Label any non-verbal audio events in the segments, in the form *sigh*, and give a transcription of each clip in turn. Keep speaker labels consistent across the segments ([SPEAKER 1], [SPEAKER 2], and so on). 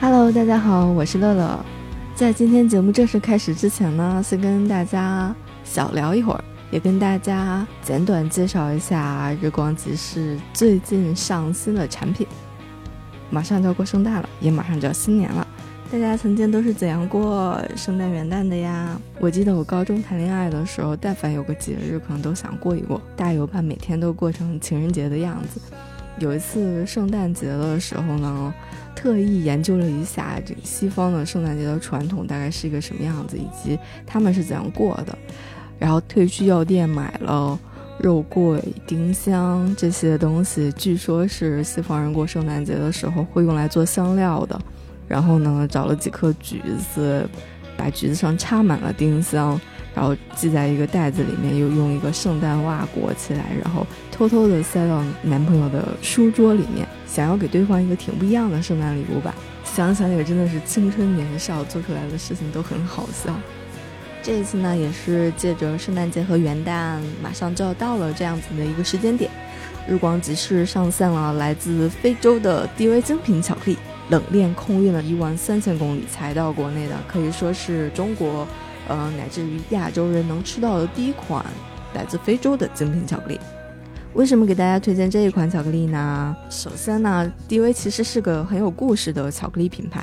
[SPEAKER 1] Hello，大家好，我是乐乐。在今天节目正式开始之前呢，先跟大家小聊一会儿，也跟大家简短介绍一下日光集市最近上新的产品。马上就要过圣诞了，也马上就要新年了，大家曾经都是怎样过圣诞、元旦的呀？我记得我高中谈恋爱的时候，但凡有个节日，可能都想过一过，大有把每天都过成情人节的样子。有一次圣诞节的时候呢，特意研究了一下这个西方的圣诞节的传统大概是一个什么样子，以及他们是怎样过的。然后退去药店买了肉桂、丁香这些东西，据说是西方人过圣诞节的时候会用来做香料的。然后呢，找了几颗橘子，把橘子上插满了丁香，然后系在一个袋子里面，又用一个圣诞袜裹起来，然后偷偷的塞到男朋友的书桌里面，想要给对方一个挺不一样的圣诞礼物吧。想想也真的是青春年少做出来的事情都很好笑。这一次呢，也是借着圣诞节和元旦马上就要到了这样子的一个时间点，日光集市上线了来自非洲的低微精品巧克力，冷链空运了一万三千公里才到国内的，可以说是中国，呃乃至于亚洲人能吃到的第一款来自非洲的精品巧克力。为什么给大家推荐这一款巧克力呢？首先呢，低微其实是个很有故事的巧克力品牌，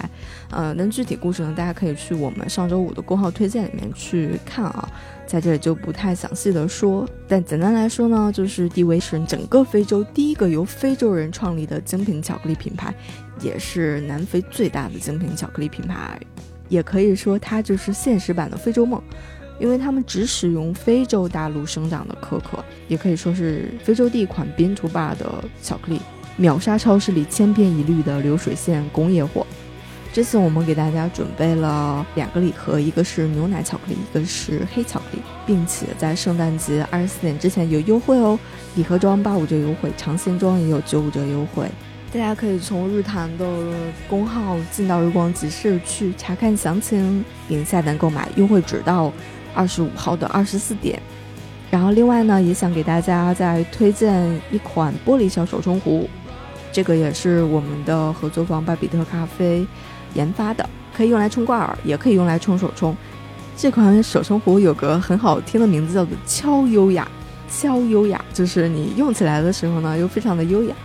[SPEAKER 1] 呃，但具体故事呢，大家可以去我们上周五的公号推荐里面去看啊，在这里就不太详细的说。但简单来说呢，就是地威是整个非洲第一个由非洲人创立的精品巧克力品牌，也是南非最大的精品巧克力品牌，也可以说它就是现实版的非洲梦。因为他们只使用非洲大陆生长的可可，也可以说是非洲第一款边图霸的巧克力，秒杀超市里千篇一律的流水线工业货。这次我们给大家准备了两个礼盒，一个是牛奶巧克力，一个是黑巧克力，并且在圣诞节二十四点之前有优惠哦，礼盒装八五折优惠，尝鲜装也有九五折优惠。大家可以从日坛的公号进到日光集市去查看详情，并下单购买，优惠只到二十五号的二十四点。然后另外呢，也想给大家再推荐一款玻璃小手冲壶，这个也是我们的合作方巴比特咖啡研发的，可以用来冲挂耳，也可以用来冲手冲。这款手冲壶有个很好听的名字，叫做“超优雅”，超优雅就是你用起来的时候呢，又非常的优雅。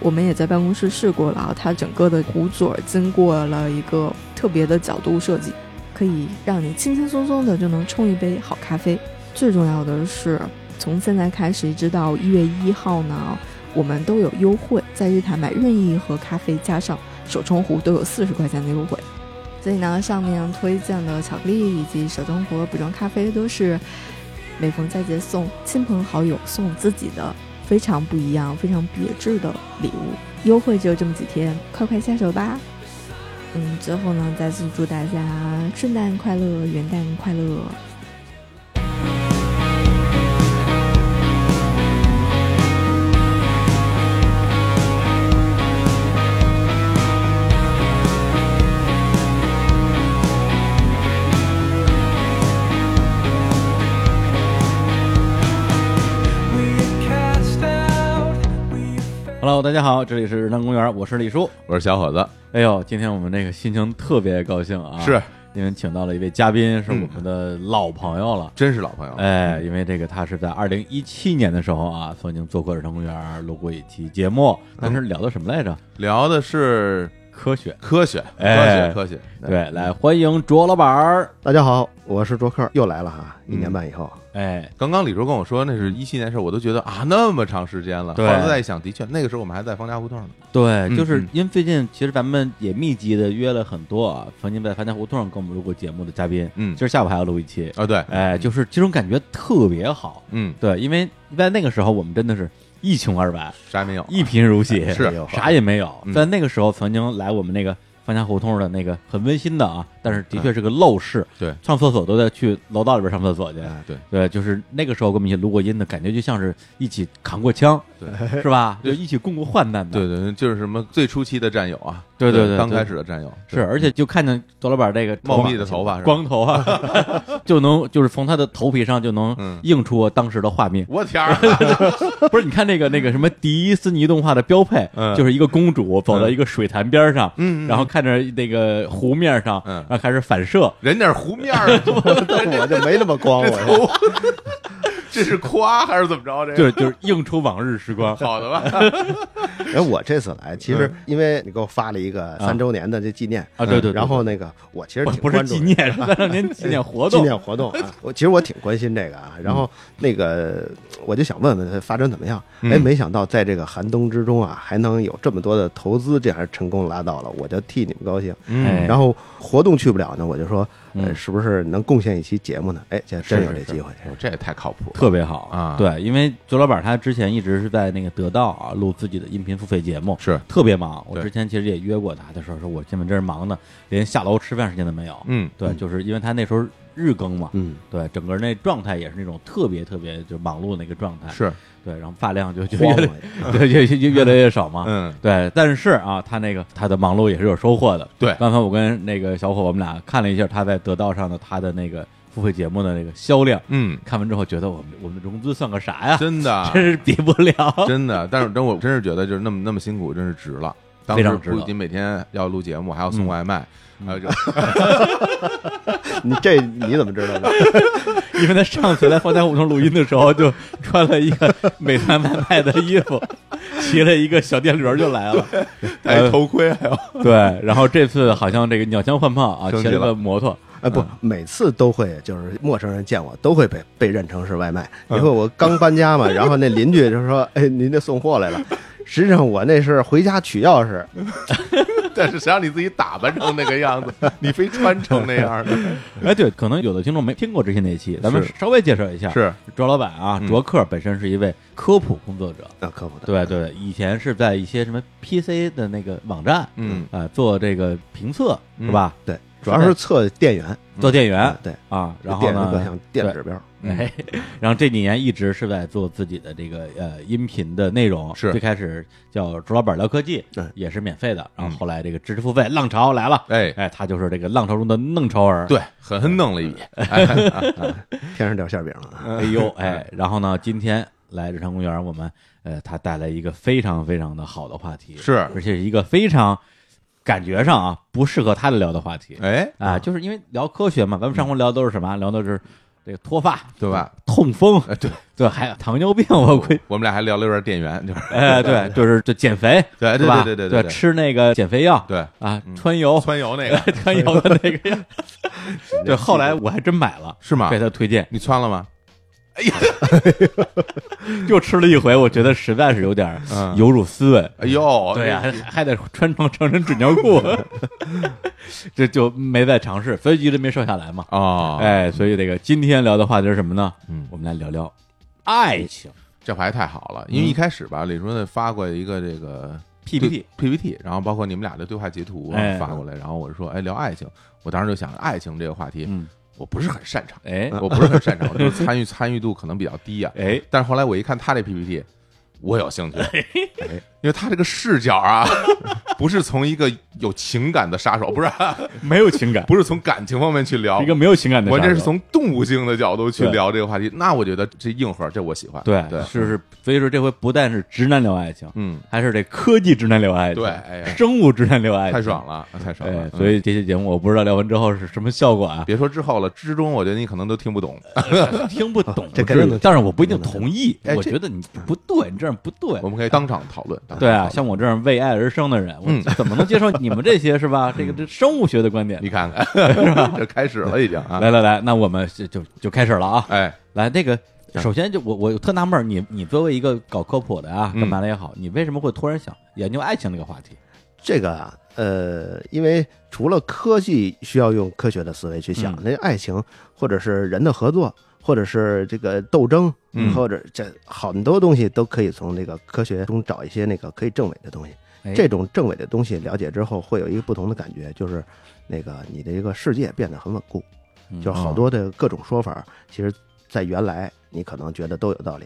[SPEAKER 1] 我们也在办公室试过了啊，它整个的壶嘴儿经过了一个特别的角度设计，可以让你轻轻松松的就能冲一杯好咖啡。最重要的是，从现在开始一直到一月一号呢，我们都有优惠，在日坛买任意一盒咖啡加上手冲壶都有四十块钱的优惠。所以呢，上面推荐的巧克力以及手冲壶、补装咖啡都是每逢佳节送亲朋好友、送自己的。非常不一样、非常别致的礼物，优惠只有这么几天，快快下手吧！嗯，最后呢，再次祝大家圣诞快乐、元旦快乐。
[SPEAKER 2] Hello，大家好，这里是日坛公园，我是李叔。
[SPEAKER 3] 我是小伙子，
[SPEAKER 2] 哎呦，今天我们这个心情特别高兴啊，
[SPEAKER 3] 是
[SPEAKER 2] 因为请到了一位嘉宾，是我
[SPEAKER 3] 嗯
[SPEAKER 2] 们的老朋友了。
[SPEAKER 3] 真是老朋友。
[SPEAKER 2] 哎，因为这个他是在二零一七年的时候啊，曾经做过日坛公园录过一期节目，当时聊的什么来着？
[SPEAKER 3] 聊的是
[SPEAKER 2] 嗯科学。
[SPEAKER 3] 科学，
[SPEAKER 2] 哎
[SPEAKER 3] 科学，科学。
[SPEAKER 2] 对，来欢迎卓老板儿。
[SPEAKER 4] 大家好，我是卓克，又来了哈，一
[SPEAKER 3] 嗯
[SPEAKER 4] 年半以后，
[SPEAKER 2] 哎，
[SPEAKER 3] 刚刚李叔跟我说那是一七年的事儿，我都觉得啊那么长时间了。后
[SPEAKER 2] 对
[SPEAKER 3] 来再一想，的确那个时候我们还在方家胡同呢。
[SPEAKER 2] 对，
[SPEAKER 3] 嗯
[SPEAKER 2] 就是
[SPEAKER 3] 嗯
[SPEAKER 2] 因为最近其实咱们也密集的约了很多啊，曾经在樊家胡同跟我们录过节目的嘉宾，
[SPEAKER 3] 嗯
[SPEAKER 2] 今儿下午还要录一期。
[SPEAKER 3] 啊对，
[SPEAKER 2] 哎，就是这种感觉特别好。
[SPEAKER 3] 嗯，
[SPEAKER 2] 对，因为在那个时候我们真的是一穷二白，
[SPEAKER 3] 啥也没有，
[SPEAKER 2] 一贫如洗，
[SPEAKER 3] 是
[SPEAKER 4] 有
[SPEAKER 2] 啥也没有。
[SPEAKER 3] 嗯
[SPEAKER 2] 在那个时候，曾经来我们那个方家胡同的那个很温馨的啊，但是的确是个陋室。
[SPEAKER 3] 嗯对嗯
[SPEAKER 2] 上厕所都得去楼道里边上厕所去。
[SPEAKER 4] 哎
[SPEAKER 3] 啊对
[SPEAKER 2] 对，就是那个时候跟我们一起录过音的感觉，就像是一起扛过枪，
[SPEAKER 3] 对
[SPEAKER 2] *laughs* 是吧？就一起共过患难的。
[SPEAKER 3] 对对，就是什么最初期的战友啊，
[SPEAKER 2] 对对对
[SPEAKER 3] 刚
[SPEAKER 2] 对
[SPEAKER 3] 开始的战友
[SPEAKER 2] 是，而且就看见左老板这个
[SPEAKER 3] 茂密的头发是吧
[SPEAKER 2] 光头啊， *laughs* 就能就是从他的头皮上就能 *laughs*
[SPEAKER 3] 嗯
[SPEAKER 2] 映出当时的画面。
[SPEAKER 3] 我天儿，啊
[SPEAKER 2] *laughs* 不是，你看那个那个什么迪斯尼动画的标配，
[SPEAKER 3] 嗯
[SPEAKER 2] 就是一个公主走到一个水潭边上，
[SPEAKER 3] 嗯嗯嗯
[SPEAKER 2] 然后看着那个湖面上，
[SPEAKER 3] 嗯
[SPEAKER 2] 然后开始反射。
[SPEAKER 3] 人那是湖面
[SPEAKER 2] *laughs*
[SPEAKER 3] 儿，
[SPEAKER 4] 我就没那么光，
[SPEAKER 3] 这
[SPEAKER 4] 我
[SPEAKER 3] 头，这是夸还是怎么着？这
[SPEAKER 2] 对，
[SPEAKER 3] 个
[SPEAKER 2] 就是映出往日时
[SPEAKER 3] *laughs*
[SPEAKER 2] 光。
[SPEAKER 3] 好
[SPEAKER 2] *laughs*
[SPEAKER 3] 的吧？
[SPEAKER 4] 哎，我这次来其实因为你给我发了一个三周年的这纪念
[SPEAKER 2] 啊对对对
[SPEAKER 4] 然后那个我其实
[SPEAKER 2] 不
[SPEAKER 4] 挺
[SPEAKER 2] 不是
[SPEAKER 4] 关注
[SPEAKER 2] 纪
[SPEAKER 4] 的
[SPEAKER 2] 念，是三周年纪念活
[SPEAKER 4] *laughs* 纪
[SPEAKER 2] 动。嗯 *laughs*
[SPEAKER 4] 念活动啊，我其实我挺关心这个啊。然后那个我就想问问它发展怎么样？
[SPEAKER 2] 嗯
[SPEAKER 4] 哎，没想到在这个寒冬之中啊，还能有这么多的投资，这还是成功拉到了，我就替你们高兴。
[SPEAKER 3] 嗯
[SPEAKER 2] 哎
[SPEAKER 4] 然后活动去不了呢，我就说，呃，
[SPEAKER 2] 嗯
[SPEAKER 4] 是不是能贡献一期节目呢？哎，这真有这机会。
[SPEAKER 3] 哦这也太靠谱了，
[SPEAKER 2] 特别好
[SPEAKER 3] 啊
[SPEAKER 2] 对，因为九老板他之前一直是在那个得到啊录自己的音频付费节目，
[SPEAKER 3] 是
[SPEAKER 2] 特别忙。我
[SPEAKER 3] 对
[SPEAKER 2] 之前其实也约过他，他说说我现在真是忙的，连下楼吃饭时间都没有。
[SPEAKER 3] 嗯
[SPEAKER 2] 对，就是因为他那时候日更嘛，
[SPEAKER 4] 嗯，
[SPEAKER 2] 对，整个那状态也是那种特别特别就忙碌的那个状态。，
[SPEAKER 3] 是
[SPEAKER 2] 对，然后发量就就越
[SPEAKER 4] 慌
[SPEAKER 2] 来
[SPEAKER 4] 了。
[SPEAKER 2] *laughs* 对越越越来越少嘛。
[SPEAKER 3] 嗯
[SPEAKER 2] 对，但是啊，他那个他的忙碌也是有收获的。
[SPEAKER 3] 对
[SPEAKER 2] 刚才我跟那个小伙，我们俩看了一下他在得到上的他的那个付费节目的那个销量，
[SPEAKER 3] 嗯，
[SPEAKER 2] 看完之后觉得我们我们的融资算个啥呀？
[SPEAKER 3] 真的啊
[SPEAKER 2] 真 *laughs* 是比不了。
[SPEAKER 3] 真的，啊但是真我真是觉得就是那么那么辛苦，真是值了。当
[SPEAKER 2] 非常
[SPEAKER 3] 时
[SPEAKER 2] 值嗯
[SPEAKER 3] 不
[SPEAKER 2] 了
[SPEAKER 3] 仅每天要录节目，还要送外卖，还有就
[SPEAKER 4] 你这你怎么知
[SPEAKER 2] *laughs*
[SPEAKER 4] 道的？
[SPEAKER 2] 因为他上次来方家胡同录音的时候，就穿了一个美团外卖的衣服，骑了一个小电驴儿就来了。呃
[SPEAKER 3] 戴头盔，还有
[SPEAKER 2] 对，然后这次好像这个鸟枪换炮啊，
[SPEAKER 3] 升
[SPEAKER 2] 骑
[SPEAKER 3] 级
[SPEAKER 2] 了
[SPEAKER 3] 了
[SPEAKER 2] 个摩托。
[SPEAKER 4] 哎，不，每次都会就是陌生人见我都会被被认成是外卖。因
[SPEAKER 2] 嗯
[SPEAKER 4] 为我刚搬家嘛，然后那邻居就说：“哎，您这送货来了。”实际上我那是回家取钥匙，
[SPEAKER 3] 但是谁让你自己打扮成那个样子，你非穿成那样
[SPEAKER 2] *laughs*
[SPEAKER 3] 的，
[SPEAKER 2] 哎，对，可能有的听众没听过之前那一期，咱们
[SPEAKER 3] 是
[SPEAKER 2] 稍微介绍一下。
[SPEAKER 3] 是
[SPEAKER 2] 卓老板啊，
[SPEAKER 3] 嗯
[SPEAKER 2] 卓克本身是一位科普工作者，
[SPEAKER 4] 那可不
[SPEAKER 2] 对
[SPEAKER 4] 得。
[SPEAKER 2] 对，以前是在一些什么 PC 的那个网站，
[SPEAKER 3] 嗯
[SPEAKER 2] 啊、做这个评测是吧？
[SPEAKER 4] 对，主要是测电源，
[SPEAKER 2] 做电源
[SPEAKER 4] 啊对，
[SPEAKER 2] 啊，然后
[SPEAKER 4] 电源各
[SPEAKER 2] 呢
[SPEAKER 4] 项，电指标，
[SPEAKER 3] 嗯
[SPEAKER 2] *laughs* 哎，然后这几年一直是在做自己的这个呃音频的内容，
[SPEAKER 3] 是
[SPEAKER 2] 最开始叫卓老板聊科技
[SPEAKER 4] 对，
[SPEAKER 2] 也是免费的，然后
[SPEAKER 3] 嗯
[SPEAKER 2] 后来这个知识付费浪潮来了，
[SPEAKER 3] 哎
[SPEAKER 2] 哎，他就是这个浪潮中的弄潮儿，
[SPEAKER 3] 对，狠狠弄了一笔，
[SPEAKER 4] 天上掉馅饼了。
[SPEAKER 2] 哎
[SPEAKER 3] *laughs*
[SPEAKER 2] 呦，哎，然后呢，今天来日常公园，我们呃，他带来一个非常非常的好的话题，
[SPEAKER 3] 是
[SPEAKER 2] 而且是一个非常感觉上啊不适合他的聊的话题
[SPEAKER 3] 哎，
[SPEAKER 2] 啊，就是因为聊科学嘛，咱们上回聊的都是什么？啊聊的是这个脱发，
[SPEAKER 3] 对吧？
[SPEAKER 2] 痛风，
[SPEAKER 3] 哎对
[SPEAKER 2] 对，还有糖尿病，我
[SPEAKER 3] *laughs*
[SPEAKER 2] 估计。
[SPEAKER 3] 我们俩还聊了有点电源，就是
[SPEAKER 2] 哎，对，就是就减肥，
[SPEAKER 3] 哎对对
[SPEAKER 2] 是吧
[SPEAKER 3] 对
[SPEAKER 2] 对
[SPEAKER 3] 对对对嗯对
[SPEAKER 2] 吃那个减肥药，
[SPEAKER 3] 对
[SPEAKER 2] 啊，川油，
[SPEAKER 3] 川油
[SPEAKER 2] *laughs*
[SPEAKER 3] 那个
[SPEAKER 2] 川油的那
[SPEAKER 3] *laughs*
[SPEAKER 2] 个药， *laughs* 对，后来我还真买了，
[SPEAKER 3] 是吗
[SPEAKER 2] 被？他推荐，
[SPEAKER 3] 你穿了吗？
[SPEAKER 2] 又吃了一回，我觉得实在是有点
[SPEAKER 3] 嗯
[SPEAKER 2] 有辱斯文，
[SPEAKER 3] 哎呦，
[SPEAKER 2] 对啊呀、还还得穿成成人纸尿裤， *laughs* 这就没再尝试，所以一直没瘦下来嘛。
[SPEAKER 3] 哦，，
[SPEAKER 2] 哎，所以这个今天聊的话题是什么呢？
[SPEAKER 3] 嗯
[SPEAKER 2] 我们来聊聊爱情
[SPEAKER 3] 这牌太好了，
[SPEAKER 2] 嗯
[SPEAKER 3] 因为一开始吧，李叔呢发过一个这个
[SPEAKER 2] PPT。
[SPEAKER 3] PPT，然后包括你们俩的对话截图啊
[SPEAKER 2] 哎
[SPEAKER 3] 发过来，然后我说，哎，聊爱情，我当时就想，爱情这个话题
[SPEAKER 2] 嗯，
[SPEAKER 3] 我不是很擅长，
[SPEAKER 2] 哎
[SPEAKER 3] 我不是很擅长，
[SPEAKER 2] *laughs*
[SPEAKER 3] 我就是参与参与度可能比较低啊。
[SPEAKER 2] 哎，
[SPEAKER 3] 但是后来我一看他这 PPT，我有兴趣，
[SPEAKER 2] 哎
[SPEAKER 3] 因为他这个视角啊， *laughs* 不是从一个有情感的杀手，不是 *laughs*
[SPEAKER 2] 没有情感，
[SPEAKER 3] 不是从感情方面去聊
[SPEAKER 2] 一，个没有情感的杀
[SPEAKER 3] 我
[SPEAKER 2] 手，
[SPEAKER 3] 这是从动物性的角度去
[SPEAKER 2] 对
[SPEAKER 3] 聊这个话题。那我觉得这硬核，这我喜欢。
[SPEAKER 2] 对
[SPEAKER 3] 对，
[SPEAKER 2] 是是，所以说这回不但是直男聊爱情，
[SPEAKER 3] 嗯，
[SPEAKER 2] 还是这科技直男聊爱情，
[SPEAKER 3] 对哎呀
[SPEAKER 2] 生物直男聊爱情，
[SPEAKER 3] 太爽了，太爽
[SPEAKER 2] 哎
[SPEAKER 3] 了。，嗯
[SPEAKER 2] 所以这期节目我不知道聊完之后是什么效果啊，
[SPEAKER 3] 别说之后了，之中我觉得你可能都听不懂。
[SPEAKER 2] 哎 *laughs* 听不懂，
[SPEAKER 4] 这
[SPEAKER 2] 不
[SPEAKER 4] 肯定
[SPEAKER 2] 至于
[SPEAKER 4] 能
[SPEAKER 2] 但是我不一定同意，
[SPEAKER 3] 哎
[SPEAKER 2] 我
[SPEAKER 3] 这
[SPEAKER 2] 觉得你不对，你这样不对
[SPEAKER 3] 我。们可以当场讨论。当场
[SPEAKER 2] 对啊，
[SPEAKER 3] 讨论
[SPEAKER 2] 像我这样为爱而生的人，我
[SPEAKER 3] 嗯
[SPEAKER 2] 怎么能接受你们这些是吧？这个这生物学的观点
[SPEAKER 3] 你。
[SPEAKER 2] *laughs*
[SPEAKER 3] 看看，这开始了已经啊。
[SPEAKER 2] 来来来，那我们就就就开始了啊！
[SPEAKER 3] 哎，
[SPEAKER 2] 来，那个首先就我我特纳闷儿，你你作为一个搞科普的啊，
[SPEAKER 3] 嗯
[SPEAKER 2] 干嘛的也好，你为什么会突然想研究爱情这个话题？
[SPEAKER 4] 这个啊，呃，因为除了科技需要用科学的思维去想
[SPEAKER 2] 嗯，
[SPEAKER 4] 那爱情或者是人的合作，或者是这个斗争，
[SPEAKER 3] 嗯
[SPEAKER 4] 或者这很多东西都可以从这个科学中找一些那个可以证伪的东西。
[SPEAKER 2] 哎
[SPEAKER 4] 这种政委的东西了解之后，会有一个不同的感觉，就是那个你的一个世界变得很稳固，
[SPEAKER 2] 嗯
[SPEAKER 4] 就是好多的各种说法，其实在原来你可能觉得都有道理，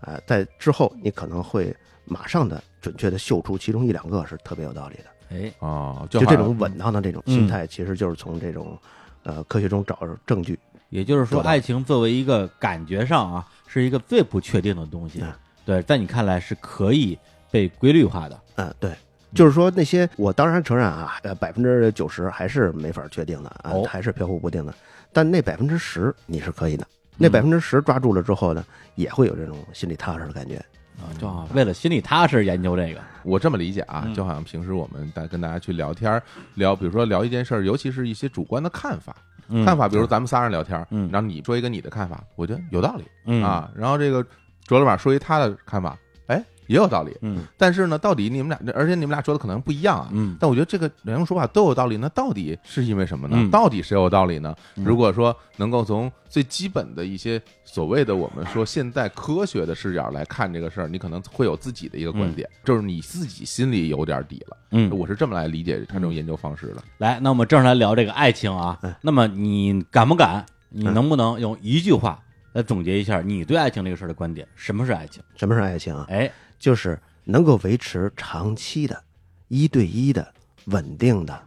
[SPEAKER 4] 啊、在之后你可能会马上的准确的嗅出其中一两个是特别有道理的。
[SPEAKER 2] 哎，
[SPEAKER 3] 哦，
[SPEAKER 4] 就
[SPEAKER 3] 好
[SPEAKER 4] 这
[SPEAKER 3] 像
[SPEAKER 4] 种稳当的这种心态，其实就是从这种呃科学中找证据。
[SPEAKER 2] 也就是说，
[SPEAKER 4] 得到
[SPEAKER 2] 爱情作为一个感觉上啊，是一个最不确定的东西
[SPEAKER 4] 嗯，
[SPEAKER 2] 对，在你看来是可以被规律化的，
[SPEAKER 4] 嗯，对，就是说那些我当然承认啊，呃，百分之九十还是没法确定的啊，
[SPEAKER 2] 哦
[SPEAKER 4] 还是飘忽不定的。但那百分之十你是可以的，那
[SPEAKER 2] 嗯
[SPEAKER 4] 百分之十抓住了之后呢，也会有这种心里踏实的感觉。
[SPEAKER 2] 啊，
[SPEAKER 3] 嗯
[SPEAKER 2] 正好为了心里踏实研究这个，
[SPEAKER 3] 我这么理解啊
[SPEAKER 2] 嗯，
[SPEAKER 3] 就好像平时我们大跟大家去聊天儿，聊比如说聊一件事儿，尤其是一些主观的看法，
[SPEAKER 2] 嗯
[SPEAKER 3] 看法，比如咱们仨人聊天儿，
[SPEAKER 2] 嗯
[SPEAKER 3] 然后你说一个你的看法，我觉得有道理
[SPEAKER 2] 嗯，
[SPEAKER 3] 啊，然后这个卓老板说一他的看法，哎，也有道理，
[SPEAKER 2] 嗯
[SPEAKER 3] 但是呢，到底你们俩，而且你们俩说的可能不一样啊。
[SPEAKER 2] 嗯
[SPEAKER 3] 但我觉得这个两种说法都有道理，那到底是因为什么呢？
[SPEAKER 2] 嗯
[SPEAKER 3] 到底谁有道理呢？
[SPEAKER 2] 嗯
[SPEAKER 3] 如果说能够从最基本的一些所谓的我们说现代科学的视角来看这个事儿，你可能会有自己的一个观点，就是你自己心里有点底了。
[SPEAKER 2] 嗯，
[SPEAKER 3] 我是这么来理解他这种研究方式的。
[SPEAKER 2] 来，那我们正式来聊这个爱情啊
[SPEAKER 3] 嗯
[SPEAKER 4] 哎。
[SPEAKER 2] 那么你敢不敢？你
[SPEAKER 4] 嗯
[SPEAKER 2] 能不能用一句话来总结一下你对爱情这个事儿的观点？什么是爱情？
[SPEAKER 4] 什么是爱情啊？
[SPEAKER 2] 哎，
[SPEAKER 4] 就是能够维持长期的、一对一的、稳定的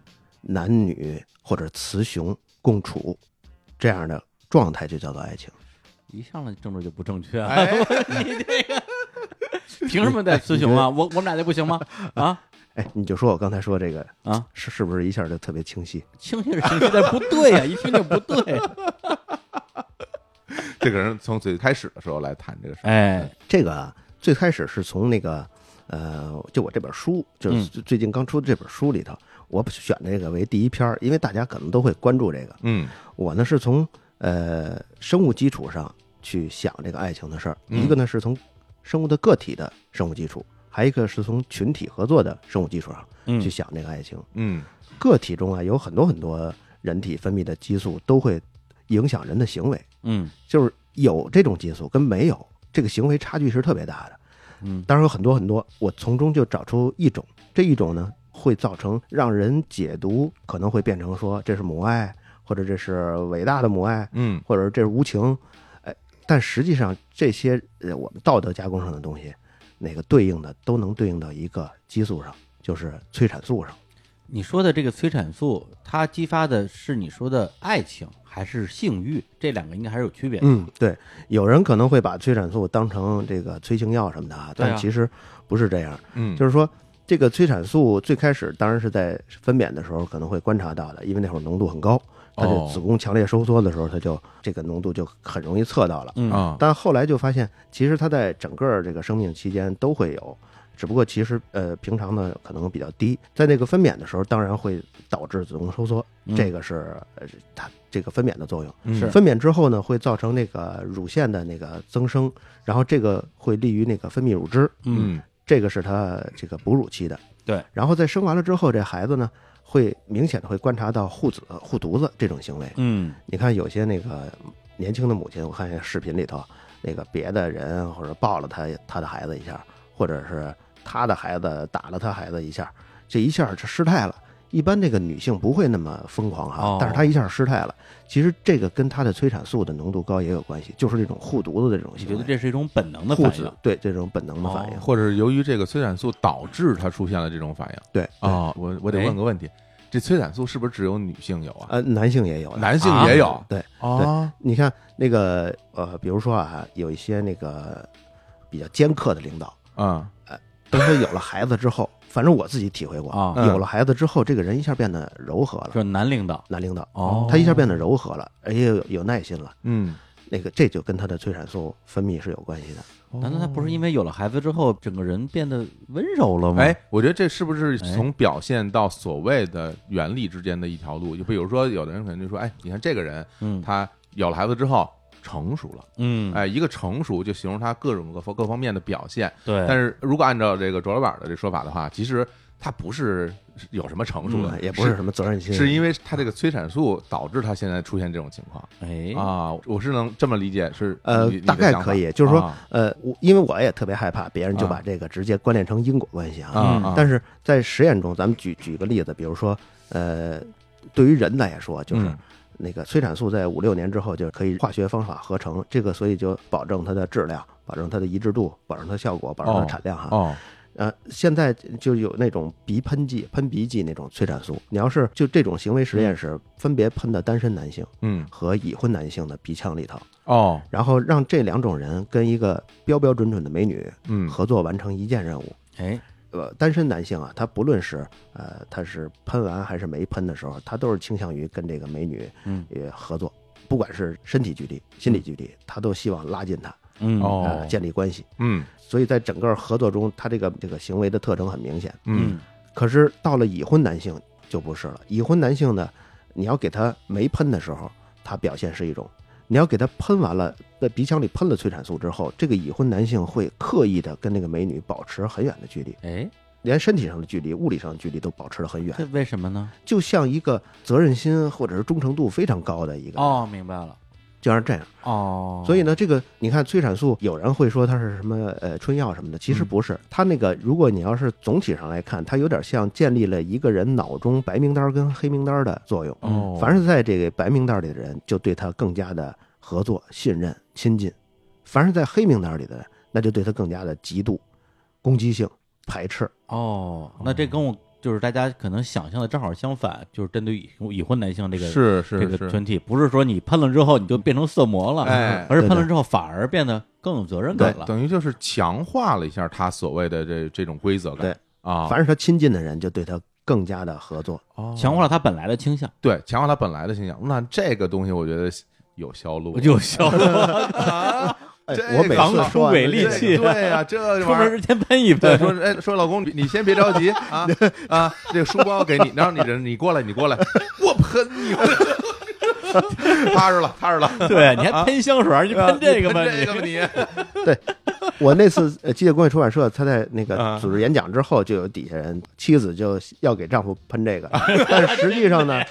[SPEAKER 4] 男女或者雌雄共处这样的状态，就叫做爱情。
[SPEAKER 2] 一上来政治就不正确啊！
[SPEAKER 3] 哎
[SPEAKER 2] *laughs* 你这个
[SPEAKER 3] *laughs*
[SPEAKER 2] 凭什么带雌雄啊？我我们俩就不行吗？啊
[SPEAKER 4] 哎，你就说我刚才说这个
[SPEAKER 2] 啊，
[SPEAKER 4] 是是不是一下就特别清晰？
[SPEAKER 2] 清晰是清晰，但是不对啊呀、一听就不对。啊
[SPEAKER 3] *laughs* 这个人从最开始的时候来谈这个事儿， *laughs*
[SPEAKER 2] 哎，
[SPEAKER 4] 这个啊最开始是从那个，呃，就我这本书，就是最最近刚出的这本书里头，我选这个为第一篇儿，因为大家可能都会关注这个。
[SPEAKER 3] 嗯
[SPEAKER 4] 我呢是从呃生物基础上去想这个爱情的事儿，
[SPEAKER 3] 嗯
[SPEAKER 4] 一个呢是从生物的个体的生物基础，还有一个是从群体合作的生物基础上
[SPEAKER 2] 嗯
[SPEAKER 4] 去想这个爱情。
[SPEAKER 3] 嗯
[SPEAKER 4] 个体中啊有很多很多人体分泌的激素都会影响人的行为，
[SPEAKER 2] 嗯
[SPEAKER 4] 就是有这种激素跟没有这个行为差距是特别大的。
[SPEAKER 2] 嗯
[SPEAKER 4] 当然有很多很多，我从中就找出一种，这一种呢会造成让人解读可能会变成说这是母爱，或者这是伟大的母爱，
[SPEAKER 3] 嗯
[SPEAKER 4] 或者这是无情，哎，但实际上这些呃我们道德加工上的东西，那个对应的都能对应到一个激素上，就是催产素上。
[SPEAKER 2] 你说的这个催产素，它激发的是你说的爱情还是性欲？这两个应该还是有区别的。
[SPEAKER 4] 嗯，对，有人可能会把催产素当成这个催情药什么的啊，
[SPEAKER 2] 对啊
[SPEAKER 4] 但其实不是这样。
[SPEAKER 3] 嗯，
[SPEAKER 4] 就是说，这个催产素最开始当然是在分娩的时候可能会观察到的，因为那会儿浓度很高，它的
[SPEAKER 3] 哦
[SPEAKER 4] 子宫强烈收缩的时候，它就这个浓度就很容易测到了。
[SPEAKER 2] 嗯
[SPEAKER 3] 啊，
[SPEAKER 4] 但后来就发现，其实它在整个这个生命期间都会有，只不过其实呃平常呢可能比较低，在那个分娩的时候，当然会导致子宫收缩，
[SPEAKER 2] 嗯
[SPEAKER 4] 这个是呃它这个分娩的作用。
[SPEAKER 3] 嗯
[SPEAKER 2] 是
[SPEAKER 4] 分娩之后呢，会造成那个乳腺的那个增生，然后这个会利于那个分泌乳汁，
[SPEAKER 2] 嗯
[SPEAKER 3] 嗯
[SPEAKER 4] 这个是她这个哺乳期的。
[SPEAKER 2] 对，
[SPEAKER 4] 然后在生完了之后，这孩子呢会明显的会观察到护子、护犊子这种行为。
[SPEAKER 2] 嗯
[SPEAKER 4] 你看有些那个年轻的母亲，我看视频里头，那个别的人或者抱了她她的孩子一下，或者是她的孩子打了她孩子一下，这一下这失态了。一般这个女性不会那么疯狂哈、
[SPEAKER 2] 哦
[SPEAKER 4] 但是她一下失态了，其实这个跟她的催产素的浓度高也有关系，就是这种护犊子的这种
[SPEAKER 2] 你
[SPEAKER 4] 行
[SPEAKER 2] 觉
[SPEAKER 4] 为，
[SPEAKER 2] 得这是一种本能的
[SPEAKER 4] 护
[SPEAKER 2] 反
[SPEAKER 4] 子
[SPEAKER 2] 应？
[SPEAKER 4] 对这种本能的反应，
[SPEAKER 2] 哦
[SPEAKER 3] 或者是由于这个催产素导致他出现了这种反应。
[SPEAKER 4] 对啊、
[SPEAKER 3] 哦，我我得
[SPEAKER 2] 哎
[SPEAKER 3] 问个问题，这催产素是不是只有女性有啊？
[SPEAKER 4] 呃，男性也有的，
[SPEAKER 3] 男性也有
[SPEAKER 2] 啊
[SPEAKER 4] 对，
[SPEAKER 3] 哦，
[SPEAKER 4] 你看那个呃，比如说啊，有一些那个比较尖刻的领导，
[SPEAKER 3] 嗯，
[SPEAKER 4] 等他有了孩子之后， *laughs* 反正我自己体会过
[SPEAKER 2] 啊
[SPEAKER 4] 有了孩子之后，这个人一下变得柔和了
[SPEAKER 3] 嗯
[SPEAKER 2] 就。是男领导
[SPEAKER 4] 男领导，
[SPEAKER 2] 哦
[SPEAKER 4] 他一下变得柔和了，而且有有耐心了。
[SPEAKER 3] 嗯，
[SPEAKER 4] 那个这就跟他的催产素分泌是有关系的。
[SPEAKER 2] 难道他不是因为有了孩子之后，整个人变得温柔了吗？
[SPEAKER 3] 哎，，我觉得这是不是从表现到所谓的原理之间的一条路？就比如说，有的人可能就说，哎，你看这个人，
[SPEAKER 2] 嗯，
[SPEAKER 3] 他有了孩子之后，成熟了。
[SPEAKER 2] 嗯，
[SPEAKER 3] 哎，一个成熟就形容他各种各方各方面的表现。
[SPEAKER 2] 对，
[SPEAKER 3] 但是如果按照这个卓老板的这说法的话，其实他不是有什么成熟
[SPEAKER 2] 嗯
[SPEAKER 3] 的，
[SPEAKER 4] 啊也不是什么责任心，
[SPEAKER 3] 嗯是因为他这个催产素导致他现在出现这种情况
[SPEAKER 2] 哎，
[SPEAKER 3] 啊，我是能这么理解，是
[SPEAKER 4] 呃
[SPEAKER 3] 你你，的
[SPEAKER 4] 大概
[SPEAKER 3] 想法
[SPEAKER 4] 可以，就是说
[SPEAKER 3] 啊，
[SPEAKER 4] 呃，我因为我也特别害怕别人就
[SPEAKER 3] 啊
[SPEAKER 4] 把这个直接关联成因果关系啊。
[SPEAKER 3] 啊，
[SPEAKER 4] 但
[SPEAKER 3] 是
[SPEAKER 4] 是在实验中，咱们举举个例子，比如说，呃，对于人来说，
[SPEAKER 3] 嗯
[SPEAKER 4] 就是那个催产素在五六年之后就可以化学方法合成，这个所以就保证它的质量，保证它的一致度，保证它效果，保证它
[SPEAKER 3] 哦
[SPEAKER 4] 产量哈。
[SPEAKER 3] 哦，
[SPEAKER 4] 呃，现在就有那种鼻喷剂、喷鼻剂那种催产素，你要是就这种行为实验室分别喷到单身男性
[SPEAKER 3] 嗯，
[SPEAKER 4] 和已婚男性的鼻腔里头。
[SPEAKER 3] 哦，
[SPEAKER 4] 然后让这两种人跟一个标标准准的美女
[SPEAKER 3] 嗯，
[SPEAKER 4] 合作完成一件任务。
[SPEAKER 2] 哎，
[SPEAKER 4] 呃，单身男性啊，他不论是呃他是喷完还是没喷的时候，他都是倾向于跟这个美女
[SPEAKER 2] 嗯
[SPEAKER 4] 也合作，不管是身体距离、心理距离，他都希望拉近她，
[SPEAKER 2] 嗯，
[SPEAKER 3] 哦
[SPEAKER 4] 呃，建立关系。
[SPEAKER 3] 嗯，
[SPEAKER 4] 所以在整个合作中，他这个这个行为的特征很明显。
[SPEAKER 3] 嗯，
[SPEAKER 4] 可是到了已婚男性就不是了，已婚男性呢，你要给他没喷的时候，他表现是一种；你要给他喷完了，在鼻腔里喷了催产素之后，这个已婚男性会刻意的跟那个美女保持很远的距离，
[SPEAKER 2] 哎，
[SPEAKER 4] 连身体上的距离、物理上的距离都保持得很远
[SPEAKER 2] 这，为什么呢？
[SPEAKER 4] 就像一个责任心或者是忠诚度非常高的一个，
[SPEAKER 2] 哦，明白了，
[SPEAKER 4] 就像这样。
[SPEAKER 2] 哦，
[SPEAKER 4] 所以，呢，这个你看催产素，有人会说它是什么呃春药什么的，其
[SPEAKER 2] 嗯
[SPEAKER 4] 实不是。它那个，如果你要是总体上来看，它有点像建立了一个人脑中白名单跟黑名单的作用。
[SPEAKER 3] 哦，
[SPEAKER 4] 凡是在这个白名单里的人，就对他更加的合作、信任、亲近；凡是在黑名单里的人，那就对他更加的嫉妒、攻击性、排斥。
[SPEAKER 2] 哦，那这跟我就是大家可能想象的正好相反，就是针对已已婚男性这个
[SPEAKER 3] 是是
[SPEAKER 2] 这个
[SPEAKER 3] 是，
[SPEAKER 2] 群体，不是说你喷了之后你就变成色魔了，
[SPEAKER 3] 哎
[SPEAKER 2] 而是喷
[SPEAKER 4] 对
[SPEAKER 2] 了
[SPEAKER 4] 的
[SPEAKER 2] 之后反而变得更有责任感
[SPEAKER 3] 对，
[SPEAKER 2] 了。
[SPEAKER 3] 等于就是强化了一下他所谓的这这种规则感
[SPEAKER 4] 对
[SPEAKER 3] 啊，
[SPEAKER 4] 凡是他亲近的人，就对他更加的合作。
[SPEAKER 3] 哦
[SPEAKER 2] 强化了他本来的倾向，
[SPEAKER 3] 对强化他本来的形象。那这个东西我觉得有销路，
[SPEAKER 2] 有效了。
[SPEAKER 4] 哎
[SPEAKER 3] 这
[SPEAKER 4] 我每
[SPEAKER 3] 个
[SPEAKER 4] 次
[SPEAKER 2] 出
[SPEAKER 4] 说完
[SPEAKER 2] 伟
[SPEAKER 4] 了
[SPEAKER 2] 力
[SPEAKER 4] 这个 *laughs*
[SPEAKER 2] 气
[SPEAKER 3] 对呀，这玩意
[SPEAKER 2] 出门
[SPEAKER 3] 儿。
[SPEAKER 2] 之前喷一
[SPEAKER 3] 对，
[SPEAKER 2] 喷，
[SPEAKER 3] 说哎，说老公，你你先别着
[SPEAKER 4] *laughs*
[SPEAKER 3] 急啊啊，这个书包给你，然后你人你过来，你过来，我喷你， *laughs* 踏实了，踏实了，
[SPEAKER 2] *laughs* 对，你还喷香水儿，你喷这个吧
[SPEAKER 3] 喷这啊个吧
[SPEAKER 2] 你。
[SPEAKER 3] 你，
[SPEAKER 4] *laughs* 我那次呃，机械工业出版社，他在那
[SPEAKER 3] 啊
[SPEAKER 4] 个组织演讲之后，就有底下人妻子就要给丈夫喷这个，但是实际上呢，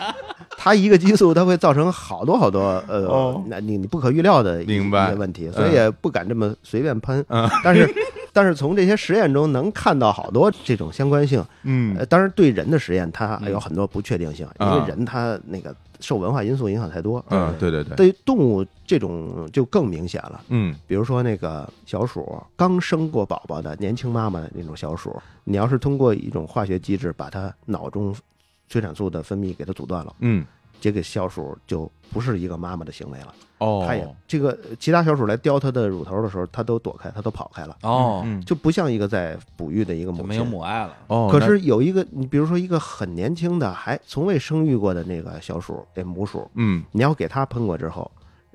[SPEAKER 4] 它一个激素它会造成好多好多
[SPEAKER 3] 哦
[SPEAKER 4] 呃，那你你不可预料的一
[SPEAKER 3] 明白嗯
[SPEAKER 4] 一些问题，所以也不敢这么随便喷。 *laughs* 但是但是从这些实验中能看到好多这种相关性，
[SPEAKER 3] 嗯
[SPEAKER 4] 呃，当然对人的实验它
[SPEAKER 2] 嗯
[SPEAKER 4] 有很多不确定性，因
[SPEAKER 3] 啊
[SPEAKER 4] 为人他那个受文化因素影响太多。
[SPEAKER 3] 嗯，对对对，
[SPEAKER 4] 呃对于动物这种就更明显了。
[SPEAKER 3] 嗯
[SPEAKER 4] 比如说那个小鼠刚生过宝宝的年轻妈妈的那种小鼠，你要是通过一种化学机制把它脑中催产素的分泌给它阻断了，
[SPEAKER 3] 嗯，
[SPEAKER 4] 这个小鼠就不是一个妈妈的行为了。
[SPEAKER 3] 哦，
[SPEAKER 4] 它也这个呃其他小鼠来叼它的乳头的时候，它都躲开，它都跑开了，
[SPEAKER 2] 哦，
[SPEAKER 3] 嗯
[SPEAKER 4] 就不像一个在哺育的一个
[SPEAKER 2] 就
[SPEAKER 4] 母
[SPEAKER 2] 没有
[SPEAKER 4] 亲。
[SPEAKER 2] 母爱了。
[SPEAKER 3] 哦，
[SPEAKER 4] 可是有一个，你比如说一个很年轻的，还从未生育过的那个小鼠，这母鼠，
[SPEAKER 3] 那嗯
[SPEAKER 4] 你要给它喷过之后，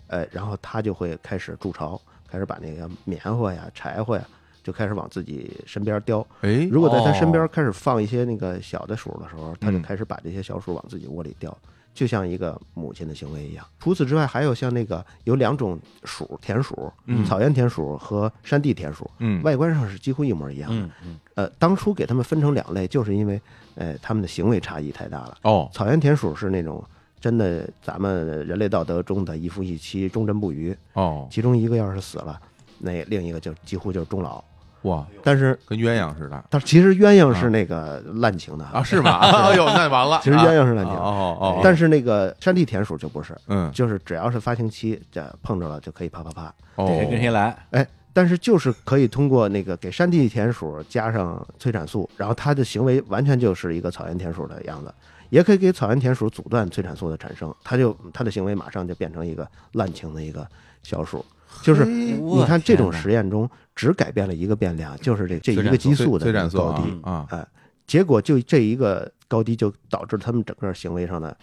[SPEAKER 4] 呃，然后它就会开始筑巢，开始把那个棉花呀、柴火呀，就开始往自己身边叼。
[SPEAKER 3] 哎，
[SPEAKER 4] 如果在它身边
[SPEAKER 3] 哦
[SPEAKER 4] 开始放一些那个小的鼠的时候，它就
[SPEAKER 3] 嗯
[SPEAKER 4] 开始把这些小鼠往自己窝里叼，就像一个母亲的行为一样。除此之外，还有像那个有两种鼠，田鼠
[SPEAKER 3] 嗯、
[SPEAKER 4] 草原田鼠和山地田鼠，
[SPEAKER 3] 嗯
[SPEAKER 4] 外观上是几乎一模一样的。
[SPEAKER 2] 嗯嗯，
[SPEAKER 4] 呃，当初给它们分成两类，就是因为呃它们的行为差异太大了。
[SPEAKER 3] 哦
[SPEAKER 4] 草原田鼠是那种真的咱们人类道德中的一夫一妻、忠贞不渝，
[SPEAKER 3] 哦
[SPEAKER 4] 其中一个要是死了，那另一个就几乎就是终老。
[SPEAKER 3] 哇，
[SPEAKER 4] 但是，
[SPEAKER 3] 跟鸳鸯似的
[SPEAKER 4] 但是其实鸳鸯是那个滥情的
[SPEAKER 3] 啊，，是
[SPEAKER 4] *laughs*
[SPEAKER 3] 吗？哎呦，那完了，
[SPEAKER 4] 其实鸳鸯是滥情，
[SPEAKER 3] 哦哦，
[SPEAKER 4] 但
[SPEAKER 3] 是
[SPEAKER 4] 是那个山地田鼠就不是，
[SPEAKER 3] 嗯
[SPEAKER 4] 就是只要是发情期，这碰着了就可以啪啪啪。
[SPEAKER 3] 哦
[SPEAKER 2] 得谁跟谁来？
[SPEAKER 4] 哎，但是就是可以通过那个给山地田鼠加上催产素，然后它的行为完全就是一个草原田鼠的样子，也可以给草原田鼠阻断催产素的产生，它就它的行为马上就变成一个滥情的
[SPEAKER 3] *laughs*
[SPEAKER 4] 一个小鼠。就是你
[SPEAKER 2] 你
[SPEAKER 4] 看这种实验中，只改变了一个变量，就是这这一个激素的
[SPEAKER 3] 催
[SPEAKER 4] 这
[SPEAKER 3] 产
[SPEAKER 4] 个
[SPEAKER 3] 素
[SPEAKER 4] 高
[SPEAKER 3] 啊
[SPEAKER 4] 低，
[SPEAKER 3] 啊，
[SPEAKER 4] 结果就这一个高低就导致他们整个行为上的。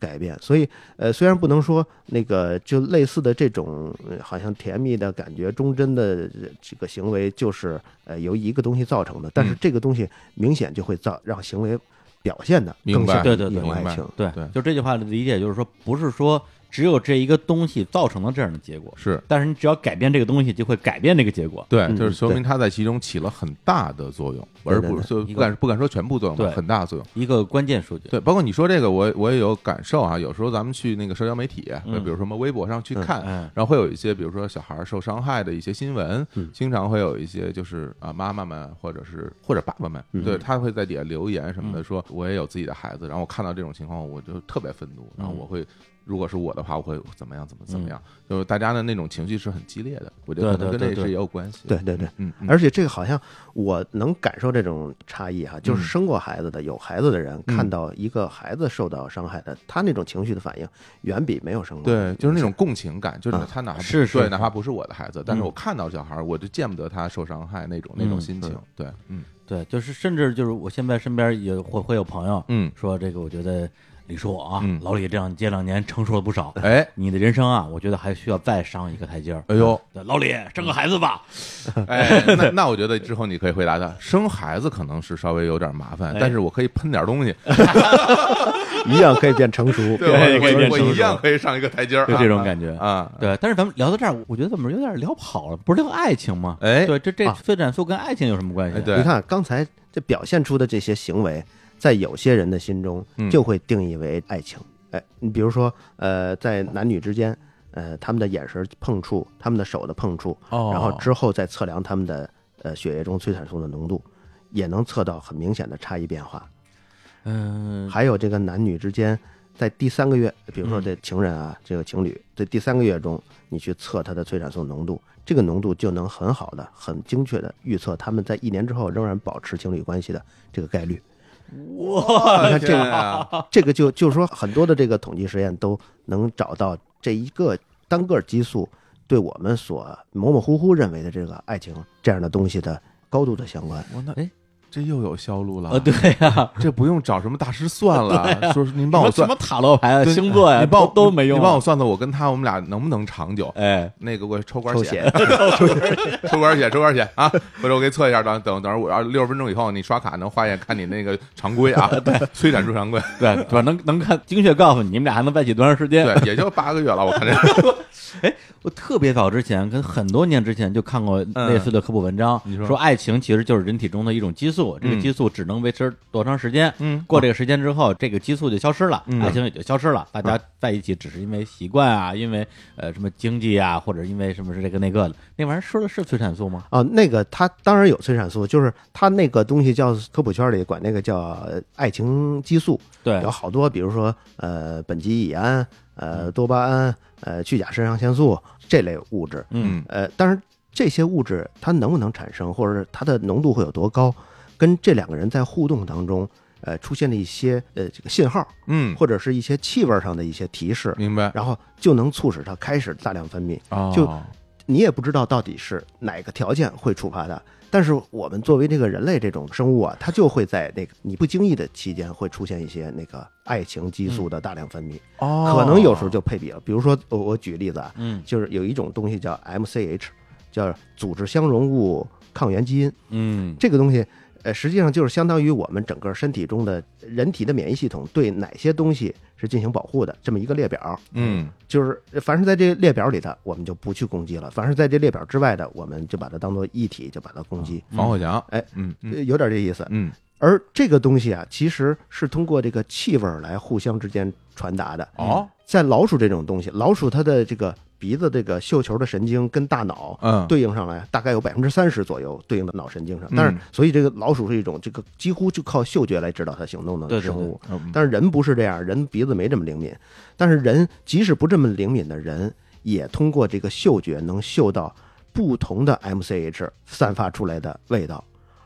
[SPEAKER 4] 改变，所以呃，虽然不能说那个就类似的这种、呃好像甜蜜的感觉、忠贞的呃这个行为，就是呃由一个东西造成的，但是
[SPEAKER 3] 嗯
[SPEAKER 4] 这个东西明显就会造让行为表现的
[SPEAKER 3] 明
[SPEAKER 4] 更
[SPEAKER 3] 白
[SPEAKER 4] 像
[SPEAKER 2] 对对对
[SPEAKER 4] 一种
[SPEAKER 3] 明
[SPEAKER 4] 爱
[SPEAKER 3] 白
[SPEAKER 4] 情。
[SPEAKER 2] 对
[SPEAKER 3] 对
[SPEAKER 2] 就这句话的理解就是说，不是说只有这一个东西造成了这样的结果。
[SPEAKER 3] 是
[SPEAKER 2] 但是你只要改变这个东西，就会改变这个结果。
[SPEAKER 3] 对，
[SPEAKER 4] 嗯
[SPEAKER 3] 就是说
[SPEAKER 4] 对
[SPEAKER 3] 明它在其中起了很大的作用，
[SPEAKER 4] 对
[SPEAKER 3] 而
[SPEAKER 4] 对
[SPEAKER 3] 不是就
[SPEAKER 2] 一
[SPEAKER 3] 不
[SPEAKER 2] 个
[SPEAKER 3] 敢不敢说全部作用吧，
[SPEAKER 2] 对
[SPEAKER 3] 很大的作用。
[SPEAKER 2] 一个关键数据，
[SPEAKER 3] 对，包括你说这个，我我也有感受啊。有时候咱们去那个社交媒体，
[SPEAKER 2] 嗯
[SPEAKER 3] 比如说什么微博上去看，
[SPEAKER 2] 嗯
[SPEAKER 3] 然后会有一些，比如说小孩儿受伤害的一些新闻，经常会有一些就是啊，妈妈们或者是或者爸爸们，对他会在底下留言什么的，说我也有自己的孩子，然后我看到这种情况，我就特别愤怒，然后我会。如果是我的话，我会怎么样？怎么怎么样？就是大家的那种情绪是很激烈的，我觉
[SPEAKER 2] 对
[SPEAKER 3] 得可
[SPEAKER 2] 对
[SPEAKER 3] 能
[SPEAKER 2] 对
[SPEAKER 3] 跟这
[SPEAKER 2] 对
[SPEAKER 3] 是也有关系。
[SPEAKER 4] 对对对，
[SPEAKER 3] 嗯，嗯，
[SPEAKER 4] 而且这个好像我能感受这种差异哈、就是生过孩子的、有孩子的人，
[SPEAKER 3] 嗯
[SPEAKER 4] 看到一个孩子受到伤害的，他那种情绪的反应，远比没有生过。
[SPEAKER 3] 对，就是那种共情感，就是
[SPEAKER 4] 啊
[SPEAKER 3] 他哪怕不
[SPEAKER 2] 嗯是是
[SPEAKER 3] 对，
[SPEAKER 2] 是
[SPEAKER 3] 哪怕不是我的孩子，但是
[SPEAKER 2] 嗯
[SPEAKER 3] 我看到小孩儿，我就见不得他受伤害那种那种
[SPEAKER 2] 嗯
[SPEAKER 3] 心情
[SPEAKER 4] 是。
[SPEAKER 3] 对，嗯
[SPEAKER 2] 对，就是甚至就是我现在身边也会会有朋友
[SPEAKER 3] 嗯，
[SPEAKER 2] 说这个，我觉得李叔啊，
[SPEAKER 3] 嗯
[SPEAKER 2] 老李这样这两年成熟了不少，
[SPEAKER 3] 哎
[SPEAKER 2] 你的人生啊，我觉得还需要再上一个台阶儿。*laughs*
[SPEAKER 3] 哎呦，
[SPEAKER 2] 对，老李生个孩子吧，
[SPEAKER 3] 哎，那那我觉得之后你可以回答他，生孩子可能是稍微有点麻烦，
[SPEAKER 2] 哎
[SPEAKER 3] 但是我可以喷点东西，
[SPEAKER 4] 一样可以变成熟。
[SPEAKER 3] 对，
[SPEAKER 2] 对
[SPEAKER 3] 我
[SPEAKER 2] 可以变
[SPEAKER 3] 我我
[SPEAKER 2] 成熟
[SPEAKER 3] 一样可以上一个台阶儿，
[SPEAKER 2] 就
[SPEAKER 3] 啊
[SPEAKER 2] 这种感觉。
[SPEAKER 3] 啊，
[SPEAKER 2] 嗯对，但是咱们聊到这儿，我觉得怎么有点聊跑了？不是聊爱情吗？
[SPEAKER 3] 哎
[SPEAKER 2] 对，这这
[SPEAKER 4] 啊
[SPEAKER 2] 催产素跟爱情有什么关系？
[SPEAKER 3] 哎对
[SPEAKER 4] 你看刚才这表现出的这些行为，在有些人的心中
[SPEAKER 3] 嗯
[SPEAKER 4] 就会定义为爱情。哎，你比如说，呃，在男女之间，呃，他们的眼神碰触，他们的手的碰触，
[SPEAKER 3] 哦
[SPEAKER 4] 然后之后再测量他们的呃血液中催产素的浓度，也能测到很明显的差异变化。
[SPEAKER 2] 嗯，
[SPEAKER 4] 还有这个男女之间，在第三个月，比如说这情人啊，这个情侣，在第三个月中，你去测他的催产素浓度，这个浓度就能很好的、很精确的预测他们在一年之后仍然保持情侣关系的这个概率。
[SPEAKER 3] 哇，
[SPEAKER 4] 你看这
[SPEAKER 3] 天啊
[SPEAKER 2] *laughs*
[SPEAKER 4] 这个就就是说，很多的这个统计实验都能找到这一个单个激素对我们所模模糊糊认为的这个爱情这样的东西的高度的相关。
[SPEAKER 3] 哇那
[SPEAKER 2] 哎
[SPEAKER 3] 这又有销路了
[SPEAKER 2] 呃，，对 *laughs* 呀，
[SPEAKER 3] 这不用找什么大师
[SPEAKER 2] *laughs*
[SPEAKER 3] 算了，说是您帮我
[SPEAKER 2] 什
[SPEAKER 3] 算
[SPEAKER 2] 么塔罗牌啊、
[SPEAKER 3] 对
[SPEAKER 2] 星座呀，
[SPEAKER 3] 你帮我
[SPEAKER 2] 都都没用啊。
[SPEAKER 3] 你帮我算算我跟他我们俩能不能
[SPEAKER 2] *laughs*
[SPEAKER 3] 长久？
[SPEAKER 2] 哎，
[SPEAKER 3] 那个我抽管
[SPEAKER 4] 抽
[SPEAKER 3] 血
[SPEAKER 4] 血，
[SPEAKER 3] *laughs* 抽管血，抽管血啊！回头我给你测一下，等等等会儿我要六十分钟以后你刷卡能化验看你那个常规啊，催产素常
[SPEAKER 4] *laughs*
[SPEAKER 3] 规，
[SPEAKER 2] 对，反正能看精确告诉你，你们俩还能在一起多长时间？
[SPEAKER 3] 对，也就八个月了，我看这，
[SPEAKER 2] 我特别早之前，跟很多年之前就看过类似的科普文章，
[SPEAKER 3] 嗯你说
[SPEAKER 2] 说爱情其实就是人体中的一种激素，这
[SPEAKER 3] 嗯
[SPEAKER 2] 个激素只能维持多长时间，
[SPEAKER 3] 嗯
[SPEAKER 2] 过这个时间之后，这个激素就消失了，
[SPEAKER 3] 嗯
[SPEAKER 2] 爱情也就消失了。大家在一起只是因为习惯啊，因为呃什么经济啊，或者因为什么是这个那个的，那玩意儿说的是催产素吗？
[SPEAKER 4] 啊，那个它当然有催产素，就是它那个东西叫科普圈里管那个叫呃爱情激素，
[SPEAKER 2] 对
[SPEAKER 4] 有，好多，比如说呃苯基乙胺、呃多巴胺、呃去甲肾上腺素这类物质。
[SPEAKER 2] 嗯，
[SPEAKER 4] 呃，当然这些物质它能不能产生，或者是它的浓度会有多高，跟这两个人在互动当中，呃出现的一些呃这个信号，
[SPEAKER 3] 嗯，
[SPEAKER 4] 或者是一些气味上的一些提示，
[SPEAKER 3] 明白，
[SPEAKER 4] 然后就能促使它开始大量分泌。
[SPEAKER 3] 哦
[SPEAKER 4] 就你也不知道到底是哪个条件会触发它。但是我们作为这个人类这种生物啊，它就会在那个你不经意的期间会出现一些那个爱情激素的大量分泌，
[SPEAKER 3] 哦
[SPEAKER 4] 可能有时候就配比了。比如说，我我举例子啊，
[SPEAKER 2] 嗯
[SPEAKER 4] 就是有一种东西叫 MCH，叫组织相容物抗原基因，
[SPEAKER 2] 嗯
[SPEAKER 4] 这个东西。呃，实际上就是相当于我们整个身体中的人体的免疫系统对哪些东西是进行保护的这么一个列表。
[SPEAKER 3] 嗯
[SPEAKER 4] 就是凡是在这列表里的，我们就不去攻击了；凡是在这列表之外的，我们就把它当做一体，就把它攻
[SPEAKER 2] 啊
[SPEAKER 4] 击。
[SPEAKER 3] 防火墙，
[SPEAKER 4] 哎，
[SPEAKER 3] 嗯嗯
[SPEAKER 4] 呃有点这意思。
[SPEAKER 3] 嗯，
[SPEAKER 4] 而这个东西啊，其实是通过这个气味儿来互相之间传达的。
[SPEAKER 3] 哦，
[SPEAKER 4] 在老鼠这种东西，老鼠它的这个鼻子这个嗅球的神经跟大
[SPEAKER 2] 啊
[SPEAKER 4] 脑
[SPEAKER 3] 嗯，
[SPEAKER 4] 对应上来，大概有百分之三十左右对应到脑神经上
[SPEAKER 3] 嗯。
[SPEAKER 4] 但是，所以这个老鼠是一种这个几乎就靠嗅觉来指导它行动
[SPEAKER 2] 对
[SPEAKER 4] 的
[SPEAKER 2] 对
[SPEAKER 4] 生
[SPEAKER 2] 对
[SPEAKER 4] 物。
[SPEAKER 3] 嗯，
[SPEAKER 4] 但是人不是这样，人鼻子没这么灵敏。但是人即使不这么灵敏的人，也通过这个嗅觉能嗅到不同的 MCH 散发出来的味道。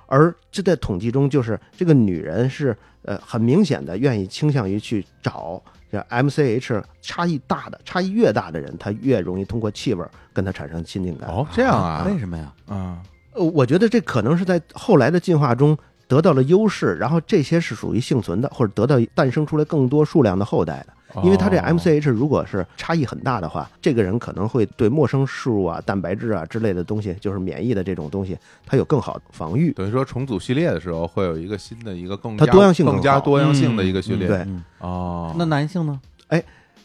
[SPEAKER 4] 而这在统计中，就是这个女人是呃很明显的愿意倾向于去找这 MCH 差异大的、差异越大的人，她越容易通过气味儿跟她产生亲近感。
[SPEAKER 3] 哦，这样啊，
[SPEAKER 2] 为什么呀？
[SPEAKER 3] 啊，
[SPEAKER 4] 呃，我觉得这可能是在后来的进化中得到了优势，然后这些是属于幸存的，或者得到诞生出来更多数量的后代的。因为它这
[SPEAKER 3] 哦
[SPEAKER 4] MCH 如果是差异很大的话，这个人可能会对陌生事物啊、蛋白质啊之类的东西，就是免疫的这种东西，它有更好的防御。
[SPEAKER 3] 等于说重组序列的时候会有一个新的一个更
[SPEAKER 4] 它
[SPEAKER 3] 加
[SPEAKER 4] 多样性更
[SPEAKER 3] 更加
[SPEAKER 4] 好嗯
[SPEAKER 3] 多样性的一个序
[SPEAKER 2] 嗯
[SPEAKER 3] 列，
[SPEAKER 4] 对
[SPEAKER 2] 嗯
[SPEAKER 3] 哦，
[SPEAKER 2] 那男性呢？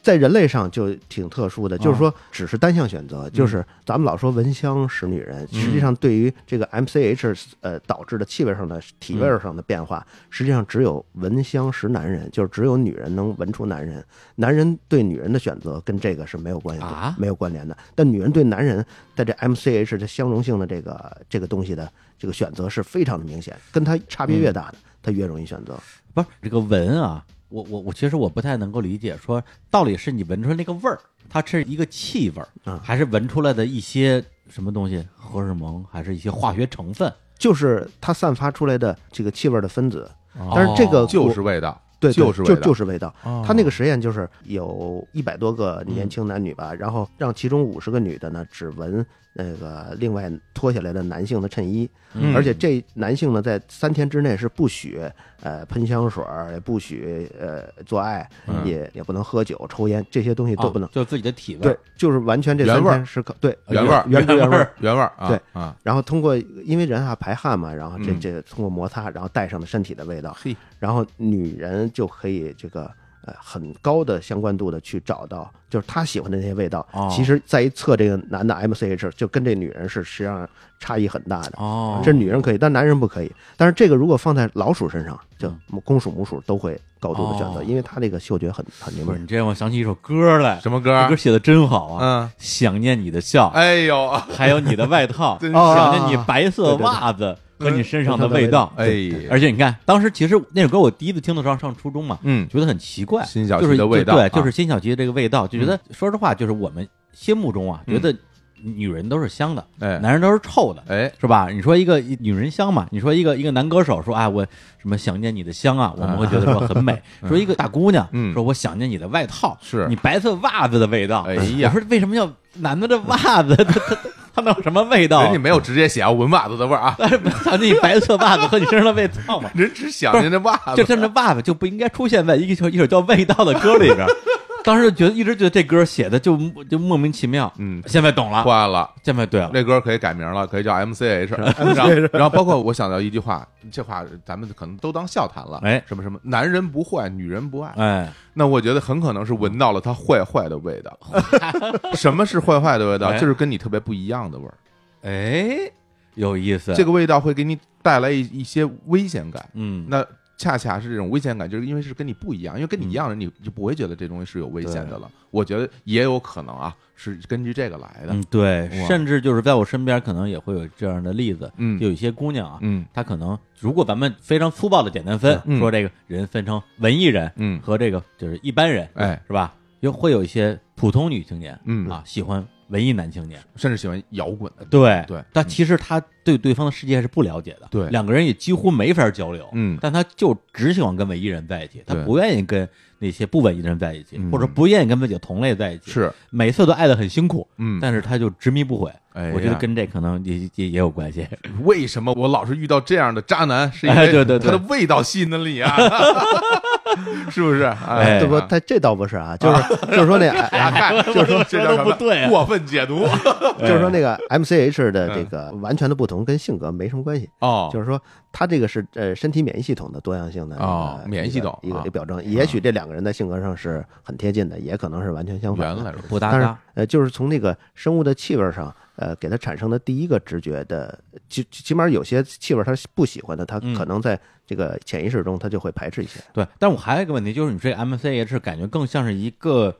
[SPEAKER 4] 在人类上就挺特殊的，就是说只是单项选择，就是咱们老说闻香识女人，实际上对于这个 MCH 呃导致的气味上的体味上的变化，实际上只有闻香识男人，就是只有女人能闻出男人，男人对女人的选择跟这个是没有关系的，
[SPEAKER 2] 啊
[SPEAKER 4] 没有关联的。但女人对男人在这 MCH 的相容性的这个这个东西的这个选择是非常的明显，跟它差别越大的，它越容易选择。
[SPEAKER 2] 不是这个闻啊，我我我其实我不太能够理解，说到底是你闻出来那个味儿，它是一个气味儿，
[SPEAKER 4] 嗯
[SPEAKER 2] 还是闻出来的一些什么东西，荷尔蒙，还是一些化学成分？
[SPEAKER 4] 就是它散发出来的这个气味的分子，
[SPEAKER 3] 哦
[SPEAKER 4] 但是这个
[SPEAKER 3] 就
[SPEAKER 4] 我
[SPEAKER 3] 是味道，
[SPEAKER 4] 对，对
[SPEAKER 3] 就是味
[SPEAKER 4] 就
[SPEAKER 3] 道哦
[SPEAKER 4] 就是味道。他那
[SPEAKER 3] 个
[SPEAKER 4] 个实验就是有一百多个
[SPEAKER 3] 嗯
[SPEAKER 4] 年轻男女吧，然后让其中五十个女的呢只闻那个另外脱下来的男性的衬衣，
[SPEAKER 2] 嗯
[SPEAKER 4] 而且这男性呢在三天之内是不许呃喷香水儿，也不许呃做爱，
[SPEAKER 3] 嗯哦
[SPEAKER 4] 也也不能喝酒、抽烟，这些东西都不能。
[SPEAKER 2] 啊就自己的体味
[SPEAKER 4] 对
[SPEAKER 2] 儿，，
[SPEAKER 4] 就是完全这
[SPEAKER 3] 原
[SPEAKER 4] 三
[SPEAKER 3] 味儿
[SPEAKER 4] 天是可对
[SPEAKER 3] 原味儿
[SPEAKER 4] 原汁原味儿。
[SPEAKER 3] 原味儿啊，
[SPEAKER 4] 对
[SPEAKER 3] 啊，
[SPEAKER 4] 然后通过，因为人啊排汗嘛，然后这
[SPEAKER 3] 嗯
[SPEAKER 4] 这通过摩擦，然后带上了身体的味道，
[SPEAKER 3] 嘿，
[SPEAKER 4] 然后女人就可以这个呃很高的相关度的去找到，就是她喜欢的那些味道。
[SPEAKER 2] 哦
[SPEAKER 4] 其实再一测这个男的 MCH，就跟这女人是实际上差异很大的。
[SPEAKER 2] 哦，
[SPEAKER 4] 这女人可以，但男人不可以。但是这个如果放在老鼠身上，就
[SPEAKER 2] 嗯
[SPEAKER 4] 公鼠母鼠都会高度的选择，
[SPEAKER 2] 哦
[SPEAKER 4] 因为它这个嗅觉很很灵
[SPEAKER 2] 不是
[SPEAKER 4] 敏。
[SPEAKER 2] 你这让我想起一首歌来，
[SPEAKER 3] 什么歌
[SPEAKER 2] 这
[SPEAKER 3] 儿
[SPEAKER 2] 歌？写的真好啊，
[SPEAKER 3] 嗯，
[SPEAKER 2] 想念你的笑，
[SPEAKER 3] 哎呦，
[SPEAKER 2] 还有你的外
[SPEAKER 4] *laughs*
[SPEAKER 2] 套，
[SPEAKER 3] 真
[SPEAKER 4] 哦
[SPEAKER 2] 想念你白色袜子和
[SPEAKER 4] 嗯
[SPEAKER 2] 你身上的味道。
[SPEAKER 3] 哎呀，
[SPEAKER 2] 而且你看，当时其实那首歌我第一次听的时候上初中嘛，
[SPEAKER 3] 嗯，
[SPEAKER 2] 觉得很奇怪，
[SPEAKER 3] 辛晓
[SPEAKER 2] 就
[SPEAKER 3] 琪
[SPEAKER 2] 是
[SPEAKER 3] 的味道
[SPEAKER 2] 就
[SPEAKER 3] 啊
[SPEAKER 2] 对，就是辛晓琪的这个味道，就觉得说实话，就是我们心目中啊，
[SPEAKER 3] 嗯
[SPEAKER 2] 觉得女人都是香的，
[SPEAKER 3] 哎
[SPEAKER 2] 男人都是臭的。
[SPEAKER 3] 哎，
[SPEAKER 2] 是吧？你说一个女人香嘛？你说一个一个男歌手说啊，我什么想念你的香啊，我们会觉得说很美。说一个大姑娘，
[SPEAKER 3] 嗯
[SPEAKER 2] 说我想念你的外套，
[SPEAKER 3] 是
[SPEAKER 2] 你白色袜子的味道。
[SPEAKER 3] 哎呀
[SPEAKER 2] 我说为什么要男的的袜子？ *laughs* 它它它能有什么味道？
[SPEAKER 3] 人家没有直接写啊，闻袜子的味儿啊，
[SPEAKER 2] *laughs* 但是不想念你白色袜子和你身上的味道嘛？
[SPEAKER 3] 人只想念这袜
[SPEAKER 2] 就
[SPEAKER 3] 子，
[SPEAKER 2] 真的爸爸就不应该出现在一首一首叫《味道》的歌
[SPEAKER 3] *laughs*
[SPEAKER 2] 里边儿。当时就觉得一直觉得这歌写的就就莫名其妙，
[SPEAKER 3] 嗯
[SPEAKER 2] 现在懂了，
[SPEAKER 3] 换了。
[SPEAKER 2] 现在对了，
[SPEAKER 3] 这歌可以改名了，可以叫
[SPEAKER 2] *laughs*
[SPEAKER 3] MCH。然 *laughs* 后，然后包括我想到一句话，这话咱们可能都当笑谈了。
[SPEAKER 2] 哎
[SPEAKER 3] 什么什么，男人不坏，女人不爱。
[SPEAKER 2] 哎，
[SPEAKER 3] 那我觉得很可能是闻到了它坏坏的味
[SPEAKER 2] *laughs*
[SPEAKER 3] 道。什么是坏坏的味道？
[SPEAKER 2] 哎
[SPEAKER 3] 就是跟你特别不一样的味儿。
[SPEAKER 2] 哎，有意思，
[SPEAKER 3] 这
[SPEAKER 2] 个
[SPEAKER 3] 个味道会给你带来一一些危险感。
[SPEAKER 2] 嗯，
[SPEAKER 3] 那恰恰是这种危险感，就是因为是跟你不一样，因为跟你一样的人，你就不会觉得这东西是有危险的了。我觉得也有可能啊，是根据这个来的。
[SPEAKER 2] 嗯对
[SPEAKER 3] 哇，
[SPEAKER 2] 甚至就是在我身边可能也会有这样的例子，
[SPEAKER 3] 嗯
[SPEAKER 2] 就有一些姑娘啊，
[SPEAKER 3] 嗯
[SPEAKER 2] 她可能如果咱们非常粗暴的简单分，
[SPEAKER 3] 嗯
[SPEAKER 2] 说这个人分成文艺人
[SPEAKER 3] 嗯，
[SPEAKER 2] 和这个就是一般人，
[SPEAKER 3] 哎，
[SPEAKER 2] 是吧？又会有一些普通女青年，
[SPEAKER 3] 嗯
[SPEAKER 2] 啊，喜欢文艺男青年。
[SPEAKER 3] 甚至喜欢摇滚的。
[SPEAKER 2] 对
[SPEAKER 3] 对
[SPEAKER 2] 但
[SPEAKER 3] 嗯
[SPEAKER 2] 其实他对对方的世界是不了解的，
[SPEAKER 3] 对
[SPEAKER 2] 两个人也几乎没法交流，
[SPEAKER 3] 嗯
[SPEAKER 2] 但他就只喜欢跟文艺人在一起，他
[SPEAKER 3] 对
[SPEAKER 2] 不愿意跟那些不文艺人在一起
[SPEAKER 3] 嗯，
[SPEAKER 2] 或者不愿意跟自己的同类在一起，
[SPEAKER 3] 是，
[SPEAKER 2] 每次都爱的很辛苦，
[SPEAKER 3] 嗯，
[SPEAKER 2] 但是他就执迷不悔，
[SPEAKER 3] 哎呀
[SPEAKER 2] 我觉得跟这可能也也也有关系，
[SPEAKER 3] 为什么我老是遇到这样的渣男？是因
[SPEAKER 2] 哎
[SPEAKER 3] 为
[SPEAKER 2] 对对
[SPEAKER 3] 他
[SPEAKER 2] 对
[SPEAKER 3] 的味道吸引了你啊， *laughs* 是不是？
[SPEAKER 2] 哎
[SPEAKER 3] 哎，
[SPEAKER 4] 对不？
[SPEAKER 3] 啊
[SPEAKER 4] 但这倒不是啊，就是
[SPEAKER 2] *laughs*
[SPEAKER 4] 就是说那
[SPEAKER 3] 大概就是说这叫
[SPEAKER 2] 说
[SPEAKER 3] 什
[SPEAKER 2] 得
[SPEAKER 3] 么
[SPEAKER 2] 不对啊
[SPEAKER 3] 过分解读
[SPEAKER 4] 就是说那
[SPEAKER 3] 哎
[SPEAKER 4] 个 MCH 的这个完全的不同跟性格没什么关系，
[SPEAKER 3] 嗯哦
[SPEAKER 4] 就是说，它这个是呃身体免疫系统的多样性的一个
[SPEAKER 3] 哦免疫系统
[SPEAKER 4] 一个
[SPEAKER 3] 啊
[SPEAKER 4] 一个表征。也许这两个人在性格上是很贴近的，也可能是完全相反
[SPEAKER 3] 原
[SPEAKER 4] 的。
[SPEAKER 3] 来如此，
[SPEAKER 2] 不搭
[SPEAKER 4] 但是
[SPEAKER 2] 嘎，
[SPEAKER 4] 呃，就是从那个生物的气味上，呃，给它产生的第一个直觉的，起起码有些气味它是不喜欢的，它
[SPEAKER 2] 嗯
[SPEAKER 4] 可能在这个潜意识中它就会排斥一些。
[SPEAKER 2] 对。但我还有一个问题，就是你这 MCH 感觉更像是一个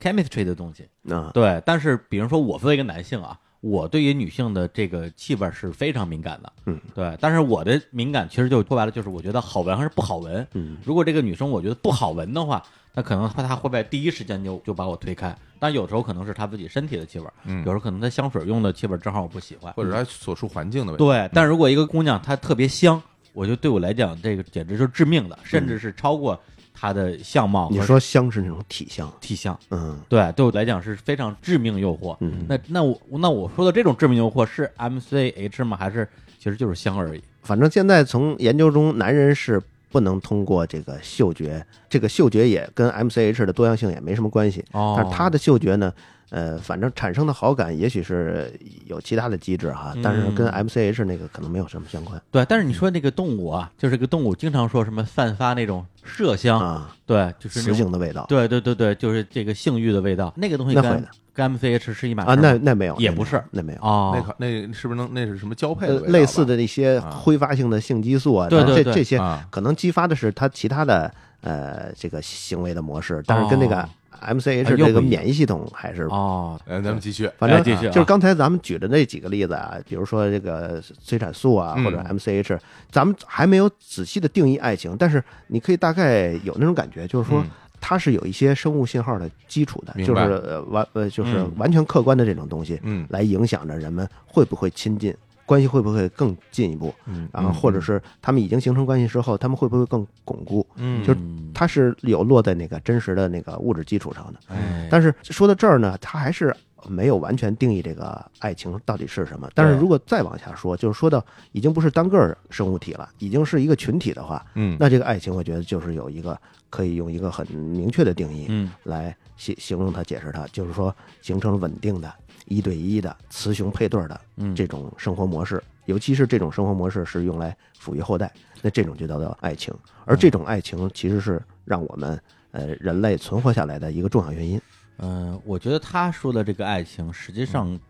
[SPEAKER 2] chemistry 的东西，
[SPEAKER 4] 啊，
[SPEAKER 2] 对，但是比如说我作为一个男性啊，我对于女性的这个气味儿是非常敏感的，
[SPEAKER 4] 嗯，
[SPEAKER 2] 对。但是我的敏感其实就说白了，就是我觉得好闻还是不好闻。
[SPEAKER 4] 嗯，
[SPEAKER 2] 如果这个女生我觉得不好闻的话，那可能她她会在第一时间就就把我推开。但有时候可能是她自己身体的气味儿，
[SPEAKER 3] 嗯
[SPEAKER 2] 有时候可能她香水用的气味儿正好我不喜欢，
[SPEAKER 3] 或者他所处环境的问题。
[SPEAKER 2] 对。但如果一个姑娘她特别香，我觉得对我来讲这个简直就是致命的，甚至是超过她的相
[SPEAKER 3] 哦
[SPEAKER 2] 貌
[SPEAKER 4] 你
[SPEAKER 2] 和
[SPEAKER 4] 说香是那种体香，
[SPEAKER 2] 体香。
[SPEAKER 4] 嗯，
[SPEAKER 2] 对，对我来讲是非常致命诱惑。
[SPEAKER 4] 嗯
[SPEAKER 2] 那那我那我说的这种致命诱惑是 MCH 吗？还是其实就是香而已？
[SPEAKER 4] 反正现在从研究中，男人是不能通过这个嗅觉，这个嗅觉也跟 MCH 的多样性也没什么关系。
[SPEAKER 2] 哦
[SPEAKER 4] 但是他的嗅觉呢，呃，反正产生的好感也许是有其他的机制
[SPEAKER 2] 嗯
[SPEAKER 4] 哈，但是跟 MCH 那个可能没有什么相关
[SPEAKER 2] 对，但是你说那个动物啊，就是这个动物经常说什么散发那种麝香，
[SPEAKER 4] 啊，
[SPEAKER 2] 对，就是那
[SPEAKER 4] 雌
[SPEAKER 2] 种
[SPEAKER 4] 性的味道
[SPEAKER 2] 对对对对，就是这个性欲的味道，那个东西
[SPEAKER 4] 那会
[SPEAKER 2] 跟
[SPEAKER 4] 的
[SPEAKER 2] 跟 MCH 是一码事
[SPEAKER 4] 啊，
[SPEAKER 2] 儿
[SPEAKER 4] 那
[SPEAKER 2] 吗
[SPEAKER 4] 那没有，
[SPEAKER 2] 也
[SPEAKER 4] 那没
[SPEAKER 2] 不
[SPEAKER 4] 有
[SPEAKER 2] 是
[SPEAKER 4] 那没有。
[SPEAKER 3] 那
[SPEAKER 2] 哦，
[SPEAKER 3] 可那是不是能那是什么交配的味
[SPEAKER 4] 呃
[SPEAKER 3] 道吧？
[SPEAKER 4] 类似的那些
[SPEAKER 3] 啊
[SPEAKER 4] 挥发性的性激素啊，
[SPEAKER 2] 对
[SPEAKER 4] 但是
[SPEAKER 2] 对对
[SPEAKER 4] 这这些
[SPEAKER 3] 啊
[SPEAKER 4] 可能激发的是它其他的呃这个行为的模式，但是跟那个
[SPEAKER 2] 哦啊
[SPEAKER 4] MCH
[SPEAKER 2] 又不
[SPEAKER 4] 这个
[SPEAKER 2] 一样
[SPEAKER 4] 免疫系统还是
[SPEAKER 2] 哦，
[SPEAKER 3] 呃，咱们继续。
[SPEAKER 4] 反
[SPEAKER 2] 哎
[SPEAKER 4] 正
[SPEAKER 2] 继续啊
[SPEAKER 4] 就是刚才咱们举的那几个例子啊，比如说这个催产素啊，
[SPEAKER 3] 嗯
[SPEAKER 4] 或者 MCH，咱们还没有仔细的定义爱情，但是你可以大概有那种感觉，就是说
[SPEAKER 3] 嗯
[SPEAKER 4] 它是有一些生物信号的基础的，
[SPEAKER 3] 明
[SPEAKER 4] 就是
[SPEAKER 3] 白
[SPEAKER 4] 呃完呃就是
[SPEAKER 2] 嗯
[SPEAKER 4] 完全客观的这种东西，
[SPEAKER 3] 嗯
[SPEAKER 4] 来影响着人们会不会亲近，关系会不会更进一步，
[SPEAKER 3] 嗯
[SPEAKER 4] 然后或者是他们已经形成关系之后，他们会不会更巩固？
[SPEAKER 3] 嗯，
[SPEAKER 4] 就是它是有落在那个真实的那个物质基础上的。
[SPEAKER 2] 哎，
[SPEAKER 4] 但是说到这儿呢，它还是没有完全定义这个爱情到底是什么。但是如果再往下说，就是说到已经不是单个儿生物体了，已经是一个群体的话，
[SPEAKER 3] 嗯
[SPEAKER 4] 那这个爱情，我觉得就是有一个可以用一个很明确的定义
[SPEAKER 2] 嗯
[SPEAKER 4] 来形形容它、解释它，就是说形成稳定的、一对一的、雌雄配对的
[SPEAKER 2] 嗯，
[SPEAKER 4] 这种生活模式，尤其是这种生活模式是用来抚育后代，那这种就叫做爱情。
[SPEAKER 2] 嗯
[SPEAKER 4] 而这种爱情其实是让我们呃人类存活下来的一个重要原因。
[SPEAKER 2] 嗯、我觉得他说的这个爱情，实际
[SPEAKER 4] 嗯
[SPEAKER 2] 上，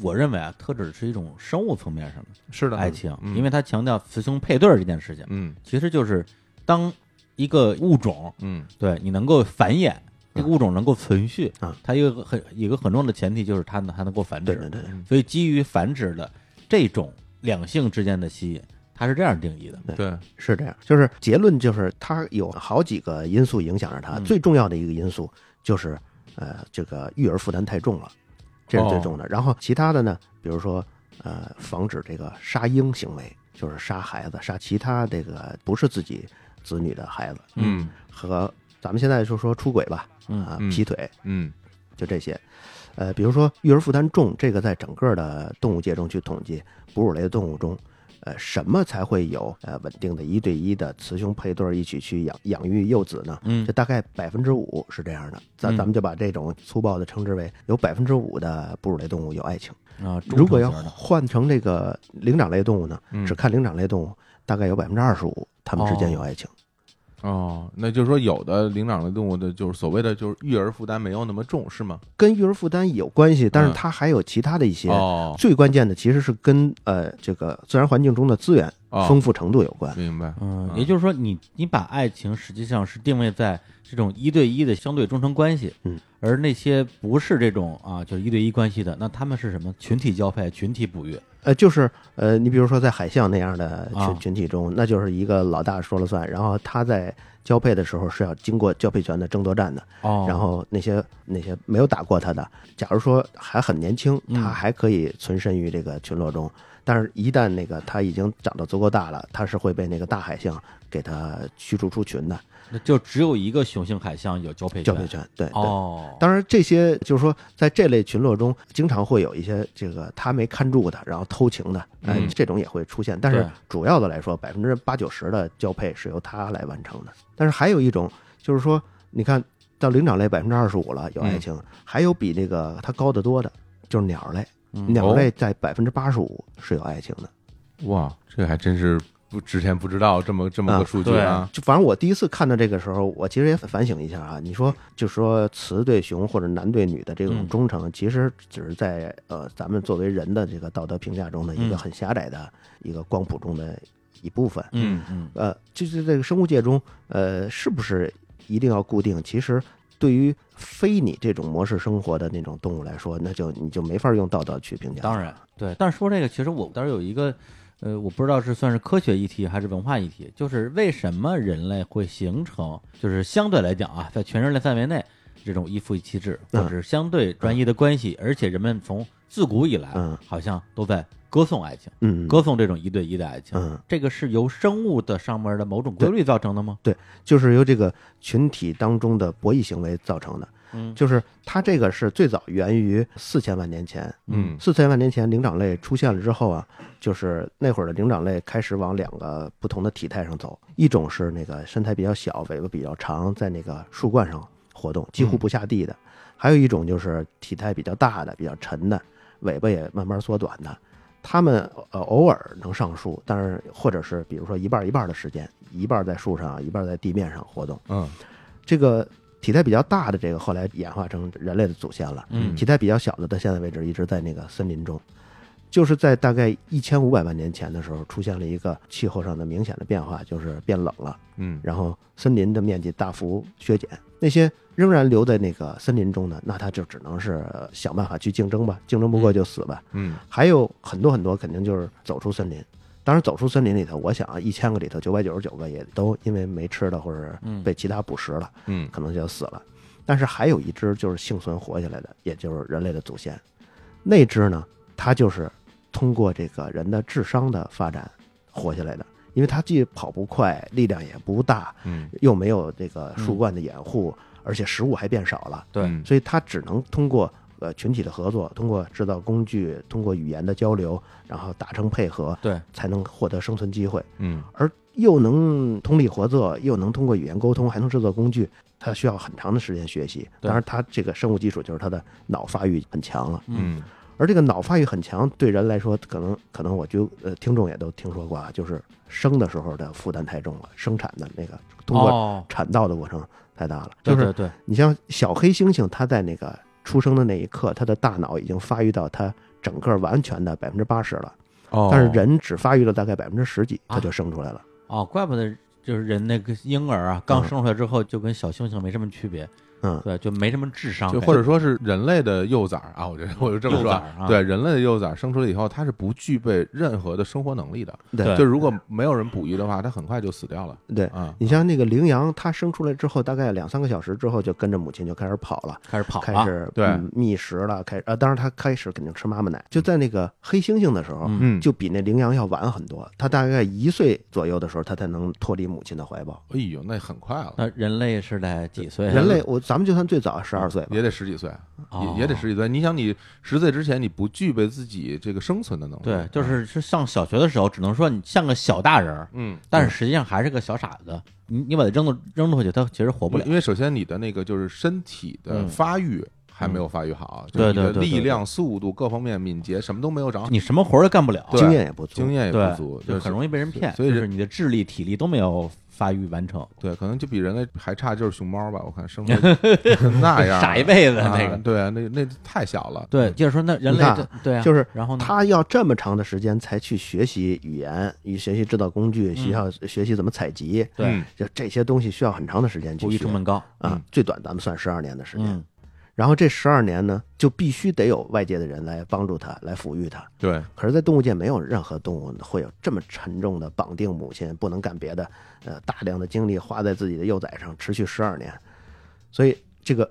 [SPEAKER 2] 我认为啊，特指的是一种生物层面上的
[SPEAKER 3] 是的，
[SPEAKER 2] 爱情，
[SPEAKER 3] 嗯
[SPEAKER 2] 因为他强调雌雄配对儿这件事情，
[SPEAKER 3] 嗯
[SPEAKER 2] 其实就是当一个物种
[SPEAKER 3] 嗯
[SPEAKER 2] 对你能够繁衍。
[SPEAKER 4] 嗯
[SPEAKER 2] 这个物种能够存续
[SPEAKER 4] 啊，
[SPEAKER 2] 它有一个很有一个很重要的前提就是它呢它能够繁
[SPEAKER 4] 对
[SPEAKER 2] 殖，
[SPEAKER 4] 对对。
[SPEAKER 2] 所以基于繁殖的这种两性之间的吸引，它是这样定义的。
[SPEAKER 3] 对，
[SPEAKER 4] 是这样，就是结论就是它有好几个因素影响着它，
[SPEAKER 2] 嗯
[SPEAKER 4] 最重要的一个因素就是呃这个育儿负担太重了，这是最重的。然后其他的呢，比如说呃防止这个杀婴行为，就是杀孩子、杀其他这个不是自己子女的孩子
[SPEAKER 3] 嗯
[SPEAKER 4] 和咱们现在就说出轨吧，
[SPEAKER 2] 嗯
[SPEAKER 4] 啊
[SPEAKER 3] 嗯
[SPEAKER 4] 劈腿
[SPEAKER 3] 嗯
[SPEAKER 4] 就这些。呃，比如说育儿负担重，这个在整个的动物界中去统计，哺乳类动物中，呃，什么才会有呃稳定的一对一的雌雄配对儿一起去养养育幼子呢？
[SPEAKER 2] 嗯
[SPEAKER 4] 这大概百分之五是这样的，咱
[SPEAKER 2] 嗯
[SPEAKER 4] 咱们就把这种粗暴的称之为有百分之五的哺乳类动物有爱情。
[SPEAKER 2] 啊，忠
[SPEAKER 4] 如果要
[SPEAKER 2] 诚型的
[SPEAKER 4] 换成这个灵长类动物呢，
[SPEAKER 3] 嗯
[SPEAKER 4] 只看灵长类动物，大概有百分之二十五它们之间有爱情。
[SPEAKER 3] 哦，那就是说有的灵长类动物的，就是所谓的就是育儿负担没有那么重，是吗？
[SPEAKER 4] 跟育儿负担有关系，但是
[SPEAKER 3] 嗯
[SPEAKER 4] 它还有其他的一些
[SPEAKER 3] 哦，
[SPEAKER 4] 最关键的其实是跟呃这个自然环境中的资源
[SPEAKER 2] 啊
[SPEAKER 3] 哦
[SPEAKER 4] 丰富程度有关。
[SPEAKER 3] 明白。
[SPEAKER 2] 嗯，
[SPEAKER 4] 啊
[SPEAKER 3] 嗯
[SPEAKER 2] 也就是说你，你把爱情实际上是定位在这种一对一的相对忠诚关系，
[SPEAKER 4] 嗯，
[SPEAKER 2] 而那些不是这种啊，就是一对一关系的，那他们是什么？群体交配、群体哺育，
[SPEAKER 4] 呃，就是呃，你比如说在海象那样的群、
[SPEAKER 2] 啊
[SPEAKER 4] 群体中，那就是一个老大说了算，然后他在交配的时候是要经过交配权的争夺战的，
[SPEAKER 2] 哦
[SPEAKER 4] 然后那些那些没有打过他的，假如说还很年轻，
[SPEAKER 2] 嗯
[SPEAKER 4] 他还可以存身于这个群落中。但是，一旦那个他已经长得足够大了，他是会被那个大海象给他驱逐出群的，
[SPEAKER 2] 那就只有一个雄性海象有交配
[SPEAKER 4] 交配权。对，对
[SPEAKER 2] 哦，
[SPEAKER 4] 当然，这些就是说，在这类群落中，经常会有一些这个他没看住的，然后偷情的，哎
[SPEAKER 3] 嗯，
[SPEAKER 4] 这种也会出现。但是
[SPEAKER 2] 对
[SPEAKER 4] 主要的来说，百分之八九十的交配是由他来完成的。但是还有一种，就是说，你看到灵长类百分之二十五了，有爱情，还有比这个它高得多的，就是鸟类，
[SPEAKER 2] 嗯
[SPEAKER 4] 鸟类在百分之八十五是有爱情的。
[SPEAKER 3] 哇，这还真是不之前不知道这么这么个
[SPEAKER 4] 啊
[SPEAKER 3] 数据啊。
[SPEAKER 4] 就反正我第一次看到这个时候，我其实也反省一下啊。你说，就说雌对雄或者男对女的这种
[SPEAKER 2] 嗯
[SPEAKER 4] 忠诚，其实只是在呃咱们作为人的这个道德评价中的一个
[SPEAKER 2] 嗯
[SPEAKER 4] 很狭窄的一个光谱中的一部分。
[SPEAKER 2] 嗯嗯，
[SPEAKER 4] 呃，就是这个生物界中，呃，是不是一定要固定？其实对于非你这种模式生活的那种动物来说，那就你就没法用道德去评价。
[SPEAKER 2] 当然，嗯对。但是说这个，其实我当时有一个，呃，我不知道是算是科学议题还是文化议题，就是为什么人类会形成，就是相对来讲啊，在全人类范围内这种一夫一妻制，或
[SPEAKER 4] 嗯
[SPEAKER 2] 者是相对专一的关系，而且人们从自古以来，
[SPEAKER 4] 嗯
[SPEAKER 2] 好像都在歌颂爱情，
[SPEAKER 4] 嗯，
[SPEAKER 2] 歌颂这种一对一的爱情。
[SPEAKER 4] 嗯，
[SPEAKER 2] 这个是由生物的上面的某种规律造成的吗？
[SPEAKER 4] 就是由这个群体当中的博弈行为造成的。
[SPEAKER 2] 嗯
[SPEAKER 4] 就是它这个是最早源于四千万年前，
[SPEAKER 3] 嗯
[SPEAKER 4] 四千万年前灵长类出现了之后啊，就是那会儿的灵长类开始往两个不同的体态上走，一种是那个身材比较小，尾巴比较长，在那个树冠上活动，几乎不下地的；还有一种就是体态比较大的、比较沉的，尾巴也慢慢缩短的。他们呃偶尔能上树，但是或者是比如说一半儿一半儿的时间，一半儿在树上，一半儿在地面上活动。
[SPEAKER 3] 嗯
[SPEAKER 4] 这个体态比较大的这个后来演化成人类的祖先了，
[SPEAKER 2] 嗯
[SPEAKER 4] 体态比较小的到现在为止一直在那个森林中，就是在大概一千五百万年前的时候出现了一个气候上的明显的变化，就是变冷了，
[SPEAKER 3] 嗯
[SPEAKER 4] 然后森林的面积大幅削减，那些仍然留在那个森林中的，那它就只能是呃想办法去竞争吧，竞争不过就死吧，
[SPEAKER 3] 嗯
[SPEAKER 4] 还有很多很多，肯定就是走出森林。当然，走出森林里头，我想啊，一千个里头九百九十九个也都因为没吃的或者
[SPEAKER 2] 嗯
[SPEAKER 4] 被其他捕食了，
[SPEAKER 3] 嗯
[SPEAKER 4] 可能就死了。但是还有一只就是幸存活下来的，也就是人类的祖先。那只呢，它就是通过这个人的智商的发展活下来的，因为它既跑不快，力量也不大，
[SPEAKER 3] 嗯，
[SPEAKER 4] 又没有这个树冠的掩护，而且食物还变少了。
[SPEAKER 2] 对
[SPEAKER 3] 嗯
[SPEAKER 4] 所以它只能通过呃群体的合作，通过制造工具，通过语言的交流，然后达成配合，
[SPEAKER 2] 对，
[SPEAKER 4] 才能获得生存机会。
[SPEAKER 3] 嗯
[SPEAKER 4] 而又能通力合作，又能通过语言沟通，还能制作工具，它需要很长的时间学习。
[SPEAKER 2] 对
[SPEAKER 4] 当然，它这个生物基础就是它的脑发育很强了。
[SPEAKER 3] 嗯
[SPEAKER 4] 而这个脑发育很强，对人来说，可能可能我就呃听众也都听说过啊，就是生的时候的负担太重了，生产的那个通过
[SPEAKER 2] 哦，
[SPEAKER 4] 产道的过程太大了，
[SPEAKER 2] 对
[SPEAKER 4] 就是
[SPEAKER 2] 对对，
[SPEAKER 4] 你像小黑猩猩，它在那个出生的那一刻，它的大脑已经发育到它整个完全的百分之八十了，
[SPEAKER 3] 哦，
[SPEAKER 4] 但是人只发育了大概百分之十几，
[SPEAKER 2] 啊
[SPEAKER 4] 它就生出来了。
[SPEAKER 2] 哦，怪不得就是人那个婴儿啊，刚
[SPEAKER 4] 嗯
[SPEAKER 2] 生出来之后就跟小猩猩没什么区别，
[SPEAKER 4] 嗯，
[SPEAKER 2] 对，就没什么智商
[SPEAKER 3] 就
[SPEAKER 2] 感，
[SPEAKER 3] 或者说是人类的幼崽儿啊，我觉得我就这么
[SPEAKER 2] 啊幼
[SPEAKER 3] 说
[SPEAKER 2] 崽
[SPEAKER 3] 啊
[SPEAKER 2] 儿，啊
[SPEAKER 3] 对人类的幼崽儿生出来以后，它是不具备任何的生活能力的，
[SPEAKER 2] 对
[SPEAKER 3] 就如果没有人哺育的话，它很快就死掉了
[SPEAKER 4] 对。
[SPEAKER 3] 啊。
[SPEAKER 4] 你像那个羚羊，它生出来之后，大概两三个小时之后，就跟着母亲就开始跑了，
[SPEAKER 2] 开始跑啊
[SPEAKER 4] 开
[SPEAKER 2] 了，
[SPEAKER 4] 始
[SPEAKER 3] 对
[SPEAKER 4] 嗯觅食了，开始呃，当然它开始肯定吃妈妈奶。就在那个黑猩猩的时候，
[SPEAKER 2] 嗯
[SPEAKER 3] 嗯，
[SPEAKER 4] 就比那羚羊要晚很多，它大概一岁左右的时候，它才能脱离母亲的怀抱。
[SPEAKER 3] 哎呦，那很快了，
[SPEAKER 2] 那人类是在几岁？啊
[SPEAKER 4] 人类，我咱们就算最早十二岁吧，
[SPEAKER 3] 也得十几岁，
[SPEAKER 2] 哦
[SPEAKER 3] 也也得十几岁。你想，你十岁之前你不具备自己这个生存的能力，
[SPEAKER 2] 对，就是是上小学的时候，只能说你像个小大人儿，
[SPEAKER 3] 嗯，
[SPEAKER 2] 但是实际上还是个小傻子。你你把他扔到扔出去，他其实活不了
[SPEAKER 3] 因。为首先你的那个就是身体的
[SPEAKER 2] 嗯
[SPEAKER 3] 发育还没有发育好，就
[SPEAKER 2] 对
[SPEAKER 3] 你的
[SPEAKER 2] 对对对
[SPEAKER 3] 力
[SPEAKER 2] 对
[SPEAKER 3] 量、速度各方面敏捷，什么都没有长好，
[SPEAKER 2] 你什么活儿都干不了，
[SPEAKER 3] 对
[SPEAKER 4] 经验也不足，
[SPEAKER 3] 经验也
[SPEAKER 2] 对
[SPEAKER 3] 不足，
[SPEAKER 2] 就很容易被人骗。
[SPEAKER 3] 所以
[SPEAKER 2] 就
[SPEAKER 3] 人
[SPEAKER 2] 是你的智力、体力都没有发育完成，
[SPEAKER 3] 对，可能就比人类还差，就是熊猫吧。我看生的那样儿，
[SPEAKER 2] 傻一辈子
[SPEAKER 3] 啊
[SPEAKER 2] 那个。
[SPEAKER 3] 对，那那太小了。
[SPEAKER 2] 对，接着说，那人类
[SPEAKER 4] 你看
[SPEAKER 2] 这对啊，
[SPEAKER 4] 就是
[SPEAKER 2] 然后呢？
[SPEAKER 4] 他要这么长的时间才去学习语言，与学习制造工具，需要学习怎么采集，
[SPEAKER 2] 对
[SPEAKER 3] 嗯，
[SPEAKER 4] 就这些东西需要很长的时间去
[SPEAKER 2] 捕鱼
[SPEAKER 4] 学
[SPEAKER 2] 成本高，
[SPEAKER 4] 啊。最短咱们算十二年的时间，
[SPEAKER 2] 嗯，
[SPEAKER 4] 然后这十二年呢，就必须得有外界的人来帮助他，来抚育他。
[SPEAKER 3] 对，
[SPEAKER 4] 可是，在动物界没有任何动物会有这么沉重的绑定母亲不能干别的，呃，大量的精力花在自己的幼崽上，持续十二年。所以，这个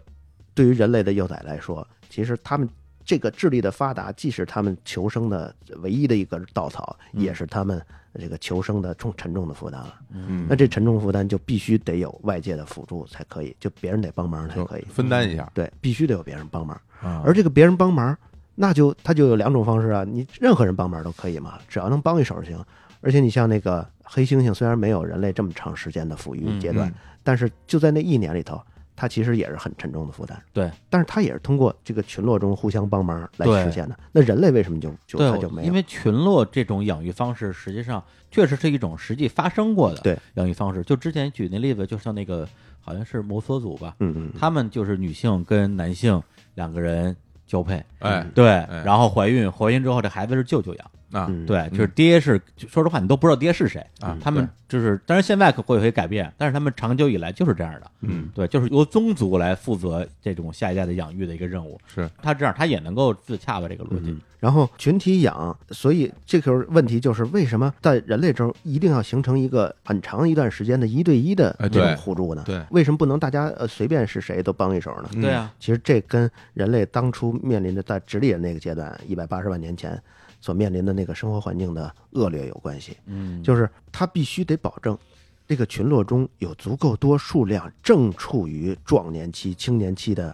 [SPEAKER 4] 对于人类的幼崽来说，其实他们这个智力的发达，既是他们求生的唯一的一个稻草，也是他们这个求生的重沉重的负担了。
[SPEAKER 3] 嗯
[SPEAKER 4] 那，这沉重负担就必须得有外界的辅助才可以，嗯就别人得帮忙才
[SPEAKER 3] 就
[SPEAKER 4] 可以。
[SPEAKER 3] 分担一下。
[SPEAKER 4] 对，必须得有别人帮忙。
[SPEAKER 3] 啊
[SPEAKER 4] 而这个别人帮忙，那就他就有两种方式啊，你任何人帮忙都可以嘛，只要能帮一手就行。而且你像那个黑猩猩，虽然没有人类这么长时间的抚育阶段，
[SPEAKER 3] 嗯
[SPEAKER 4] 但是就在那一年里头，它其实也是很沉重的负担。
[SPEAKER 2] 对，
[SPEAKER 4] 但是它也是通过这个群落中互相帮忙来
[SPEAKER 2] 对
[SPEAKER 4] 实现的。那人类为什么就就它
[SPEAKER 2] 对
[SPEAKER 4] 就，没
[SPEAKER 2] 因
[SPEAKER 4] 有？
[SPEAKER 2] 为群落这种养育方式，实际上确实是一种实际发生过的
[SPEAKER 4] 对
[SPEAKER 2] 养育方式。就之前举那例子，就像那个好像是摩梭族吧，
[SPEAKER 4] 嗯嗯，
[SPEAKER 2] 他们就是女性跟男性两个人交
[SPEAKER 4] 嗯
[SPEAKER 2] 配，
[SPEAKER 3] 哎，啊
[SPEAKER 2] 对，然后怀孕，怀孕之后这孩子是舅舅养，
[SPEAKER 3] 那
[SPEAKER 4] 嗯
[SPEAKER 2] 对，就是爹是，就说实话你都不知道爹是谁
[SPEAKER 3] 啊
[SPEAKER 2] 他们就是，当然现在可会有些改变，但是他们长久以来就是这样的，
[SPEAKER 3] 嗯，
[SPEAKER 2] 对，就是由宗族来负责这种下一代的养育的一个任务。
[SPEAKER 3] 是
[SPEAKER 2] 他这样，他也能够自洽吧这个逻辑。
[SPEAKER 4] 嗯然后群体养，所以这个问题就是为什么在人类中一定要形成一个很长一段时间的一对一的
[SPEAKER 3] 哎
[SPEAKER 4] 这
[SPEAKER 3] 对
[SPEAKER 4] 种互助呢？
[SPEAKER 3] 对
[SPEAKER 4] 为什么不能大家呃随便是谁都帮一手呢？
[SPEAKER 3] 嗯
[SPEAKER 2] 对啊，
[SPEAKER 4] 其实这跟人类当初面临的在直立人那个阶段，一百八十万年前所面临的那个生活环境的恶劣有关系。
[SPEAKER 2] 嗯，
[SPEAKER 4] 就是他必须得保证这个群落中有足够多数量正处于壮年期、青年期的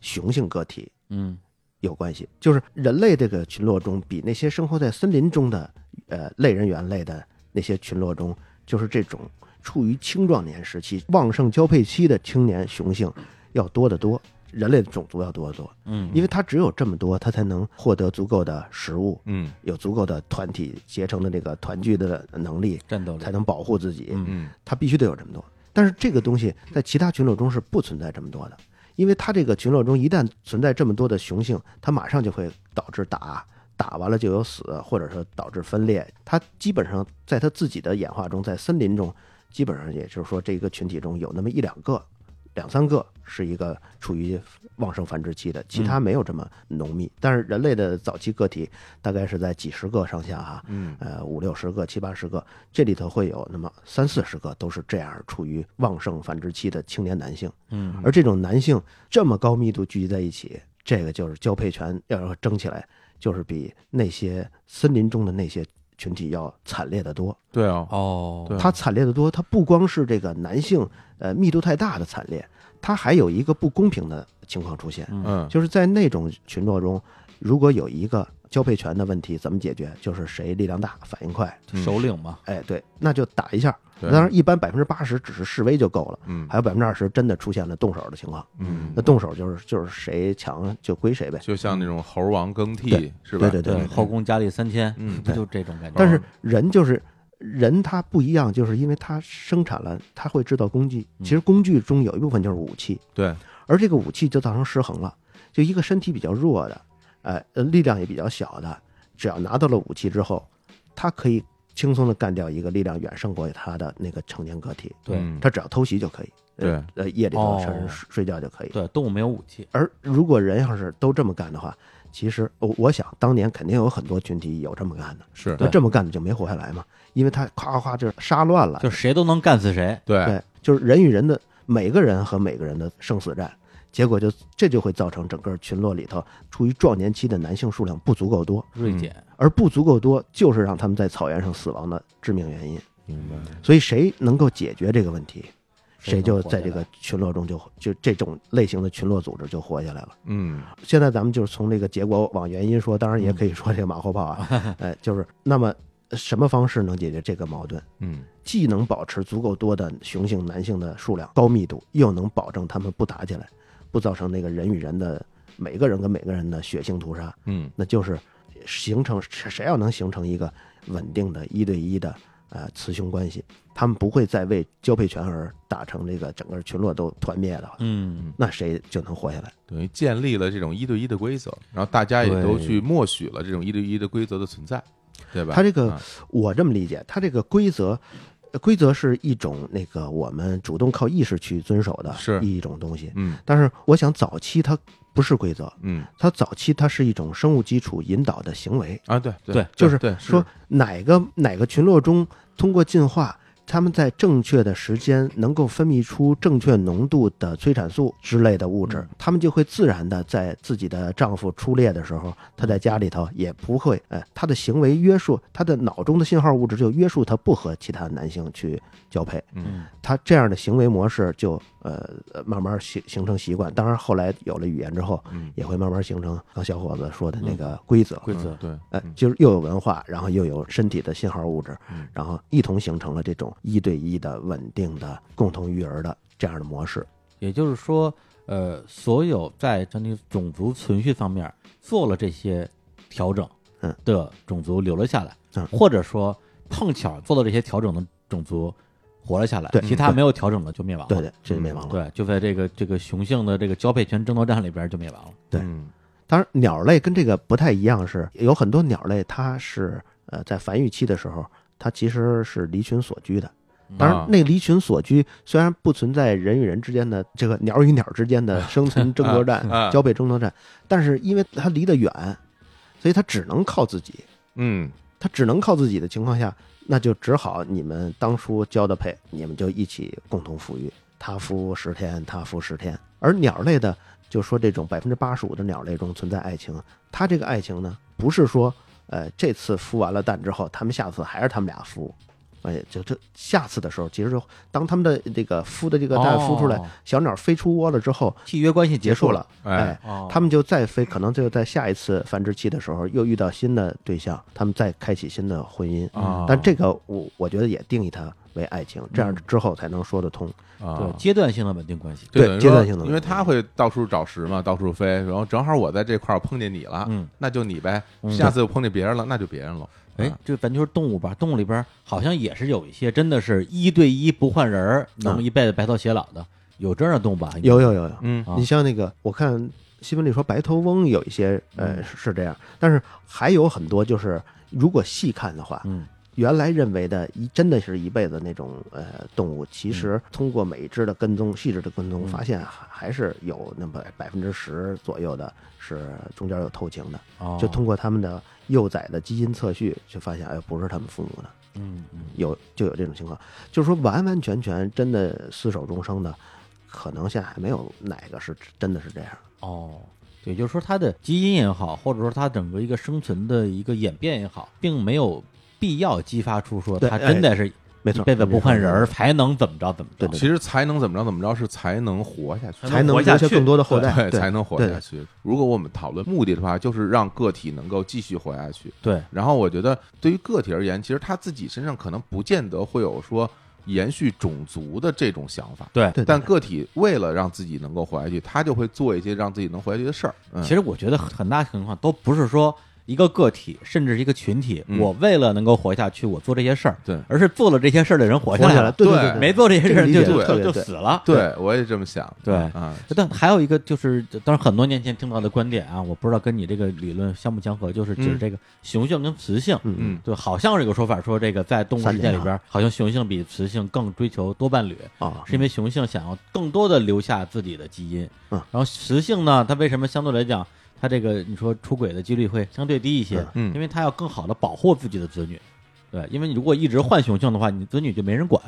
[SPEAKER 4] 雄性个体
[SPEAKER 2] 嗯，
[SPEAKER 4] 有关系。就是人类这个群落中，比那些生活在森林中的呃类人猿类的那些群落中，就是这种处于青壮年时期、旺盛交配期的青年雄性，要多得多，人类的种族要多得多，
[SPEAKER 2] 嗯，
[SPEAKER 4] 因为它只有这么多，它才能获得足够的食物，
[SPEAKER 3] 嗯
[SPEAKER 4] 有足够的团体结成的那个团聚的能力，
[SPEAKER 2] 战斗力
[SPEAKER 4] 才能保护自己。
[SPEAKER 2] 嗯
[SPEAKER 3] 嗯
[SPEAKER 4] 它必须得有这么多。但是这个东西在其他群落中是不存在这么多的，因为它这个群落中一旦存在这么多的雄性，它马上就会导致打，打完了就有死，或者是导致分裂。它基本上在它自己的演化中，在森林中，基本上也就是说这个群体中有那么一两个、两三个是一个处于旺盛繁殖期的，其他没有这么浓密。但是人类的早期个体大概是在几十个上下哈、
[SPEAKER 3] 嗯
[SPEAKER 4] 呃五六十个、七八十个，这里头会有那么三四十个都是这样处于旺盛繁殖期的青年男性，
[SPEAKER 2] 嗯
[SPEAKER 4] 而这种男性这么高密度聚集在一起，这个就是交配权要要争起来，就是比那些森林中的那些群体要惨烈得多。
[SPEAKER 3] 对啊，
[SPEAKER 2] 哦，
[SPEAKER 3] 对
[SPEAKER 4] 它惨烈得多，它不光是这个男性呃密度太大的惨烈，它还有一个不公平的情况出现，
[SPEAKER 3] 嗯
[SPEAKER 4] 就是在那种群落中，如果有一个交配权的问题怎么解决？就是谁力量大，反应快，
[SPEAKER 2] 首领嘛，
[SPEAKER 4] 哎，对，那就打一下。
[SPEAKER 3] 对
[SPEAKER 4] 当然，一般百分之八十只是示威就够了，
[SPEAKER 3] 嗯
[SPEAKER 4] 还有百分之二十真的出现了动手的情况。
[SPEAKER 3] 嗯
[SPEAKER 4] 那，动手就是就是谁强就归谁呗。
[SPEAKER 3] 就像那种猴王更替
[SPEAKER 4] 对
[SPEAKER 3] 是吧？
[SPEAKER 4] 对对
[SPEAKER 2] 后宫佳丽三千，
[SPEAKER 3] 嗯
[SPEAKER 2] 不就这种感觉？
[SPEAKER 4] 但是人就是人，他不一样，就是因为他生产了，他会制造工具。
[SPEAKER 3] 嗯
[SPEAKER 4] 其实工具中有一部分就是武器，
[SPEAKER 3] 对，
[SPEAKER 4] 而这个武器就造成失衡了。就一个身体比较弱的，呃，呃力量也比较小的，只要拿到了武器之后，他可以轻松的干掉一个力量远胜过他的那个成年个体。
[SPEAKER 2] 对
[SPEAKER 3] 嗯
[SPEAKER 4] 他只要偷袭就可以。呃，呃，夜里头上
[SPEAKER 2] 哦
[SPEAKER 4] 睡睡觉就可以。
[SPEAKER 2] 对动物没有武器，
[SPEAKER 4] 而如果人要是都这么干的话，其实我我想当年肯定有很多群体有这么干的，
[SPEAKER 3] 是，
[SPEAKER 4] 那
[SPEAKER 2] 对
[SPEAKER 4] 这么干的就没活下来嘛，因为他夸夸夸就杀乱了，
[SPEAKER 2] 就谁都能干死谁。
[SPEAKER 3] 对
[SPEAKER 4] 对，就是人与人的每个人和每个人的生死战，结果就这就会造成整个群落里头处于壮年期的男性数量不足够多，
[SPEAKER 2] 锐减，
[SPEAKER 4] 而不足够多就是让他们在草原上死亡的致命原因。
[SPEAKER 3] 明白。
[SPEAKER 4] 所以谁能够解决这个问题，
[SPEAKER 2] 谁
[SPEAKER 4] 谁
[SPEAKER 2] 能
[SPEAKER 4] 就
[SPEAKER 2] 活
[SPEAKER 4] 在
[SPEAKER 2] 下
[SPEAKER 4] 这
[SPEAKER 2] 来
[SPEAKER 4] 个群落中就就这种类型的群落组织就活下来了。
[SPEAKER 3] 嗯
[SPEAKER 4] 现在咱们就是从这个结果往原因说，当然也可以说这个马后炮
[SPEAKER 2] *laughs*
[SPEAKER 4] 啊，呃，就是那么什么方式能解决这个矛盾？
[SPEAKER 3] 嗯
[SPEAKER 4] 既能保持足够多的雄性、男性的数量高密度，又能保证他们不打起来，不造成那个人与人的每个人跟每个人的血腥屠杀，
[SPEAKER 3] 嗯
[SPEAKER 4] 那就是形成谁谁要能形成一个稳定的一对一的呃雌雄关系，他们不会再为交配权而打成这个整个群落都团灭的话，
[SPEAKER 2] 嗯，
[SPEAKER 4] 那谁就能活下来？
[SPEAKER 3] 等于建立了这种一对一的规则，然后大家也都去默许了这种一对一的规则的存在，对吧？
[SPEAKER 4] 它这个
[SPEAKER 3] 啊
[SPEAKER 4] 我这么理解，它这个规则，呃规则是一种那个我们主动靠意识去遵守的，
[SPEAKER 3] 是
[SPEAKER 4] 一种东西。
[SPEAKER 3] 嗯
[SPEAKER 4] 但是我想，早期它不是规则，
[SPEAKER 3] 嗯
[SPEAKER 4] 它早期它是一种生物基础引导的行为，
[SPEAKER 3] 啊，对
[SPEAKER 2] 对
[SPEAKER 4] 就是
[SPEAKER 3] 对
[SPEAKER 4] 说哪个哪个群落中通过进化。他们在正确的时间能够分泌出正确浓度的催产素之类的物质，他们就会自然的在自己的丈夫出猎的时候，她在家里头也不会，呃，她的行为约束，她的脑中的信号物质就约束她不和其他男性去交配。
[SPEAKER 3] 嗯
[SPEAKER 4] 他这样的行为模式就呃呃慢慢形形成习惯。当然，后来有了语言之后，
[SPEAKER 3] 嗯
[SPEAKER 4] 也会慢慢形成刚小伙子说的那个规则。
[SPEAKER 2] 规则
[SPEAKER 3] 嗯对
[SPEAKER 4] 呃
[SPEAKER 3] 嗯，
[SPEAKER 4] 就是又有文化，然后又有身体的信号物质
[SPEAKER 3] 嗯，
[SPEAKER 4] 然后一同形成了这种一对一的稳定的共同育儿的这样的模式。
[SPEAKER 2] 也就是说，呃，所有在整体种族存续方面做了这些调整
[SPEAKER 4] 嗯
[SPEAKER 2] 的种族留了下来，
[SPEAKER 4] 嗯
[SPEAKER 2] 或者说碰巧做了这些调整的种族活了下来，
[SPEAKER 4] 对
[SPEAKER 2] 其他
[SPEAKER 4] 对
[SPEAKER 2] 没有调整的就灭
[SPEAKER 3] 哦
[SPEAKER 2] 亡了。
[SPEAKER 4] 对对，这
[SPEAKER 3] 嗯
[SPEAKER 4] 就没忘了。
[SPEAKER 2] 对就在这个这个雄性的这个交配权争夺战里边就灭亡了。
[SPEAKER 4] 对
[SPEAKER 3] 嗯
[SPEAKER 4] 当然，鸟类跟这个不太一样是，有很多鸟类它是呃在繁育期的时候，它其实是离群所居的。当
[SPEAKER 3] 啊
[SPEAKER 4] 然，那离群所居虽然不存在人与人之间的这个鸟与鸟之
[SPEAKER 3] *laughs*
[SPEAKER 4] 间的生存争夺战、
[SPEAKER 3] 啊
[SPEAKER 4] 交配争夺战，但是因为它离得远，所以它只能靠自己。
[SPEAKER 3] 嗯
[SPEAKER 4] 它只能靠自己的情况下，那就只好你们当初交的配，你们就一起共同抚育，它孵十天，它孵十天。而鸟类的，就说这种百分之八十五的鸟类中存在爱情，它这个爱情呢，不是说，呃，这次孵完了蛋之后，他们下次还是他们俩孵。哎，就这下次的时候，其实就当他们的这个孵的这个蛋
[SPEAKER 2] 哦
[SPEAKER 4] 孵出来，小鸟飞出窝了之后，
[SPEAKER 2] 契约关系结
[SPEAKER 4] 结束
[SPEAKER 2] 束
[SPEAKER 4] 了，，
[SPEAKER 3] 哎
[SPEAKER 4] 哎，
[SPEAKER 2] 哦，
[SPEAKER 4] 他们就再飞，可能就在下一次繁殖期的时候又遇
[SPEAKER 2] 哦
[SPEAKER 4] 到新的对象，他们再开启新的婚姻。
[SPEAKER 3] 啊，
[SPEAKER 4] 但这个我我觉得也定义它为爱情，这样之后才能说得通。
[SPEAKER 3] 啊
[SPEAKER 2] 对，，阶段性的稳定关系，
[SPEAKER 3] 就
[SPEAKER 4] 对
[SPEAKER 3] 等于
[SPEAKER 4] 阶
[SPEAKER 3] 说
[SPEAKER 4] 段性的
[SPEAKER 3] 因为他会到处找食嘛，到处飞，然后正好我在这块儿碰见你了，
[SPEAKER 2] 嗯，
[SPEAKER 3] 那就你呗，
[SPEAKER 2] 嗯
[SPEAKER 3] 下次我碰见别人了，那就别人了，
[SPEAKER 2] 哎
[SPEAKER 3] 啊，，
[SPEAKER 2] 这咱就是动物吧，动物里边好像也是有一些真的是一对一不换人儿，能一辈子白头偕老的，有这样的动物吧？应该
[SPEAKER 4] 有有有有，
[SPEAKER 3] 嗯
[SPEAKER 2] 啊
[SPEAKER 4] 你像那个，我看新闻里说白头翁有一些呃
[SPEAKER 2] 嗯
[SPEAKER 4] 是是这样，但是还有很多就是如果细看的话，
[SPEAKER 2] 嗯
[SPEAKER 4] 原来认为的一真的是一辈子那种呃动物，其实通过每一只的跟踪、细致的跟踪，
[SPEAKER 2] 嗯
[SPEAKER 4] 发现还还是有那么百分之十左右的是中间有偷情的，
[SPEAKER 2] 哦，
[SPEAKER 4] 就通过他们的幼崽的基因测序就发现，哎，不是他们父母的。
[SPEAKER 2] 嗯嗯
[SPEAKER 4] 有就有这种情况，就是说完完全全真的厮守终生的，可能现在还没有哪个是真的是这样。
[SPEAKER 2] 哦。也就是说，它的基因也好，或者说它整个一个生存的一个演变也好，并没有必要激发出说
[SPEAKER 4] 对
[SPEAKER 2] 它真的是一
[SPEAKER 4] 没错，
[SPEAKER 2] 辈子不换人
[SPEAKER 4] 没
[SPEAKER 2] 儿
[SPEAKER 4] 错
[SPEAKER 2] 才能怎么着怎么着。
[SPEAKER 4] 对对
[SPEAKER 3] 其实才能怎么着怎么着是才能活下去
[SPEAKER 2] 才。
[SPEAKER 4] 才能
[SPEAKER 2] 活下
[SPEAKER 4] 留下
[SPEAKER 2] 去
[SPEAKER 4] 更多的后代，对
[SPEAKER 3] 才能活下。去。如果我们讨论目的的话，就是让个体能够继续活下去。
[SPEAKER 2] 对
[SPEAKER 3] 然后我觉得，对于个体而言，其实他自己身上可能不见得会有说延续种族的这种想法，
[SPEAKER 2] 对
[SPEAKER 4] 对对
[SPEAKER 3] 但
[SPEAKER 4] 对
[SPEAKER 3] 个体为了让自己能够活下去，他就会做一些让自己能活下去的事儿。嗯、
[SPEAKER 2] 其实我觉得很大情况都不是说一个个体，甚至是一个群体，
[SPEAKER 3] 嗯
[SPEAKER 2] 我为了能够活下去，我做这些事儿，
[SPEAKER 3] 对
[SPEAKER 2] 而是做了这些事儿的人活
[SPEAKER 4] 活下
[SPEAKER 2] 来
[SPEAKER 4] 来，
[SPEAKER 2] 了，
[SPEAKER 4] 对
[SPEAKER 3] 对
[SPEAKER 4] 对，嗯
[SPEAKER 2] 没做这些事儿就
[SPEAKER 4] 这
[SPEAKER 2] 就
[SPEAKER 4] 个理解特别
[SPEAKER 2] 就
[SPEAKER 4] 对
[SPEAKER 2] 死了。嗯
[SPEAKER 3] 对我也这么想。
[SPEAKER 2] 对
[SPEAKER 3] 啊，
[SPEAKER 2] 但还有一个就是，当然很多年前听到的观点啊，我不知道跟你这个理论相不相合，就是指
[SPEAKER 3] 嗯
[SPEAKER 2] 这个雄性跟雌性，
[SPEAKER 4] 嗯
[SPEAKER 3] 嗯
[SPEAKER 2] 对，好像是有个说法说这个在动物世界里
[SPEAKER 4] 三
[SPEAKER 2] 边，好像雄性比雌性更追求多伴侣，
[SPEAKER 4] 啊，
[SPEAKER 2] 是因为雄性想要更多的留下自己的基因，
[SPEAKER 4] 嗯
[SPEAKER 2] 然后雌性呢，它为什么相对来讲，它这个你说出轨的几率会相对低一些，
[SPEAKER 3] 嗯
[SPEAKER 2] 因为它要更好的保护自己的子女，对，因为你如果一直换雄性的话，你子女就没人管，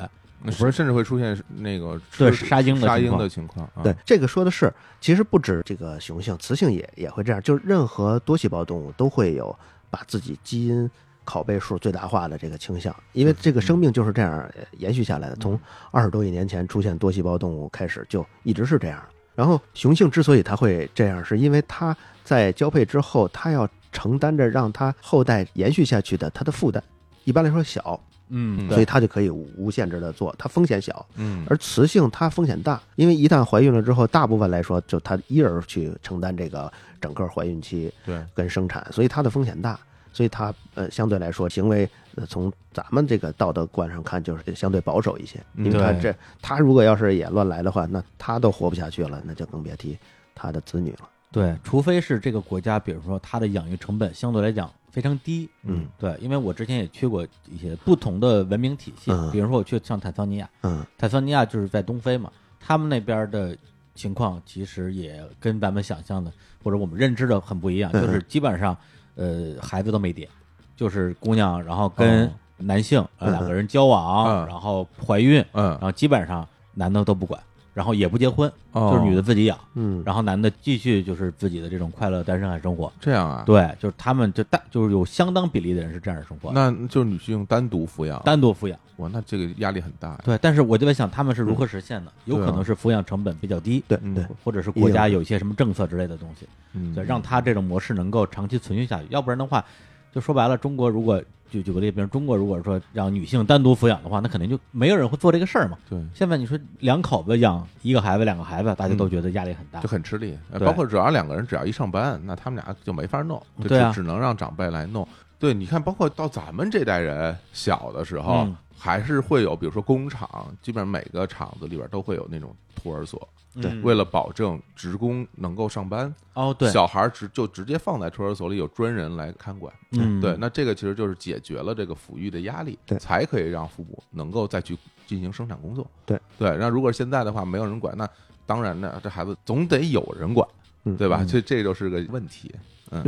[SPEAKER 3] 不是，甚至会出现那个
[SPEAKER 2] 对
[SPEAKER 3] 吃
[SPEAKER 2] 杀婴的
[SPEAKER 3] 杀
[SPEAKER 2] 情
[SPEAKER 3] 婴
[SPEAKER 2] 况
[SPEAKER 3] 的情况。啊
[SPEAKER 4] 对，这个说的是，其实不止这个雄性，雌性也也会这样，就是任何多细胞动物都会有把自己基因拷贝数最大化的这个倾向，因为这个生命就是这样呃延续下来的，从二十多亿年前出现多细胞动物开始就一直是这样。然后雄性之所以它会这样，是因为它在交配之后，它要承担着让它后代延续下去的它的负担，一般来说小，
[SPEAKER 2] 嗯
[SPEAKER 4] 所
[SPEAKER 2] 对，
[SPEAKER 4] 以它就可以无无限制的做，它风险小，
[SPEAKER 3] 嗯，
[SPEAKER 4] 而雌性它风险大，因为一旦怀孕了之后，大部分来说就她一人去承担这个整个怀孕期
[SPEAKER 3] 对，
[SPEAKER 4] 跟生产，所以它的风险大，所以它呃相对来说行为呃从咱们这个道德观上看就是相对保守一些，
[SPEAKER 3] 嗯
[SPEAKER 4] 因为它
[SPEAKER 2] 对
[SPEAKER 4] 这它如果要是也乱来的话，那它都活不下去了，那就更别提它的子女了。
[SPEAKER 2] 对，除非是这个国家，比如说它的养育成本相对来讲非常低，
[SPEAKER 4] 嗯
[SPEAKER 2] 对，因为我之前也去过一些不同的文明体系，
[SPEAKER 4] 嗯
[SPEAKER 2] 比如说我去像坦桑尼亚，
[SPEAKER 4] 嗯，
[SPEAKER 2] 坦桑尼亚就是在东非嘛，他们那边的情况其实也跟咱们想象的或者我们认知的很不一样，
[SPEAKER 4] 嗯
[SPEAKER 2] 就是基本上呃孩子都没点，就是姑娘然后跟
[SPEAKER 3] 哦
[SPEAKER 2] 男性、呃
[SPEAKER 4] 嗯
[SPEAKER 2] 两个人交往，
[SPEAKER 3] 嗯
[SPEAKER 2] 然后怀孕，
[SPEAKER 3] 嗯
[SPEAKER 2] 然，后基本上男的都不管，然后也不结婚，*laughs*
[SPEAKER 3] 哦
[SPEAKER 2] 就是女的自己养，
[SPEAKER 4] 嗯，
[SPEAKER 2] 然后男的继续就是自己的这种快乐单身汉生活。
[SPEAKER 3] 这样啊，，
[SPEAKER 2] 对，就是他们就大就是有相当比例的人是这样的生活，
[SPEAKER 3] 那就是女性单独抚养，
[SPEAKER 2] 单独抚养。
[SPEAKER 3] 哇，那这个压力很大呀。
[SPEAKER 2] 对，但是我就在想他们是如何实现的，有
[SPEAKER 3] 对啊
[SPEAKER 2] 可能是抚养成本比较低，
[SPEAKER 4] 对
[SPEAKER 3] 嗯
[SPEAKER 4] 对，
[SPEAKER 2] 或者是国家有一些什么政策之类的东西，
[SPEAKER 3] 嗯
[SPEAKER 2] 对，让他这种模式能够长期存续下去。要不然的话，就说白了，中国如果就举个例子，比如中国如果说让女性单独抚养的话，那肯定就没有人会做这个事儿嘛。
[SPEAKER 3] 对，
[SPEAKER 2] 现在你说两口子养一个孩子、两个孩子，大家都觉得压力很大
[SPEAKER 3] 嗯就。很吃力。呃
[SPEAKER 2] 对
[SPEAKER 3] 包括只要两个人只要一上班，那他们俩就没法弄，就
[SPEAKER 2] 对啊
[SPEAKER 3] 只只能让长辈来弄。对，你看，包括到咱们这代人小的时候
[SPEAKER 2] 嗯，
[SPEAKER 3] 还是会有，比如说工厂，基本上每个厂子里边都会有那种托儿所，
[SPEAKER 4] 对
[SPEAKER 2] 嗯
[SPEAKER 3] 为了保证职工能够上班，
[SPEAKER 2] 哦，对，
[SPEAKER 3] 小孩儿直就直接放在托儿所里，有专人来看管。
[SPEAKER 2] 嗯，
[SPEAKER 3] 对，那这个其实就是解决了这个抚育的压力，
[SPEAKER 4] 对
[SPEAKER 3] 才可以让父母能够再去进行生产工作。
[SPEAKER 4] 对
[SPEAKER 3] 对，那如果现在的话没有人管，那当然呢，这孩子总得有人管，
[SPEAKER 4] 嗯
[SPEAKER 3] 对吧？
[SPEAKER 2] 嗯
[SPEAKER 3] 这这就是个问题。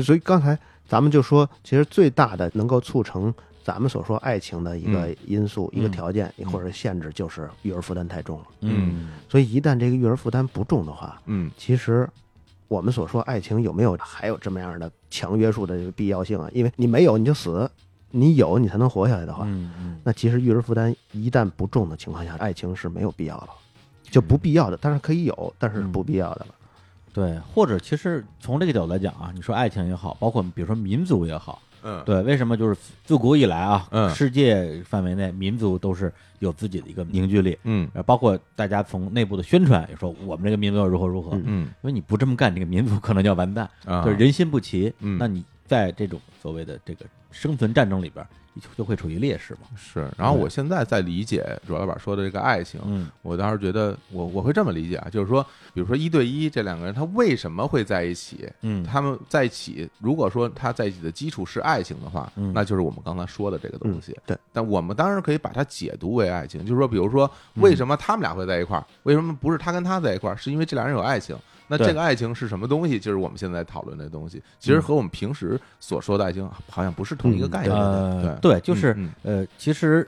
[SPEAKER 4] 所以刚才咱们就说，其实最大的能够促成咱们所说爱情的一个因素、
[SPEAKER 2] 嗯
[SPEAKER 4] 一个条件、
[SPEAKER 2] 嗯
[SPEAKER 4] 或者限制，就是育儿负担太重了。
[SPEAKER 2] 嗯，
[SPEAKER 4] 所以一旦这个育儿负担不重的话，
[SPEAKER 3] 嗯，
[SPEAKER 4] 其实我们所说爱情有没有还有这么样的强约束的必要性啊？因为你没有你就死，你有你才能活下来的话，
[SPEAKER 2] 嗯嗯，
[SPEAKER 4] 那其实育儿负担一旦不重的情况下，爱情是没有必要了，就不必要的，当然可以有，但是
[SPEAKER 2] 嗯
[SPEAKER 4] 不必要的了。
[SPEAKER 2] 对，或者其实从这个角度来讲啊，你说爱情也好，包括比如说民族也好，
[SPEAKER 3] 嗯
[SPEAKER 2] 对，为什么就是自古以来啊，
[SPEAKER 3] 嗯
[SPEAKER 2] 世界范围内民族都是有自己的一个凝聚力，
[SPEAKER 3] 嗯
[SPEAKER 2] 呃，包括大家从内部的宣传也说我们这个民族要如何如何，因
[SPEAKER 3] 嗯
[SPEAKER 2] 为你不这么干，这个民族可能就要完蛋，
[SPEAKER 3] 啊，
[SPEAKER 2] 就是人心不齐。
[SPEAKER 3] 嗯
[SPEAKER 2] 那你在这种所谓的这个生存战争里边，你就就会处于劣势嘛。
[SPEAKER 3] 是。然后我现在在理解主老板说的这个爱情，
[SPEAKER 2] 嗯
[SPEAKER 3] 我当时觉得我我会这么理解啊，就是说，比如说一对一这两个人他为什么会在一起？
[SPEAKER 2] 嗯
[SPEAKER 3] 他们在一起，如果说他在一起的基础是爱情的话，
[SPEAKER 2] 嗯
[SPEAKER 3] 那就是我们刚才说的这个东西。
[SPEAKER 4] 对，
[SPEAKER 3] 但我们当然可以把它解读为爱情，就是说，比如说，
[SPEAKER 2] 嗯
[SPEAKER 3] 为什么他们俩会在一块儿？为什么不是他跟他在一块儿？是因为这俩人有爱情。那
[SPEAKER 2] 对嗯
[SPEAKER 3] 这个爱情是什么东西？就是我们现在讨论的东西，其实和我们平时所说的爱情好像不是同一个概念的。
[SPEAKER 2] 呃，
[SPEAKER 3] 对，
[SPEAKER 2] 对，就是
[SPEAKER 3] 嗯
[SPEAKER 2] 呃，其实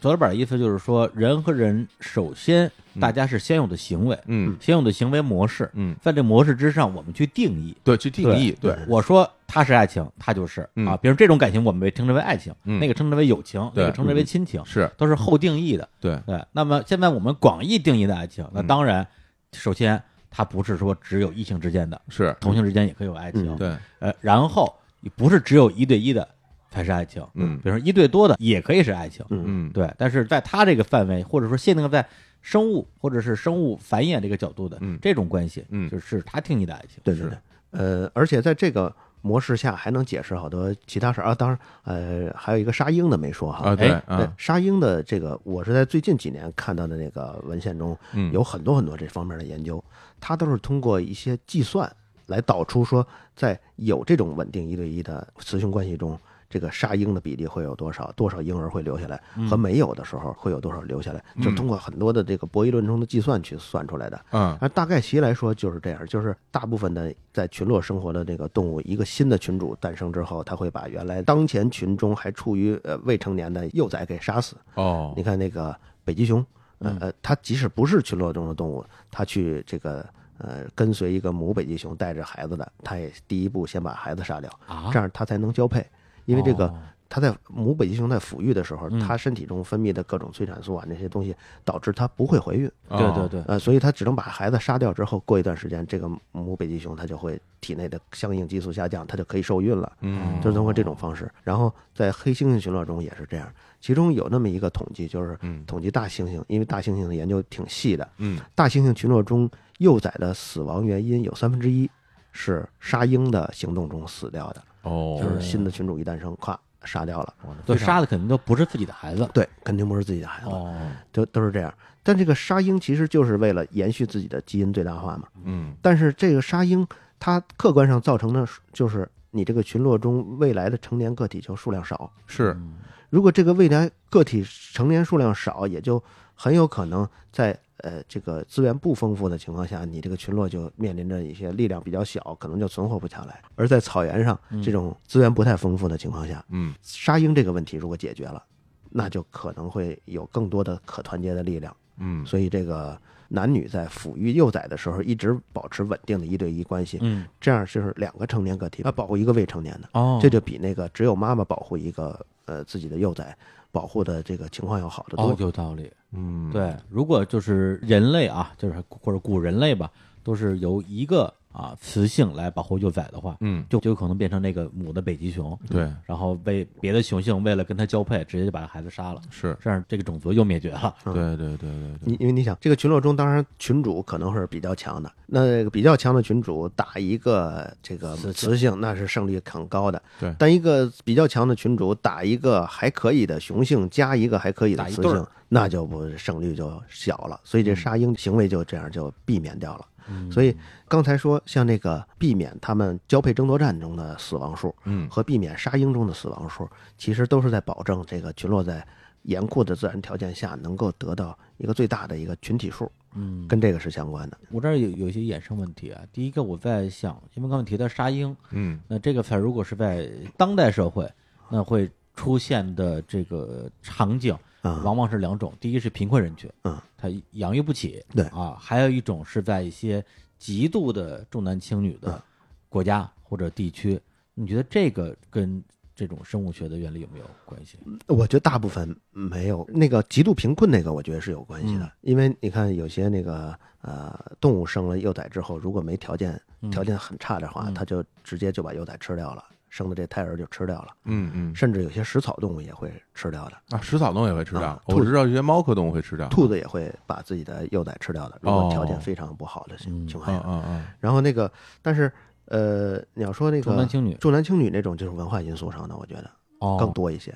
[SPEAKER 2] 左老板的意思就是说，人和人首先大家是先有的行为，
[SPEAKER 3] 嗯
[SPEAKER 2] 先有的行为模式，
[SPEAKER 3] 嗯，
[SPEAKER 2] 在这模式之上，我们去定义。
[SPEAKER 3] 对，去定义，对，
[SPEAKER 2] 我说他是爱情，他就是
[SPEAKER 3] 嗯
[SPEAKER 2] 啊。比如这种感情，我们被称之为爱情，
[SPEAKER 3] 嗯
[SPEAKER 2] 那个称之为友情，
[SPEAKER 3] 对嗯
[SPEAKER 2] 那个称之为亲情，
[SPEAKER 3] 是
[SPEAKER 2] 都是后定义的。
[SPEAKER 3] 对，
[SPEAKER 2] 对，那么现在我们广义定义的爱情，那
[SPEAKER 3] 嗯
[SPEAKER 2] 当然，首先它不是说只有异性之间的，
[SPEAKER 3] 是，
[SPEAKER 2] 同性之间也可以有爱情。
[SPEAKER 4] 嗯
[SPEAKER 3] 对，
[SPEAKER 2] 呃，然后不是只有一对一的才是爱情，
[SPEAKER 3] 嗯
[SPEAKER 2] 比如说一对多的也可以是爱情，
[SPEAKER 3] 嗯，
[SPEAKER 2] 对。但是在它这个范围，或者说限定在生物或者是生物繁衍这个角度的、
[SPEAKER 3] 嗯
[SPEAKER 2] 这种关系，
[SPEAKER 3] 嗯
[SPEAKER 2] 就是它定义的爱情，
[SPEAKER 4] 对对对，呃，而且在这个模式下还能解释好多其他事儿啊。当然，呃，还有一个沙鹰的没说哈。
[SPEAKER 3] 啊，对，
[SPEAKER 2] 哎
[SPEAKER 4] 对
[SPEAKER 3] 啊，
[SPEAKER 4] 沙鹰的这个，我是在最近几年看到的那个文献中，
[SPEAKER 3] 嗯，
[SPEAKER 4] 有很多很多这方面的研究，它都是通过一些计算来导出说，在有这种稳定一对一的雌雄关系中，这个杀婴的比例会有多少，多少婴儿会留下来，
[SPEAKER 3] 嗯
[SPEAKER 4] 和没有的时候会有多少留下来，就是通过很多的这个博弈论中的计算去算出来的。
[SPEAKER 3] 嗯，
[SPEAKER 4] 而大概其来说就是这样，就是大部分的在群落生活的这个动物，一个新的群主诞生之后，它会把原来当前群中还处于呃未成年的幼崽给杀死，
[SPEAKER 3] 哦
[SPEAKER 4] 你，看那个北极熊，呃
[SPEAKER 2] 嗯
[SPEAKER 4] 呃，它即使不是群落中的动物，它去这个呃跟随一个母北极熊带着孩子的，它也第一步先把孩子杀掉，
[SPEAKER 2] 啊
[SPEAKER 4] 这，样它才能交配。因为这个
[SPEAKER 2] 哦，嗯
[SPEAKER 4] 它在母北极熊在抚育的时候，它身体中分泌的各种催产素啊那些东西，导致它不会怀孕，
[SPEAKER 2] 哦
[SPEAKER 3] 哦
[SPEAKER 2] 对对对，
[SPEAKER 4] 呃，所以它只能把孩子杀掉之后，过一段时间，这个母北极熊它就会体内的相应激素下降，它就可以受孕了。
[SPEAKER 3] 嗯
[SPEAKER 4] 就是通过这种方式。然后在黑猩猩群落中也是这样，其中有那么一个统计，就是
[SPEAKER 3] 嗯
[SPEAKER 4] 统计大猩猩，因为大猩猩的研究挺细的。
[SPEAKER 3] 嗯，
[SPEAKER 4] 大猩猩群落中幼崽的死亡原因有三分之一是杀鹰的行动中死掉的，
[SPEAKER 3] 哦
[SPEAKER 4] 就，是新的群主一诞生，咵杀掉了。
[SPEAKER 2] 对，杀的肯定都不是自己的孩子，
[SPEAKER 4] 对，肯定不是自己的孩子，
[SPEAKER 2] 哦，
[SPEAKER 4] 都都是这样。但这个杀鹰其实就是为了延续自己的基因最大化嘛。
[SPEAKER 3] 嗯
[SPEAKER 4] 但是这个杀鹰，它客观上造成的就是你这个群落中未来的成年个体就数量少，
[SPEAKER 3] 是，
[SPEAKER 2] 嗯
[SPEAKER 4] 如果这个未来个体成年数量少，也就很有可能在呃这个资源不丰富的情况下，你这个群落就面临着一些力量比较小，可能就存活不下来。而在草原上这种资源不太丰富的情况下，
[SPEAKER 3] 嗯
[SPEAKER 4] 杀鹰这个问题如果解决了，那就可能会有更多的可团结的力量。
[SPEAKER 3] 嗯
[SPEAKER 4] 所以这个男女在抚育幼崽的时候，一直保持稳定的一对一关系，
[SPEAKER 2] 嗯，
[SPEAKER 4] 这样就是两个成年个体啊保护一个未成年的。
[SPEAKER 2] 哦，
[SPEAKER 4] 这就比那个只有妈妈保护一个呃自己的幼崽保护的这个情况要好得多。
[SPEAKER 2] 哦，有道理。
[SPEAKER 3] 嗯，
[SPEAKER 2] 对，如果就是人类啊，就是或者古人类吧，都是由一个啊雌性来保护幼崽的话，
[SPEAKER 3] 嗯
[SPEAKER 2] 就就有可能变成那个母的北极熊，
[SPEAKER 3] 对
[SPEAKER 2] 然后被别的雄性为了跟它交配，直接就把孩子杀了，
[SPEAKER 3] 是，
[SPEAKER 2] 这样这个种族又灭绝了。
[SPEAKER 3] 对对对对对，
[SPEAKER 4] 你因为你想，这个群落中当然群主可能是比较强的，那这个比较强的群主打一个这个
[SPEAKER 2] 雌性
[SPEAKER 4] 雌性，那是胜率很高的。
[SPEAKER 3] 对
[SPEAKER 4] 但一个比较强的群主打一个还可以的雄性加一个还可以的
[SPEAKER 2] 打一
[SPEAKER 4] 雌
[SPEAKER 2] 对儿嗯
[SPEAKER 4] 性，那就不胜率就小了。所以这杀鹰行为就这样就避免掉了。所以刚才说像那个避免他们交配争夺战中的死亡数， *laughs*
[SPEAKER 3] 嗯
[SPEAKER 4] 和避免杀鹰中的死亡数，其实都是在保证这个群落在严酷的自然条件下能够得到一个最大的一个群体数，
[SPEAKER 2] 嗯，
[SPEAKER 4] 跟这个是相关的。
[SPEAKER 2] 我这儿有有一些衍生问题啊。第一个，我在想，因为刚才提到沙鹰，
[SPEAKER 3] 嗯
[SPEAKER 2] 那这个词儿如果是在当代社会，那会出现的这个场景，
[SPEAKER 4] 啊
[SPEAKER 2] 往往是两种：第一是贫困人群，
[SPEAKER 4] 嗯，
[SPEAKER 2] 他养育不起，
[SPEAKER 4] 对
[SPEAKER 2] 啊；还有一种是在一些极度的重男轻女
[SPEAKER 4] 嗯
[SPEAKER 2] 的国家或者地区。你觉得这个跟这种生物学的原理有没有关系？
[SPEAKER 4] 我觉得大部分没有那个极度贫困那个，我觉得是有关系的，
[SPEAKER 3] 嗯
[SPEAKER 4] 因为你看有些那个呃动
[SPEAKER 3] 嗯
[SPEAKER 2] 嗯
[SPEAKER 4] 物生了幼崽之后，如果没条件条件很差的话，它就直接就把幼崽吃掉了，生的这胎儿就吃掉了，
[SPEAKER 3] 嗯嗯，
[SPEAKER 4] 甚至有些食草动物也会吃掉的，
[SPEAKER 3] 啊，食草动物也会吃掉
[SPEAKER 4] 啊，
[SPEAKER 3] 我
[SPEAKER 4] 兔
[SPEAKER 3] 知道有些猫科动物会吃掉，
[SPEAKER 4] 兔子也会把自己的幼崽吃掉的。如
[SPEAKER 3] 哦
[SPEAKER 4] 果条件非常不好的情情
[SPEAKER 3] 啊
[SPEAKER 4] 况下，
[SPEAKER 3] 啊啊，
[SPEAKER 4] 然后那个，但是呃，你要说那个
[SPEAKER 2] 重男轻女
[SPEAKER 4] 重男轻女那种就是文化因素上的，我觉得
[SPEAKER 2] 哦，
[SPEAKER 4] 更多一些。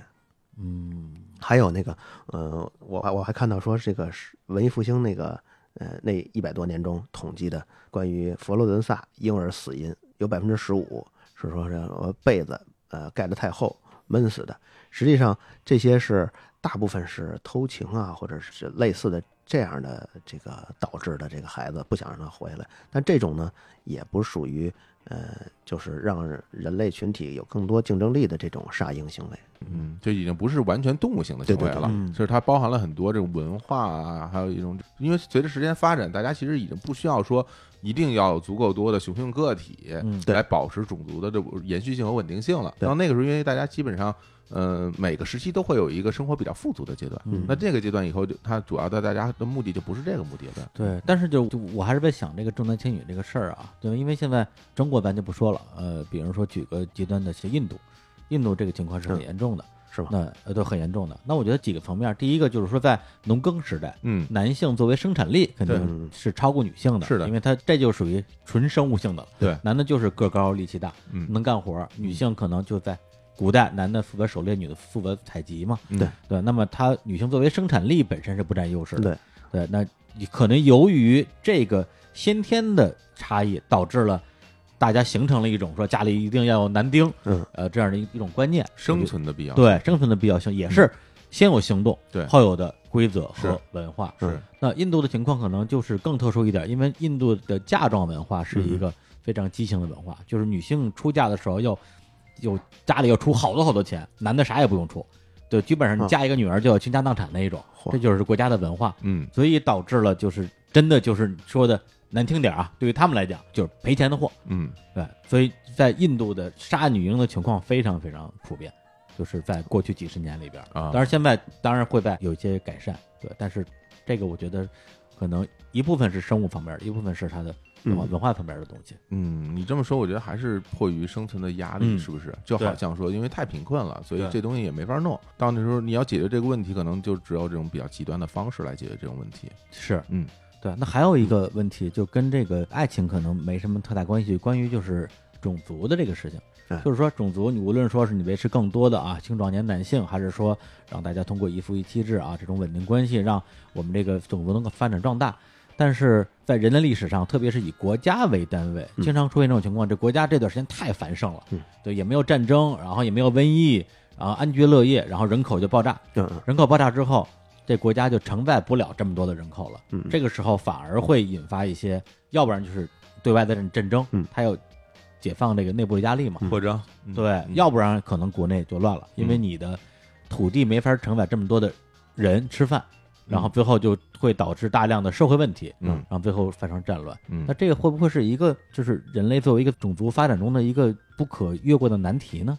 [SPEAKER 2] 嗯
[SPEAKER 4] 还有那个，呃，我还我还看到说这个是文艺复兴那个，呃，那一百多年中统计的关于佛罗伦萨婴儿死因，有百分之十五是说是呃被子呃盖得太厚闷死的。实际上这些是大部分是偷情啊，或者是类似的这样的这个导致的这个孩子不想让他活下来。但这种呢，也不属于呃，就是让人类群体有更多竞争力的这种杀婴行为。
[SPEAKER 3] 嗯，这已经不是完全动物性的行为
[SPEAKER 4] 对对
[SPEAKER 3] 了
[SPEAKER 4] 对，
[SPEAKER 3] 就是它包含了很多这种文化啊，还有一种，因为随着时间发展，大家其实已经不需要说一定要有足够多的雄性个体
[SPEAKER 2] 嗯
[SPEAKER 3] 来保持种族的这延续性和稳定性了。
[SPEAKER 4] 对
[SPEAKER 3] 到那个时候，因为大家基本上。呃，每个时期都会有一个生活比较富足的阶段，
[SPEAKER 2] 嗯
[SPEAKER 3] 那这个阶段以后就，它主要的大家的目的就不是这个目的了。
[SPEAKER 2] 对，但是就就我还是在想这个重男轻女这个事儿啊，对，因为现在中国咱就不说了，呃，比如说举个极端的，像印度，印度这个情况是很
[SPEAKER 4] 嗯
[SPEAKER 2] 严重的，
[SPEAKER 4] 是吧
[SPEAKER 2] 那呃，对，很严重的。那我觉得几个层面，第一个就是说在农耕时代，
[SPEAKER 3] 嗯，
[SPEAKER 2] 男性作为生产力肯定是超过女性的，
[SPEAKER 3] 是的
[SPEAKER 2] 因为他这就属于纯生物性的了。
[SPEAKER 3] 对
[SPEAKER 2] 男的就是个高力气大，
[SPEAKER 3] 嗯
[SPEAKER 2] 能干活儿；女性可能就在古代，男的负责狩猎，女的负责采集嘛。
[SPEAKER 3] 嗯
[SPEAKER 4] 对
[SPEAKER 2] 对，那么她女性作为生产力本身是不占优势的。
[SPEAKER 4] 对
[SPEAKER 2] 对，那你可能由于这个先天的差异，导致了大家形成了一种说家里一定要有男丁，
[SPEAKER 4] 嗯，
[SPEAKER 2] 呃，这样的一一种观念，
[SPEAKER 3] 生存的必要
[SPEAKER 2] 对生存的必要性也是先有行动，
[SPEAKER 3] 嗯对
[SPEAKER 2] 后有的规则
[SPEAKER 3] 是
[SPEAKER 2] 和文化。
[SPEAKER 3] 是
[SPEAKER 2] 那印度的情况可能就是更特殊一点，因为印度的嫁妆文化是一个非常畸形的文化，就是女性出嫁的时候要有家里要出好多好多钱，男的啥也不用出，对，基本上你
[SPEAKER 4] 啊
[SPEAKER 2] 嫁一个女儿就要倾家荡产那一种，
[SPEAKER 4] 嚯
[SPEAKER 2] 这就是国家的文化，
[SPEAKER 3] 嗯
[SPEAKER 2] 所以导致了就是真的就是你说的难听点啊，对于他们来讲就是赔钱的货，
[SPEAKER 3] 嗯，
[SPEAKER 2] 对，所以在印度的杀女婴的情况非常非常普遍，就是在过去几十年里边儿
[SPEAKER 3] 啊
[SPEAKER 2] 当然现在当然会在有一些改善，对，但是这个我觉得可能一部分是生物方面儿，一部分是它的文化
[SPEAKER 4] 嗯
[SPEAKER 2] 文化方面儿的东西。
[SPEAKER 3] 嗯，你这么说，我觉得还是迫于生存的压力，
[SPEAKER 2] 嗯
[SPEAKER 3] 是不是？就好
[SPEAKER 2] 对
[SPEAKER 3] 像说，因为太贫困了，所以
[SPEAKER 2] 对
[SPEAKER 3] 这东西也没法弄。到那时候你要解决这个问题，可能就只有这种比较极端的方式来解决这种问题。
[SPEAKER 2] 是，
[SPEAKER 3] 嗯，
[SPEAKER 2] 对。那还有一个问题，就跟这个爱情可能没什么太大关系，关于就是种族的这个事情
[SPEAKER 4] 哎。
[SPEAKER 2] 就是说，种族你无论说是你维持更多的啊青壮年男性，还是说让大家通过一夫一妻制啊这种稳定关系，让我们这个种族能够发展壮大。但是在人类历史上，特别是以国家为单位，
[SPEAKER 4] 嗯
[SPEAKER 2] 经常出现这种情况。这国家这段时间太繁盛了，
[SPEAKER 4] 嗯
[SPEAKER 2] 对，也没有战争，然后也没有瘟疫，然后安居乐业，然后人口就爆炸，
[SPEAKER 4] 嗯嗯
[SPEAKER 2] 人口爆炸之后，这国家就承载不了这么多的人口了。
[SPEAKER 4] 嗯，
[SPEAKER 2] 这个时候反而会引发一些，要不然就是对外的战战争，
[SPEAKER 4] 嗯
[SPEAKER 2] 它有解放这个内部的压力嘛，
[SPEAKER 4] 嗯
[SPEAKER 3] 扩张，
[SPEAKER 2] 对，
[SPEAKER 3] 嗯
[SPEAKER 2] 要不然可能国内就乱了，因为你的土地没法承载这么多的人吃饭，然后最后就会导致大量的社会问题，
[SPEAKER 3] 嗯
[SPEAKER 2] 然后最后发生战乱。
[SPEAKER 3] 嗯
[SPEAKER 2] 那，这个会不会是一个，就是人类作为一个种族发展中的一个不可越过的难题呢？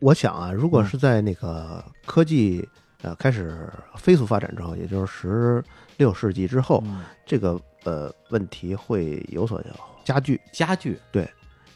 [SPEAKER 4] 我想啊，如果是在那个科技呃开始飞速发展之后，也就是十六世纪之后，
[SPEAKER 2] 嗯
[SPEAKER 4] 这个呃问题会有所加剧，
[SPEAKER 2] 家具，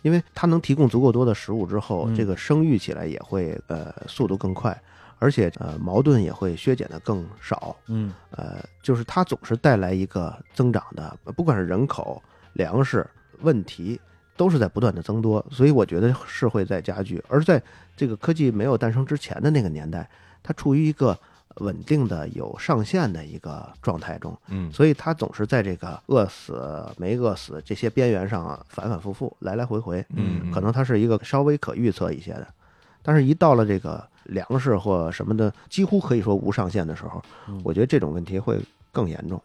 [SPEAKER 4] 因为它能提供足够多的食物之后，
[SPEAKER 2] 嗯
[SPEAKER 4] 这个生育起来也会呃速度更快，而且呃矛盾也会削减的更少。
[SPEAKER 2] 嗯
[SPEAKER 4] 呃，就是它总是带来一个增长的，不管是人口、粮食问题，都是在不断的增多，所以我觉得是会在加剧。而在这个科技没有诞生之前的那个年代，它处于一个稳定的、有上限的一个状态中，
[SPEAKER 3] 嗯
[SPEAKER 4] 所以它总是在这个饿死、没饿死这些边缘上啊反反复复、来来回回。
[SPEAKER 3] 嗯，
[SPEAKER 4] 可能它是一个稍微可预测一些的，但是一到了这个粮食或什么的，几乎可以说无上限的时候，
[SPEAKER 2] 嗯
[SPEAKER 4] 我觉得这种问题会更严重。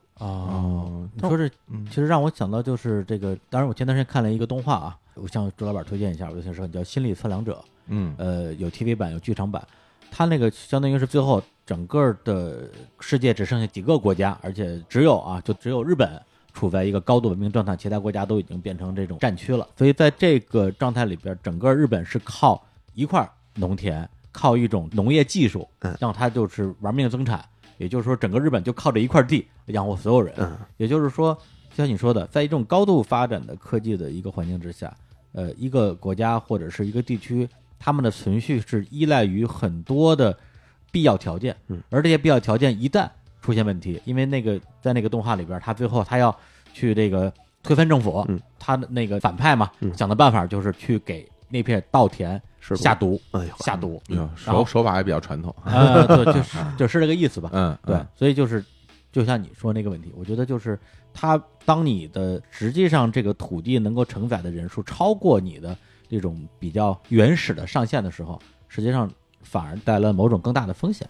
[SPEAKER 2] 哦
[SPEAKER 3] 哦，
[SPEAKER 2] 你说这
[SPEAKER 3] 嗯
[SPEAKER 2] 其实让我想到就是这个，当然我前段时间看了一个动画啊，我向朱老板推荐一下，我就想说叫《心理测量者》，
[SPEAKER 3] 嗯
[SPEAKER 2] 呃，有 TV 版有剧场版，它那个相当于是最后整个的世界只剩下几个国家，而且只有啊，就只有日本处在一个高度文明状态，其他国家都已经变成这种战区了，所以在这个状态里边，整个日本是靠一块农田，靠一种农业技术
[SPEAKER 4] 嗯，
[SPEAKER 2] 让它就是玩命增产。也就是说，整个日本就靠这一块地养活所有人，
[SPEAKER 4] 嗯，
[SPEAKER 2] 也就是说，就像你说的，在一种高度发展的科技的一个环境之下，呃，一个国家或者是一个地区，他们的存续是依赖于很多的必要条件，
[SPEAKER 4] 嗯
[SPEAKER 2] 而这些必要条件一旦出现问题，因为那个在那个动画里边，他最后他要去这个推翻政府，
[SPEAKER 4] 嗯
[SPEAKER 2] 他的那个反派嘛，
[SPEAKER 4] 嗯
[SPEAKER 2] 想的办法就是去给那片稻田
[SPEAKER 4] 是
[SPEAKER 2] 下毒，
[SPEAKER 4] 哎呦，
[SPEAKER 2] 下毒，
[SPEAKER 3] 哎呦
[SPEAKER 2] 嗯然后
[SPEAKER 3] 手手法也比较
[SPEAKER 2] *laughs*
[SPEAKER 3] 传统，
[SPEAKER 2] 呃，对，就是就是这个意思吧，
[SPEAKER 3] 嗯，
[SPEAKER 2] 对
[SPEAKER 3] 嗯，
[SPEAKER 2] 所以就是，就像你说那个问题，我觉得就是它，当你的实际上这个土地能够承载的人数超过你的这种比较原始的上限的时候，实际上反而带来某种更大的风险。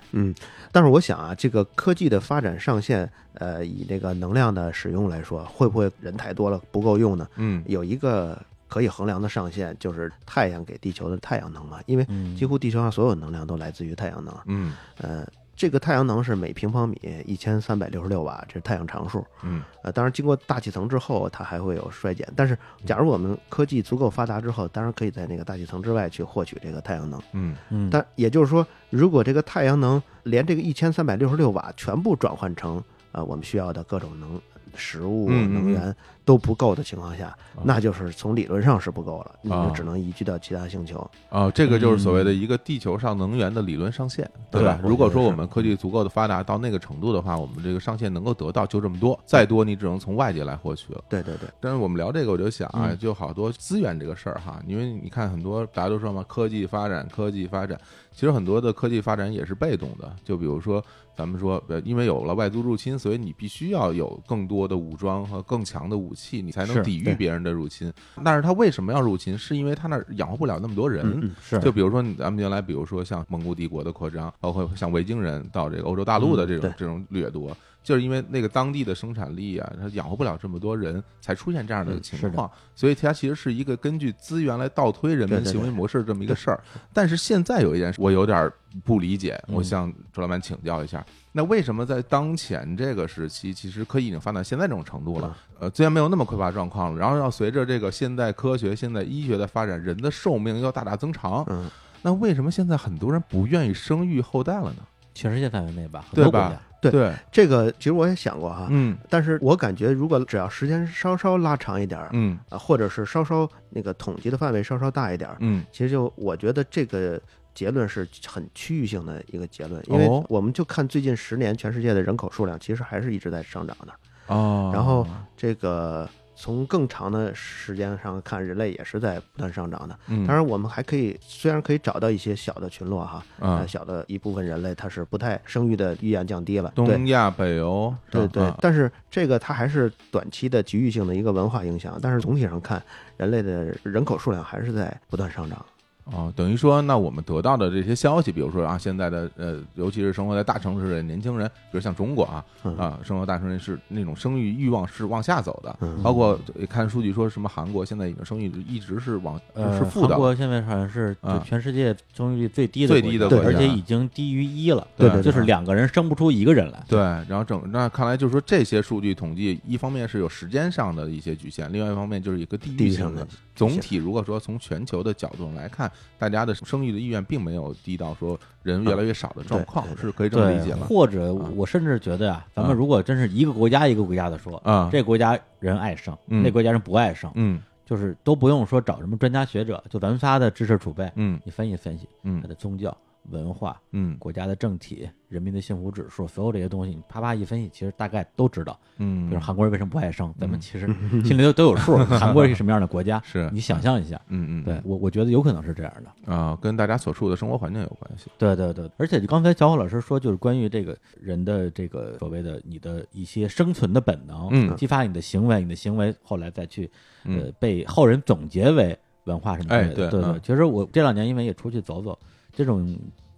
[SPEAKER 4] 但是我想啊，这个科技的发展上限，呃，以这个能量的使用来说，会不会人太多了不够用呢？
[SPEAKER 3] 嗯
[SPEAKER 4] 有一个可以衡量的上限，就是太阳给地球的太阳能嘛，因为
[SPEAKER 2] 嗯
[SPEAKER 4] 几乎地球上所有能量都来自于太阳能。
[SPEAKER 3] 嗯
[SPEAKER 4] 呃，这个太阳能是每平方米一千三百六十六瓦，这是太阳常数。
[SPEAKER 3] 嗯
[SPEAKER 4] 呃，当然经过大气层之后，它还会有衰减。但是，
[SPEAKER 3] 嗯
[SPEAKER 4] 假如我们科技足够发达之后，当然可以在那个大气层之外去获取这个太阳能。
[SPEAKER 3] 嗯
[SPEAKER 2] 嗯，
[SPEAKER 4] 但也就是说，如果这个太阳能连这个一千三百六十六瓦全部转换成呃我们需要的各种能食物、
[SPEAKER 3] 嗯嗯嗯
[SPEAKER 4] 能源都不够的情况下，
[SPEAKER 3] 哦
[SPEAKER 4] 那就是从理论上是不够了，你
[SPEAKER 3] 哦
[SPEAKER 4] 就只能移居到其他星球。
[SPEAKER 3] 哦，这个就是所谓
[SPEAKER 2] 嗯
[SPEAKER 3] 的一个地球上能源的理论上限，对吧？
[SPEAKER 4] 对
[SPEAKER 3] 如果
[SPEAKER 4] 我觉
[SPEAKER 3] 说
[SPEAKER 4] 得
[SPEAKER 3] 我
[SPEAKER 4] 是
[SPEAKER 3] 们科
[SPEAKER 2] 嗯
[SPEAKER 3] 技足够的发达到那个程度的话，我们这个上限能够得到就这么多，再多你只能从外界来获取了。
[SPEAKER 4] 对对对，
[SPEAKER 3] 但是我们聊这个，我就想啊，
[SPEAKER 2] 嗯
[SPEAKER 3] 就好多资源这个事儿哈，因为你看很多大家都说嘛，科技发展，科技发展，其实很多的科技发展也是被动的。就比如说咱们说，呃，因为有了外族入侵，所以你必须要有更多的武装和更强的武器，你才能
[SPEAKER 2] 是
[SPEAKER 3] 抵御
[SPEAKER 4] 对
[SPEAKER 3] 别人的入侵。但是他为什么要入侵？是因为他那儿养活不了那么多人。
[SPEAKER 4] 嗯嗯
[SPEAKER 2] 是
[SPEAKER 3] 就比如说你，咱们原来比如说像蒙古帝国的扩张，包括像维京人到这个欧洲大陆的这种、
[SPEAKER 4] 嗯对
[SPEAKER 3] 这种掠夺，就是因为那个当地的生产力啊，它养活不了这么多人，才出现这样的
[SPEAKER 2] 嗯
[SPEAKER 3] 情
[SPEAKER 2] 是的
[SPEAKER 3] 况。所以它其实是一个根据资源来倒推人们
[SPEAKER 4] 对对对
[SPEAKER 3] 行为模式这么一个事儿。但是现在有一件事我有点不理解，
[SPEAKER 2] 嗯
[SPEAKER 3] 我向周老板请教一下。那为什么在当前这个时期，其实科技已经发展到现在这种程度了？呃，资源没有那么匮乏状况了，然后要随着这个现代科学、现代医学的发展，人的寿命要大大增长。
[SPEAKER 4] 嗯，
[SPEAKER 3] 那为什么现在很多人不愿意生育后代了呢？
[SPEAKER 2] 全世界范围内吧，很
[SPEAKER 3] 对
[SPEAKER 2] 多国
[SPEAKER 3] 吧
[SPEAKER 2] 家，
[SPEAKER 4] 对啊
[SPEAKER 3] 对，
[SPEAKER 4] 这个其实我也想过哈，
[SPEAKER 3] 嗯
[SPEAKER 4] 但是我感觉如果只要时间稍稍拉长一点儿，
[SPEAKER 3] 嗯
[SPEAKER 4] 啊，或者是稍稍那个统计的范围稍稍大一点儿，
[SPEAKER 3] 嗯
[SPEAKER 4] 其实就我觉得这个结论是很区域性的一个结论，
[SPEAKER 3] 哦
[SPEAKER 4] 因为我们就看最近十年全世界的人口数量，其实还是一直在上涨的。
[SPEAKER 3] 哦
[SPEAKER 4] 啊然后这个从更长的时间上看，人类也是在不断上涨的。
[SPEAKER 3] 嗯，
[SPEAKER 4] 当然，我们还可以虽然可以找到一些小的群落哈，
[SPEAKER 3] 啊
[SPEAKER 4] 呃，，小的一部分人类他是不太生育的意愿降低了，对
[SPEAKER 3] 东亚、北欧，啊
[SPEAKER 4] 对
[SPEAKER 3] 是吧
[SPEAKER 4] 对，但是这个它还是短期的局域性的一个文化影响，但是总体上看，人类的人口数量还是在不断上涨。
[SPEAKER 3] 哦，等于说，那我们得到的这些消息，比如说啊，现在的呃，尤其是生活在大城市的年轻人，比如像中国啊
[SPEAKER 4] 嗯
[SPEAKER 3] 啊，生活在大城市是那种生育欲望是往下走的，
[SPEAKER 4] 嗯
[SPEAKER 3] 包括呃看数据说什么韩国现在已经生育率一直是往
[SPEAKER 2] 呃，
[SPEAKER 3] 是负的
[SPEAKER 2] 韩，国现在好像是就
[SPEAKER 3] 啊
[SPEAKER 2] 全世界生育率最低的
[SPEAKER 3] 最
[SPEAKER 2] 国
[SPEAKER 3] 低
[SPEAKER 2] 家
[SPEAKER 3] 的
[SPEAKER 4] 国
[SPEAKER 2] 而
[SPEAKER 3] 家
[SPEAKER 2] 且已经低于一了，
[SPEAKER 3] 对
[SPEAKER 4] 对
[SPEAKER 2] 就
[SPEAKER 4] 对
[SPEAKER 2] 是两个人生不出一个人来，
[SPEAKER 3] 对，然后整那看来就是说这些数据统计，一方面是有时间上的一些局限，另外一方面就是一个地
[SPEAKER 4] 地
[SPEAKER 3] 域
[SPEAKER 4] 域
[SPEAKER 3] 性
[SPEAKER 4] 上
[SPEAKER 3] 的
[SPEAKER 4] 的。
[SPEAKER 3] 总体如果说从全球的角度来看，大家的生育的意愿并没有低到说人越来越少的状况
[SPEAKER 4] 对，对对
[SPEAKER 3] 是可以这么
[SPEAKER 2] 嗯对，
[SPEAKER 3] 理解吗？
[SPEAKER 2] 或者
[SPEAKER 3] 啊
[SPEAKER 2] 我甚至觉得啊，咱
[SPEAKER 3] 啊
[SPEAKER 2] 们如果真是一个国家一个国家的说，
[SPEAKER 3] 啊，
[SPEAKER 2] 这国家人爱生，
[SPEAKER 3] 嗯
[SPEAKER 2] 那国家人不爱生，
[SPEAKER 3] 嗯
[SPEAKER 2] 就是都不用说找什么专家学者，就咱们仨的知识储备，
[SPEAKER 3] 嗯
[SPEAKER 2] 你分析分析
[SPEAKER 3] 嗯
[SPEAKER 2] 它的宗教、文化、
[SPEAKER 3] 嗯
[SPEAKER 2] 国家的政体、人民的幸福指数，所有这些东西，你啪啪一分析，其实大概都知道。
[SPEAKER 3] 嗯，
[SPEAKER 2] 就是韩国人为什么不爱生，咱们
[SPEAKER 3] 嗯
[SPEAKER 2] 其实心里都都有数。韩国是什么样的国家？
[SPEAKER 3] *laughs* 是
[SPEAKER 2] 你想象一下。
[SPEAKER 3] 嗯嗯
[SPEAKER 2] 对我，我觉得有可能是这样的。
[SPEAKER 3] 啊，跟大家所处的生活环境有关系。
[SPEAKER 2] 对对对，而且就刚才小火老师说，就是关于这个人的这个所谓的你的一些生存的本能，
[SPEAKER 3] 嗯
[SPEAKER 2] 激发你的行为，你的行为后来再去呃
[SPEAKER 3] 嗯
[SPEAKER 2] 被后人总结为文化什么之类的。
[SPEAKER 3] 哎对
[SPEAKER 2] 对
[SPEAKER 3] 嗯
[SPEAKER 2] 其实我这两年因为也出去走走，这种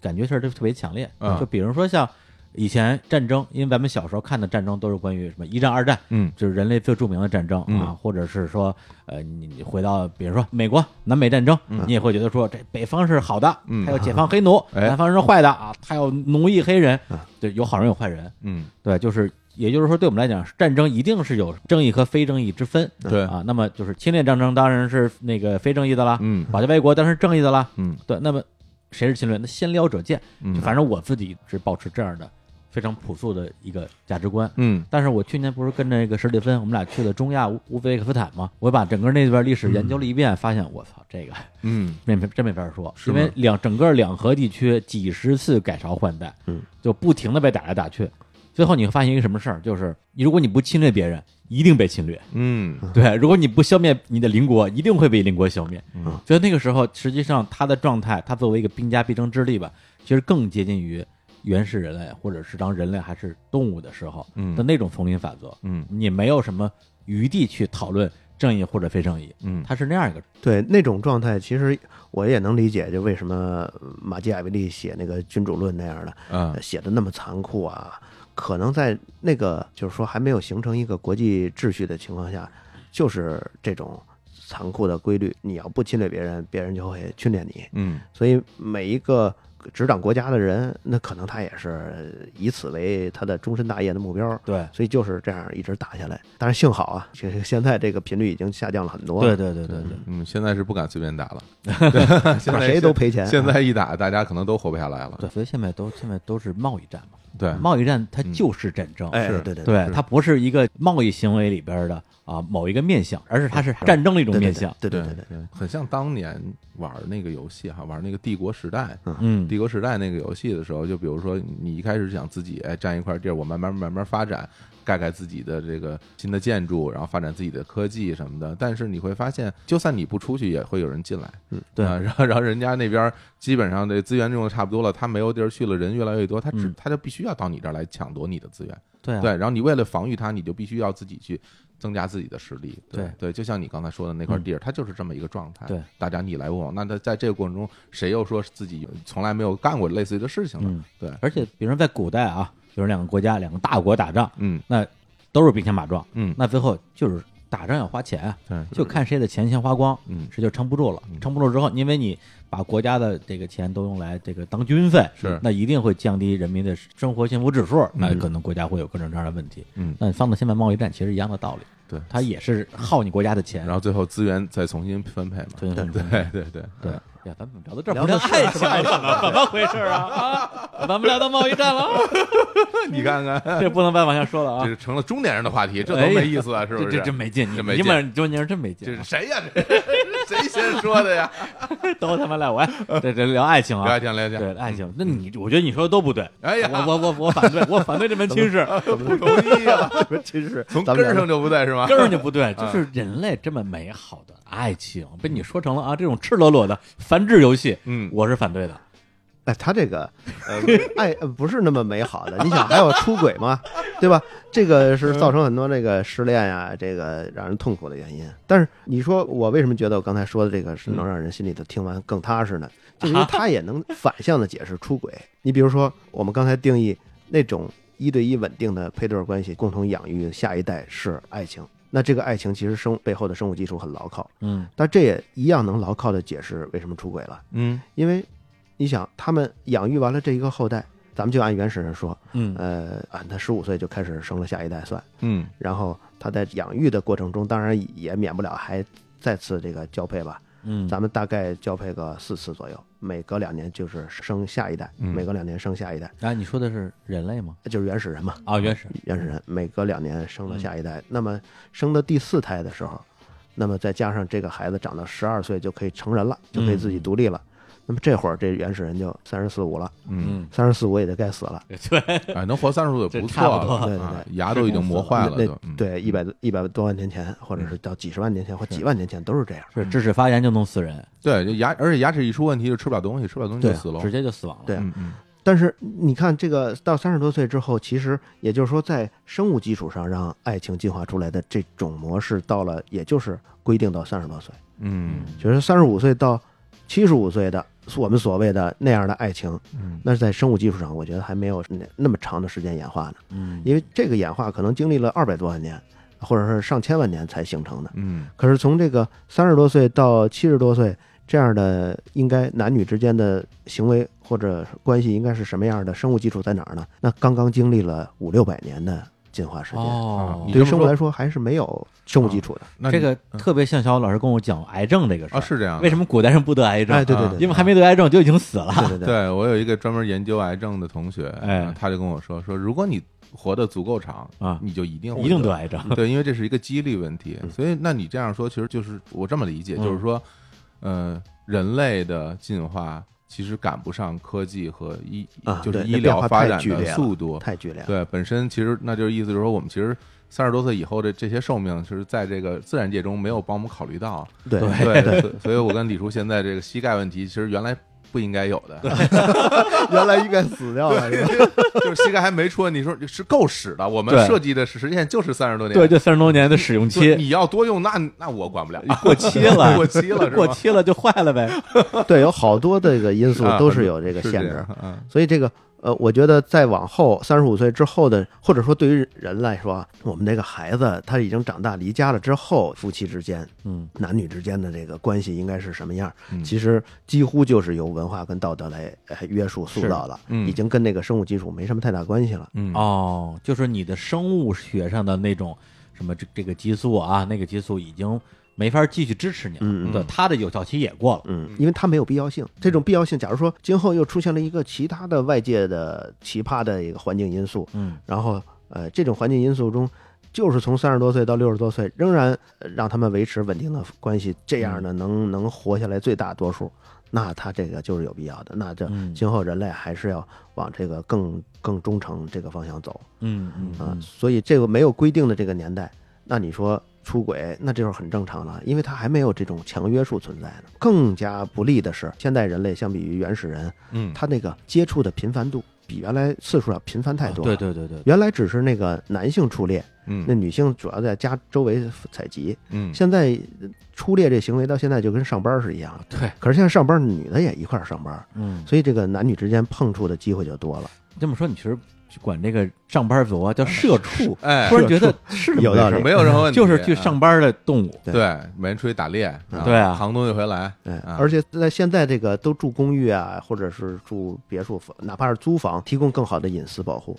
[SPEAKER 2] 感觉确实特别强烈。
[SPEAKER 3] 嗯
[SPEAKER 2] 就比如说像以前战争，因为咱们小时候看的战争都是关于什么一战、二战，
[SPEAKER 3] 嗯
[SPEAKER 2] 就是人类最著名的战争啊，
[SPEAKER 3] 嗯
[SPEAKER 2] 或者是说，呃，你你回到比如说美国南北战争，你也会觉得说这北方是好的，
[SPEAKER 3] 嗯嗯
[SPEAKER 2] 他要解放黑奴；
[SPEAKER 3] 哎
[SPEAKER 2] 南方是坏的啊，他要奴役黑人
[SPEAKER 4] 啊。
[SPEAKER 2] 对，有好人有坏人，
[SPEAKER 3] 嗯，
[SPEAKER 2] 对，就是也就是说，对我们来讲，战争一定是有正义和非正义之分
[SPEAKER 3] 对，
[SPEAKER 2] 啊。那么就是侵略战争当然是那个非正义的啦，
[SPEAKER 3] 嗯
[SPEAKER 2] 保家卫国当然是正义的啦。
[SPEAKER 3] 嗯
[SPEAKER 2] 对，那么谁是侵略？那先撩者贱。
[SPEAKER 3] 嗯，
[SPEAKER 2] 反正我自己是保持这样的非常朴素的一个价值观。
[SPEAKER 3] 嗯
[SPEAKER 2] 但是我去年不是跟那个史蒂芬，我们俩去了中亚乌乌兹别克斯坦嘛，我把整个那边历史研究了一遍，发现我操，这个 *laughs*
[SPEAKER 3] 嗯
[SPEAKER 2] 没没真没法说，
[SPEAKER 3] 是
[SPEAKER 2] 因
[SPEAKER 3] 吗
[SPEAKER 2] 为两整个两河地区几十次改朝换代，
[SPEAKER 4] 嗯，
[SPEAKER 2] 就不停的被打来打去，最后你会发现一个什么事儿，就是你如果你不侵略别人，一定被侵略。
[SPEAKER 3] 嗯
[SPEAKER 2] *laughs* 对，如果你不消灭你的邻国，一定会被邻国消灭。
[SPEAKER 3] 嗯
[SPEAKER 2] 所以那个时候，实际上他的状态，他作为一个兵家必争之地吧，其实更接近于原始人类，或者是当人类还是动物的时候
[SPEAKER 3] 嗯
[SPEAKER 2] 的那种丛林法则，
[SPEAKER 3] 嗯
[SPEAKER 2] 你没有什么余地去讨论正义或者非正义，
[SPEAKER 3] 嗯，
[SPEAKER 2] 它是那样一个。
[SPEAKER 4] 对那种状态，其实我也能理解，就为什么马基雅维利写那个《君主论》那样的，
[SPEAKER 3] 啊
[SPEAKER 2] 呃
[SPEAKER 4] 写的那么残酷啊，可能在那个就是说还没有形成一个国际秩序的情况下，就是这种残酷的规律，你要不侵略别人，别人就会侵略你。
[SPEAKER 3] 嗯
[SPEAKER 4] 所以每一个执掌国家的人，那可能他也是以此为他的终身大业的目标。
[SPEAKER 2] 对，
[SPEAKER 4] 所以就是这样一直打下来，但是幸好啊，其实现在这个频率已经下降了很多了，
[SPEAKER 2] 对对对对对，
[SPEAKER 3] 嗯，现在是不敢随便打了，现
[SPEAKER 4] 打
[SPEAKER 3] 在
[SPEAKER 4] 谁都赔钱。啊
[SPEAKER 3] 现在一打，大家可能都活不下来了。
[SPEAKER 2] 对，所以现在都现在都是贸易战嘛，
[SPEAKER 3] 对，
[SPEAKER 2] 贸易战它就是战争，
[SPEAKER 4] 哎，
[SPEAKER 3] 是
[SPEAKER 4] 对对
[SPEAKER 2] 对
[SPEAKER 3] 是，
[SPEAKER 2] 它不是一个贸易行为里边的啊某一个面向，而是它是战争的一种
[SPEAKER 4] 对
[SPEAKER 2] 面向。
[SPEAKER 4] 对对对
[SPEAKER 3] 对
[SPEAKER 4] *laughs* 对，
[SPEAKER 3] 很像当年玩那个游戏哈，玩那个帝国时代。
[SPEAKER 2] 嗯，
[SPEAKER 3] 帝国时代那个游戏的时候，就比如说你一开始想自己哎占一块地儿，我慢慢慢慢发展，盖盖自己的这个新的建筑，然后发展自己的科技什么的。但是你会发现，就算你不出去，也会有人进来。
[SPEAKER 2] 对
[SPEAKER 3] 啊，然后然后人家那边儿基本上这资源用的差不多了，他没有地儿去了，人越来越多，他只
[SPEAKER 2] 嗯
[SPEAKER 3] 他就必须要到你这儿来抢夺你的资源。
[SPEAKER 2] 对啊
[SPEAKER 3] 对，然后你为了防御它，你就必须要自己去增加自己的实力。
[SPEAKER 2] 对嗯
[SPEAKER 3] 对，就像你刚才说的那块地儿，它就是这么一个状态。
[SPEAKER 2] 对，
[SPEAKER 3] 大家你来我往，那他在这个过程中，谁又说自己从来没有干过类似于的事情呢？
[SPEAKER 2] 嗯，
[SPEAKER 3] 对，
[SPEAKER 2] 而且比如说在古代啊，比如两个国家两个大国打仗，
[SPEAKER 3] 嗯
[SPEAKER 2] 那都是兵强马壮，
[SPEAKER 3] 嗯，
[SPEAKER 2] 那最后就是打仗要花钱啊，
[SPEAKER 3] 对，
[SPEAKER 2] 就看谁的钱先花光，
[SPEAKER 3] 嗯
[SPEAKER 2] 谁就撑不住了
[SPEAKER 3] 嗯。
[SPEAKER 2] 撑不住之后，因为你把国家的这个钱都用来这个当军费，
[SPEAKER 3] 是
[SPEAKER 2] 那一定会降低人民的生活幸福指数，那
[SPEAKER 3] 嗯
[SPEAKER 2] 可能国家会有各种各样的问题。
[SPEAKER 3] 嗯
[SPEAKER 2] 那放到现在贸易战其实一样的道理，
[SPEAKER 3] 对，
[SPEAKER 2] 它也是耗你国家的钱，
[SPEAKER 3] 然后最后资源再重新分配嘛。
[SPEAKER 2] 对对
[SPEAKER 3] 对
[SPEAKER 2] 对
[SPEAKER 3] 对对
[SPEAKER 2] *laughs* 对。呀，咱们聊到这儿
[SPEAKER 4] 聊
[SPEAKER 2] 不
[SPEAKER 4] 到
[SPEAKER 2] 聊
[SPEAKER 4] 这儿
[SPEAKER 2] 爱情了，怎么回事啊？啊，咱们聊到贸易战了啊，
[SPEAKER 3] *laughs* 你看看，
[SPEAKER 2] *laughs* 这不能再往下说了
[SPEAKER 3] 这
[SPEAKER 2] 啊，
[SPEAKER 3] 是成了中年人的话题，这
[SPEAKER 2] 哎
[SPEAKER 3] 多
[SPEAKER 2] 呀
[SPEAKER 3] 没意思啊，是不
[SPEAKER 2] 这
[SPEAKER 3] 是？
[SPEAKER 2] 这真没劲，你
[SPEAKER 3] 这没
[SPEAKER 2] 你
[SPEAKER 3] 劲
[SPEAKER 2] 们中年人真没
[SPEAKER 3] 这
[SPEAKER 2] 劲
[SPEAKER 3] 是
[SPEAKER 2] 啊，
[SPEAKER 3] 谁呀？ *laughs* 这谁先说的呀？
[SPEAKER 2] *laughs* 都他妈赖
[SPEAKER 3] *laughs*
[SPEAKER 2] 我，这这聊爱情啊
[SPEAKER 3] 聊，天聊天，
[SPEAKER 2] 对爱情，那你我觉得你说的都不对，
[SPEAKER 3] 哎呀
[SPEAKER 2] 我我我我反对，我反对这门亲
[SPEAKER 3] *laughs*
[SPEAKER 2] 事，
[SPEAKER 3] 不同意了，
[SPEAKER 4] 真是
[SPEAKER 3] 从
[SPEAKER 4] 咱们
[SPEAKER 3] 根
[SPEAKER 4] 俩
[SPEAKER 3] 儿上就不对是吗？
[SPEAKER 2] 根儿就不
[SPEAKER 3] *laughs* 嗯
[SPEAKER 2] 对，就是人类这么美好的爱情被你说成了啊这种赤裸裸的繁殖游戏，
[SPEAKER 3] 嗯
[SPEAKER 2] 我是反对的，
[SPEAKER 4] 哎，他这个呃爱呃不是那么美好的，你想还有出轨吗？对吧？这个是造成很多这个失恋呀、这个让人痛苦的原因。但是你说我为什么觉得我刚才说的这个是能让人心里头听完更踏实呢？就是因为他也能反向的解释出轨。你比如说，我们刚才定义那种一对一稳定的配对儿关系，共同养育下一代是爱情。那这个爱情其实生背后的生物基础很牢靠，
[SPEAKER 2] 嗯
[SPEAKER 4] 但这也一样能牢靠的解释为什么出轨了。
[SPEAKER 3] 嗯
[SPEAKER 4] 因为你想，他们养育完了这一个后代，咱们就按原始人说，
[SPEAKER 2] 嗯
[SPEAKER 4] 呃，按他十五岁就开始生了下一代算，
[SPEAKER 3] 嗯
[SPEAKER 4] 然后他在养育的过程中，当然也免不了还再次这个交配吧，
[SPEAKER 2] 嗯，
[SPEAKER 4] 咱们大概交配个四次左右，每隔两年就是生下一代，
[SPEAKER 3] 嗯
[SPEAKER 4] 每隔两年生下一代，
[SPEAKER 2] 啊你说的是人类吗？
[SPEAKER 4] 就是原始人嘛，
[SPEAKER 2] 啊原始
[SPEAKER 4] 原始人每隔两年生了下一代，
[SPEAKER 2] 嗯
[SPEAKER 4] 那么生到第四胎的时候，那么再加上这个孩子长到十二岁就可以成人了，就可以
[SPEAKER 2] 嗯
[SPEAKER 4] 自己独立了。那么这会儿这原始人就三十四五了，
[SPEAKER 3] 嗯，
[SPEAKER 2] 嗯
[SPEAKER 4] 三十四五也得该死了，
[SPEAKER 2] 对
[SPEAKER 3] 哎，能活三十岁
[SPEAKER 2] 这
[SPEAKER 3] 不
[SPEAKER 2] 差不多
[SPEAKER 3] 错了，
[SPEAKER 4] 对
[SPEAKER 3] 啊
[SPEAKER 4] 对
[SPEAKER 3] 牙都已经磨坏了，
[SPEAKER 4] 那
[SPEAKER 3] 就嗯
[SPEAKER 4] 对一百一百多万年前，或者是到几十万年前或几万年前都是这样。
[SPEAKER 2] 是智齿发炎就能死人，
[SPEAKER 3] 对，就牙，而且牙齿一出问题就吃不了东西，吃不了东西就
[SPEAKER 4] 对啊
[SPEAKER 3] 死了，
[SPEAKER 2] 直接就死亡了，
[SPEAKER 4] 对
[SPEAKER 3] 嗯嗯
[SPEAKER 4] 但是你看，这个到三十多岁之后，其实也就是说，在生物基础上让爱情进化出来的这种模式，到了也就是规定到三十多岁。
[SPEAKER 3] 嗯
[SPEAKER 4] 就是三十五岁到七十五岁的我们所谓的那样的爱情，
[SPEAKER 3] 嗯
[SPEAKER 4] 那是在生物基础上，我觉得还没有那那么长的时间演化呢。
[SPEAKER 2] 嗯
[SPEAKER 4] 因为这个演化可能经历了二百多万年，或者是上千万年才形成的。
[SPEAKER 3] 嗯
[SPEAKER 4] 可是从这个三十多岁到七十多岁这样的，应该男女之间的行为或者关系应该是什么样的？生物基础在哪儿呢？那刚刚经历了五六百年的进化时间，
[SPEAKER 2] 哦
[SPEAKER 3] 你，
[SPEAKER 4] 对于
[SPEAKER 3] 这么
[SPEAKER 4] 生物
[SPEAKER 3] 说
[SPEAKER 4] 来说还是没有生物基础的。
[SPEAKER 3] 那
[SPEAKER 2] 这
[SPEAKER 3] 你嗯
[SPEAKER 2] 个特别像小老师跟我讲癌症这个事儿
[SPEAKER 3] 啊是这样的，
[SPEAKER 2] 为什么古代人不得癌症？
[SPEAKER 4] 哎，对对
[SPEAKER 3] 啊
[SPEAKER 4] 对，
[SPEAKER 2] 因为还没得癌症就已经死了。
[SPEAKER 4] 对对对
[SPEAKER 3] 对我有一个专门研究癌症的同学，
[SPEAKER 2] 哎
[SPEAKER 3] 他就跟我说说，如果你活得足够长
[SPEAKER 2] 啊
[SPEAKER 3] 你就一定会
[SPEAKER 2] 一定得癌症。
[SPEAKER 3] 对，因为这是一个激励问题。所以，那你这样说，其实就是我这么理解，
[SPEAKER 2] 嗯
[SPEAKER 3] 就是说，呃，人类的进化其实赶不上科技和医，
[SPEAKER 4] 啊
[SPEAKER 3] 就是
[SPEAKER 4] 对
[SPEAKER 3] 医
[SPEAKER 4] 那变
[SPEAKER 3] 疗
[SPEAKER 4] 化
[SPEAKER 3] 发
[SPEAKER 4] 太
[SPEAKER 3] 展
[SPEAKER 4] 剧
[SPEAKER 3] 的
[SPEAKER 4] 烈了
[SPEAKER 3] 速度。
[SPEAKER 4] 太剧烈了。
[SPEAKER 3] 对，本身其实那就是意思就是说，我们其实三十多岁以后的这些寿命，是在这个自然界中没有帮我们考虑到。
[SPEAKER 4] 对 *laughs*
[SPEAKER 3] 对，所以所以我跟李叔现在这个膝盖问题，其实原来不应该有的。
[SPEAKER 4] 原来应该死掉了，是吧？
[SPEAKER 3] 就是膝盖还没出问题，说是够使的。我们
[SPEAKER 2] 对
[SPEAKER 3] 设计的时间就是三十多年，
[SPEAKER 2] 对，这三十多年的使用期
[SPEAKER 3] 对，你要多用，那那我管不了，
[SPEAKER 2] *laughs* 过期了，
[SPEAKER 3] *laughs* 过期了，是吧
[SPEAKER 2] 过期了就坏了呗。
[SPEAKER 4] *laughs* 对，有好多这个因素
[SPEAKER 3] 啊
[SPEAKER 4] 都啊是有这个限制，，
[SPEAKER 3] 嗯
[SPEAKER 4] 所以这个呃，我觉得再往后三十五岁之后的，或者说对于人来说啊，我们这个孩子他已经长大离家了之后，夫妻之间、
[SPEAKER 2] 嗯，
[SPEAKER 4] 男女之间的这个关系应该是什么样？
[SPEAKER 3] 嗯
[SPEAKER 4] 其实几乎就是由文化跟道德来呃约束塑造的，
[SPEAKER 3] 嗯
[SPEAKER 4] 已经跟那个生物基础没什么太大关系了。
[SPEAKER 3] 嗯，
[SPEAKER 2] 哦，就是你的生物学上的那种什么这这个激素啊，那个激素已经没法继续支持你了。
[SPEAKER 4] 嗯
[SPEAKER 2] 对，它的有效期也过了。
[SPEAKER 4] 嗯，因为它没有必要性。这种必要性，假如说今后又出现了一个其他的外界的奇葩的一个环境因素，
[SPEAKER 2] 嗯，
[SPEAKER 4] 然后呃，这种环境因素中，就是从三十多岁到六十多岁，仍然呃让他们维持稳定的关系，这样
[SPEAKER 2] 嗯
[SPEAKER 4] 呢能能活下来最大多数，那他这个就是有必要的。那这
[SPEAKER 2] 嗯
[SPEAKER 4] 今后人类还是要往这个更更忠诚这个方向走
[SPEAKER 2] 嗯嗯
[SPEAKER 4] 啊。所以这个没有规定的这个年代，那你说。出轨那这就是很正常了，因为它还没有这种强约束存在呢。更加不利的是，现代人类相比于原始人，
[SPEAKER 3] 嗯，
[SPEAKER 4] 他那个接触的频繁度比原来次数要频繁太多了。
[SPEAKER 2] 啊对对对对，
[SPEAKER 4] 原来只是那个男性出猎，
[SPEAKER 3] 嗯
[SPEAKER 4] 那女性主要在家周围采集。
[SPEAKER 3] 嗯
[SPEAKER 4] 现在呃出猎这行为到现在就跟上班是一样的。
[SPEAKER 2] 对，
[SPEAKER 4] 可是现在上班女的也一块儿上班，
[SPEAKER 2] 嗯，
[SPEAKER 4] 所以这个男女之间碰触的机会就多了。
[SPEAKER 2] 这么说你其实管这个上班族啊叫社畜，
[SPEAKER 3] 哎
[SPEAKER 2] 突，然觉得是这么
[SPEAKER 4] 有
[SPEAKER 2] 回事
[SPEAKER 4] 道
[SPEAKER 2] 儿
[SPEAKER 4] 理
[SPEAKER 3] 没有任何问题，
[SPEAKER 2] 就是去上班的动物。
[SPEAKER 3] 啊对，每人出去打猎，啊
[SPEAKER 2] 对啊
[SPEAKER 3] 扛东西回来，
[SPEAKER 4] 哎
[SPEAKER 3] 啊，
[SPEAKER 4] 而且在现在这个都住公寓啊，或者是住别墅房，哪怕是租房，提供更好的隐私保护。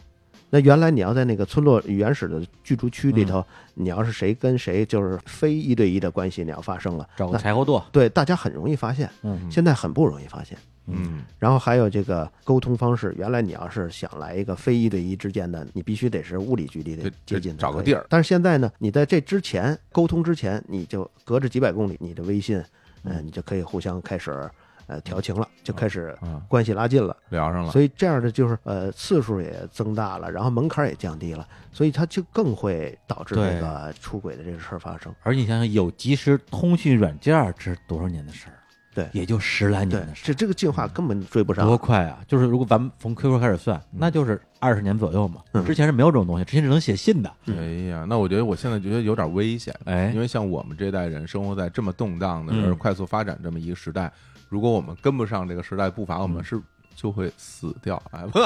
[SPEAKER 4] 那原来你要在那个村落原始的居住区里头，你要是谁跟谁就是非一对一的关系，你要发生了，
[SPEAKER 2] 找个
[SPEAKER 4] 那
[SPEAKER 2] 柴火垛，
[SPEAKER 4] 对大家很容易发现，
[SPEAKER 2] 嗯
[SPEAKER 4] 现在很不容易发现。
[SPEAKER 3] 嗯
[SPEAKER 4] 然后还有这个沟通方式，原来你要是想来一个非一对一之间的，你必须得是物理距离
[SPEAKER 3] 得
[SPEAKER 4] 得
[SPEAKER 3] 得
[SPEAKER 4] 接近才
[SPEAKER 3] 找个
[SPEAKER 4] 可以
[SPEAKER 3] 地儿
[SPEAKER 4] 但是现在呢，你在这之前沟通之前，你就隔着几百公里，你的微信，嗯、你就可以互相开始呃调情了，就开始
[SPEAKER 3] 啊，
[SPEAKER 4] 关系拉近了。
[SPEAKER 3] 聊上了，
[SPEAKER 4] 所以这样的就是呃次数也增大了，然后门槛也降低了，所以它就更会导致
[SPEAKER 2] 对
[SPEAKER 4] 这个出轨的这个事儿发生。
[SPEAKER 2] 而你想想，有即时通讯软件儿，这是多少年的事儿？啊
[SPEAKER 4] 对
[SPEAKER 2] 也就十来
[SPEAKER 4] 对
[SPEAKER 2] 年的，事
[SPEAKER 4] 这这个进化根本追不
[SPEAKER 2] 儿，嗯多
[SPEAKER 4] 上。
[SPEAKER 2] 快啊！就是如果咱们从 QQ 开始算，那就是二十年左右嘛。
[SPEAKER 4] 嗯
[SPEAKER 2] 之前是没有这种东西，之前只能写信的。
[SPEAKER 3] 哎呀，那我觉得我现在觉得有点危险，
[SPEAKER 2] 哎
[SPEAKER 3] 因，为像我们这代人生活在这么动荡的、
[SPEAKER 2] 嗯
[SPEAKER 3] 而快速发展这么一个时代，如果我们跟不上这个时代步伐，我们是。就会死掉，哎，不，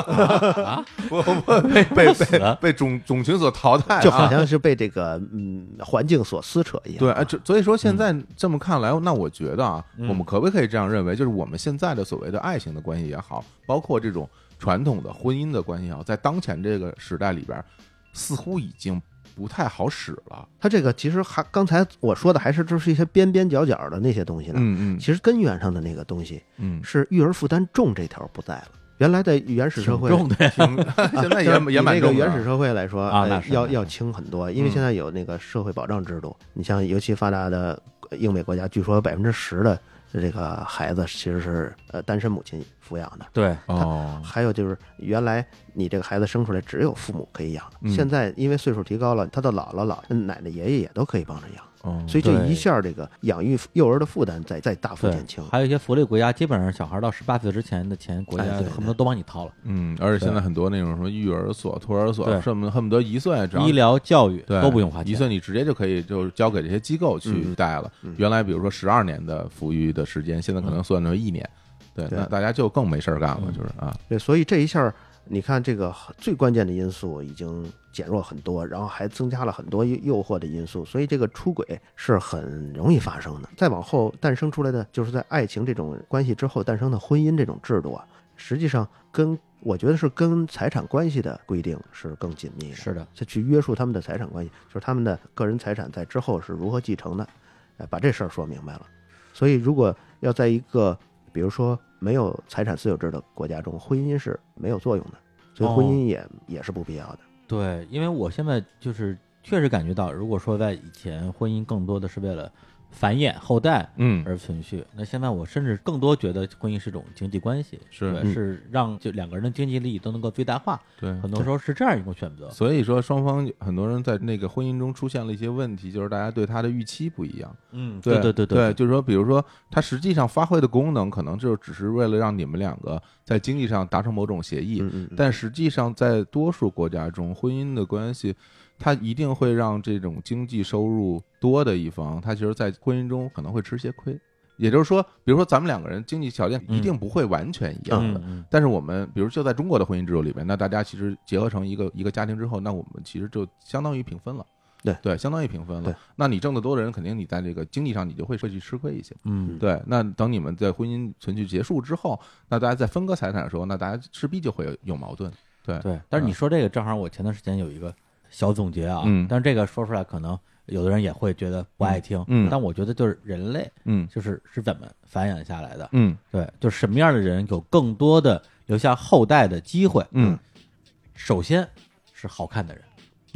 [SPEAKER 3] *laughs* 我我被被被被种种群所淘汰啊，
[SPEAKER 4] 就好像是被这个嗯环境所撕扯一样，
[SPEAKER 3] 对，哎，这所以说
[SPEAKER 4] 嗯
[SPEAKER 3] 现在这么看来，那我觉得啊，我们可不可以这样认为，就是我们现在的所谓的爱情的关系也好，包括这种传统的婚姻的关系也好，在当前这个时代里边，似乎已经不太好使了。
[SPEAKER 4] 它这个其实还刚才我说的还是就是一些边边角角的那些东西呢。
[SPEAKER 3] 嗯
[SPEAKER 4] 其实根源上的那个东西
[SPEAKER 3] 嗯
[SPEAKER 4] 是育儿负担重这条不在了。原来在原始社会，
[SPEAKER 2] 挺重的呀，
[SPEAKER 4] *laughs*
[SPEAKER 3] 嗯， *laughs* 现在也
[SPEAKER 4] 就是 *laughs* 比
[SPEAKER 3] 也蛮
[SPEAKER 4] 那个
[SPEAKER 3] 重
[SPEAKER 4] 原始社会来说
[SPEAKER 2] 啊
[SPEAKER 4] 呃
[SPEAKER 2] 那是
[SPEAKER 4] 要
[SPEAKER 2] 那是
[SPEAKER 4] 要轻很多，因为
[SPEAKER 3] 嗯
[SPEAKER 4] 现在有那个社会保障制度。你像尤其发达的呃英美国家，据说百分之十的这个孩子其实是呃单身母亲抚养的。
[SPEAKER 2] 对，
[SPEAKER 3] 哦，
[SPEAKER 4] 还有就是，原来你这个孩子生出来只有父母可以养，
[SPEAKER 3] 嗯
[SPEAKER 4] 现在因为岁数提高了，他的姥姥、姥奶奶、爷爷也都可以帮着养，
[SPEAKER 3] 哦
[SPEAKER 4] *laughs* 所以这
[SPEAKER 2] 对
[SPEAKER 4] 一下这个养育幼儿的负担在在大幅减轻
[SPEAKER 2] 对，。还有一些福利国家，基本上小孩到十八岁之前的钱，国家
[SPEAKER 4] 哎对
[SPEAKER 2] 恨不得都帮你掏了。
[SPEAKER 3] 嗯，而且现在很多那种什么育儿所、托儿所
[SPEAKER 2] 对，
[SPEAKER 3] 恨不得恨不得一岁只要
[SPEAKER 2] 医疗、教育
[SPEAKER 3] 对
[SPEAKER 2] 都不用花
[SPEAKER 3] 一
[SPEAKER 2] 钱。嗯
[SPEAKER 3] 岁你直接就可以就是交给这些机构去带了。原来比如说十二年的抚育的时间，现在可能算成一年。对，
[SPEAKER 4] 对
[SPEAKER 3] 那大家就更没事儿干了，
[SPEAKER 2] 嗯
[SPEAKER 3] 就是啊，
[SPEAKER 4] 对，所以这一下，你看这个最关键的因素已经减弱很多，然后还增加了很多诱诱惑的因素，所以这个出轨是很容易发生的。再往后诞生出来的，就是在爱情这种关系之后诞生的婚姻这种制度啊，实际上跟我觉得是跟财产关系的规定是更紧密的，
[SPEAKER 2] 是的，
[SPEAKER 4] 就去约束他们的财产关系，就是他们的个人财产在之后是如何继承的，呃，把这事儿说明白了。所以，如果要在一个比如说没有财产私有制的国家中，婚姻是没有作用的，所以
[SPEAKER 3] 哦
[SPEAKER 4] 婚姻也、也是不必要的。
[SPEAKER 2] 对，因为我现在就是确实感觉到，如果说在以前，婚姻更多的是为了繁衍后代
[SPEAKER 3] 嗯，
[SPEAKER 2] 而存续，那现在我甚至更多觉得婚姻是一种经济关系，
[SPEAKER 3] 是
[SPEAKER 2] 对
[SPEAKER 4] 嗯
[SPEAKER 2] 是让就两个人的经济利益都能够最大化，
[SPEAKER 3] 对。
[SPEAKER 2] 很多时候是这样一种选择。
[SPEAKER 3] 所以说，双方很多人在那个婚姻中出现了一些问题，就是大家对他的预期不一样。
[SPEAKER 2] 嗯，
[SPEAKER 3] 对
[SPEAKER 2] 对对
[SPEAKER 3] 对
[SPEAKER 2] 对，
[SPEAKER 3] 就是说，比如说，它实际上发挥的功能，可能就只是为了让你们两个在经济上达成某种协议，
[SPEAKER 4] 嗯嗯嗯，
[SPEAKER 3] 但实际上在多数国家中，婚姻的关系，它一定会让这种经济收入多的一方，他其实，在婚姻中可能会吃些亏。也就是说，比如说咱们两个人经济条件
[SPEAKER 4] 嗯
[SPEAKER 3] 一定不会完全一样的，
[SPEAKER 2] 嗯嗯
[SPEAKER 3] 但是我们比如就在中国的婚姻制度里边，那大家其实结合成一个一个家庭之后，那我们其实就相当于平分了。
[SPEAKER 4] 对
[SPEAKER 3] 对，相当于平分
[SPEAKER 4] 对
[SPEAKER 3] 了。那你挣得多的人，肯定你在这个经济上你就会会去吃亏一些。
[SPEAKER 2] 嗯，
[SPEAKER 3] 对，那等你们在婚姻存续结束之后，那大家在分割财产的时候，那大家势必就会有有矛盾。对，
[SPEAKER 2] 对。但是你说这个，正好我前段时间有一个小总结啊，
[SPEAKER 3] 嗯
[SPEAKER 2] 但是这个说出来可能有的人也会觉得不爱听，
[SPEAKER 3] 嗯嗯
[SPEAKER 2] 但我觉得就是人类
[SPEAKER 3] 嗯
[SPEAKER 2] 就是是怎么繁衍下来的，
[SPEAKER 3] 嗯
[SPEAKER 2] 对，就是什么样的人有更多的留下后代的机会，
[SPEAKER 3] 嗯
[SPEAKER 2] 首先是好看的人。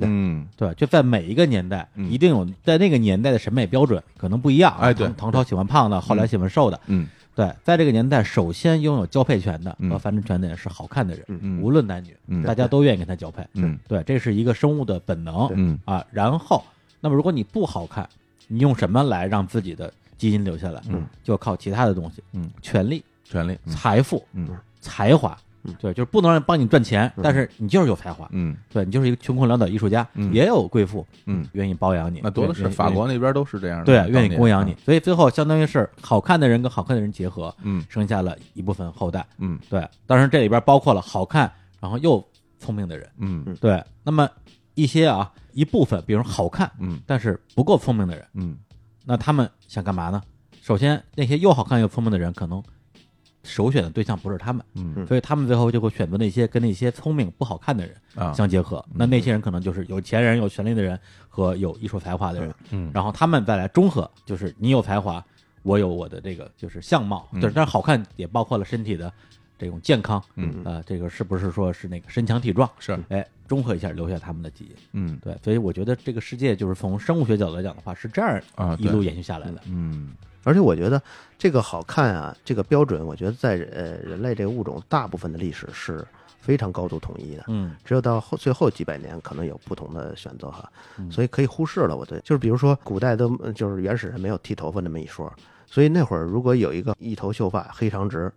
[SPEAKER 3] 嗯，
[SPEAKER 2] 对，就在每一个年代，
[SPEAKER 3] 嗯
[SPEAKER 2] 一定有在那个年代的审美标准可能不一样啊。
[SPEAKER 3] 哎对
[SPEAKER 2] 唐唐朝喜欢胖的，后来喜欢瘦的。
[SPEAKER 3] 嗯
[SPEAKER 2] 对，在这个年代，首先拥有交配权的
[SPEAKER 3] 嗯
[SPEAKER 2] 和繁殖权的人是好看的人，
[SPEAKER 3] 嗯
[SPEAKER 2] 无论男女，
[SPEAKER 3] 嗯
[SPEAKER 2] 大家都愿意跟他交配。
[SPEAKER 3] 嗯
[SPEAKER 2] 对，这是一个生物的本能
[SPEAKER 3] 嗯
[SPEAKER 2] 啊。然后，那么如果你不好看，你用什么来让自己的基因留下来？
[SPEAKER 3] 嗯，
[SPEAKER 2] 就靠其他的东西，
[SPEAKER 3] 嗯，
[SPEAKER 2] 权力、
[SPEAKER 3] 权利，
[SPEAKER 2] 财富、
[SPEAKER 3] 嗯
[SPEAKER 2] 才华。对，就是不能让帮你赚钱，但是你就是有才华，
[SPEAKER 3] 嗯
[SPEAKER 2] 对你就是一个穷困潦倒艺术家，
[SPEAKER 3] 嗯
[SPEAKER 2] 也有贵妇，
[SPEAKER 3] 嗯，
[SPEAKER 2] 愿意包养你，
[SPEAKER 3] 那多的是，
[SPEAKER 2] 愿意
[SPEAKER 3] 法国那边都是这样的，
[SPEAKER 2] 对
[SPEAKER 3] 当年
[SPEAKER 2] 愿意供养你，，所以最后相当于是好看的人跟好看的人结合，
[SPEAKER 3] 嗯
[SPEAKER 2] 生下了一部分后代。
[SPEAKER 3] 嗯
[SPEAKER 2] 对，当然这里边包括了好看，然后又聪明的人。
[SPEAKER 3] 嗯
[SPEAKER 2] 对，那么一些啊一部分，比如好看
[SPEAKER 3] 嗯
[SPEAKER 2] 但是不够聪明的人，
[SPEAKER 3] 嗯
[SPEAKER 2] 那他们想干嘛呢？首先，那些又好看又聪明的人，可能首选的对象不是他们，
[SPEAKER 3] 嗯
[SPEAKER 2] 所以他们最后就会选择那些跟那些聪明不好看的人。
[SPEAKER 3] 啊，
[SPEAKER 2] 相结合。那那些人可能就是有钱人、有权利的人和有艺术才华的人，
[SPEAKER 3] 嗯
[SPEAKER 2] 然后他们再来中和，就是你有才华，我有我的这个就是相貌，
[SPEAKER 3] 嗯
[SPEAKER 2] 就是但是好看也包括了身体的这种健康，
[SPEAKER 3] 嗯
[SPEAKER 2] 呃，这个是不是说是那个身强体壮？
[SPEAKER 3] 是
[SPEAKER 2] 哎，中和一下留下他们的基因。
[SPEAKER 3] 嗯
[SPEAKER 2] 对，所以我觉得这个世界就是从生物学角度来讲的话，是这样
[SPEAKER 3] 啊对
[SPEAKER 2] 一路延续下来的。
[SPEAKER 3] 嗯
[SPEAKER 4] 而且我觉得这个好看啊，这个标准，我觉得在呃人类这个物种大部分的历史是非常高度统一的。
[SPEAKER 2] 嗯
[SPEAKER 4] 只有到后最后几百年，可能有不同的选择哈
[SPEAKER 2] 嗯，
[SPEAKER 4] 所以可以忽视了。我对，就是比如说古代的，呃就是原始人没有剃头发那么一说，所以那会儿如果有一个一头秀发、黑长直，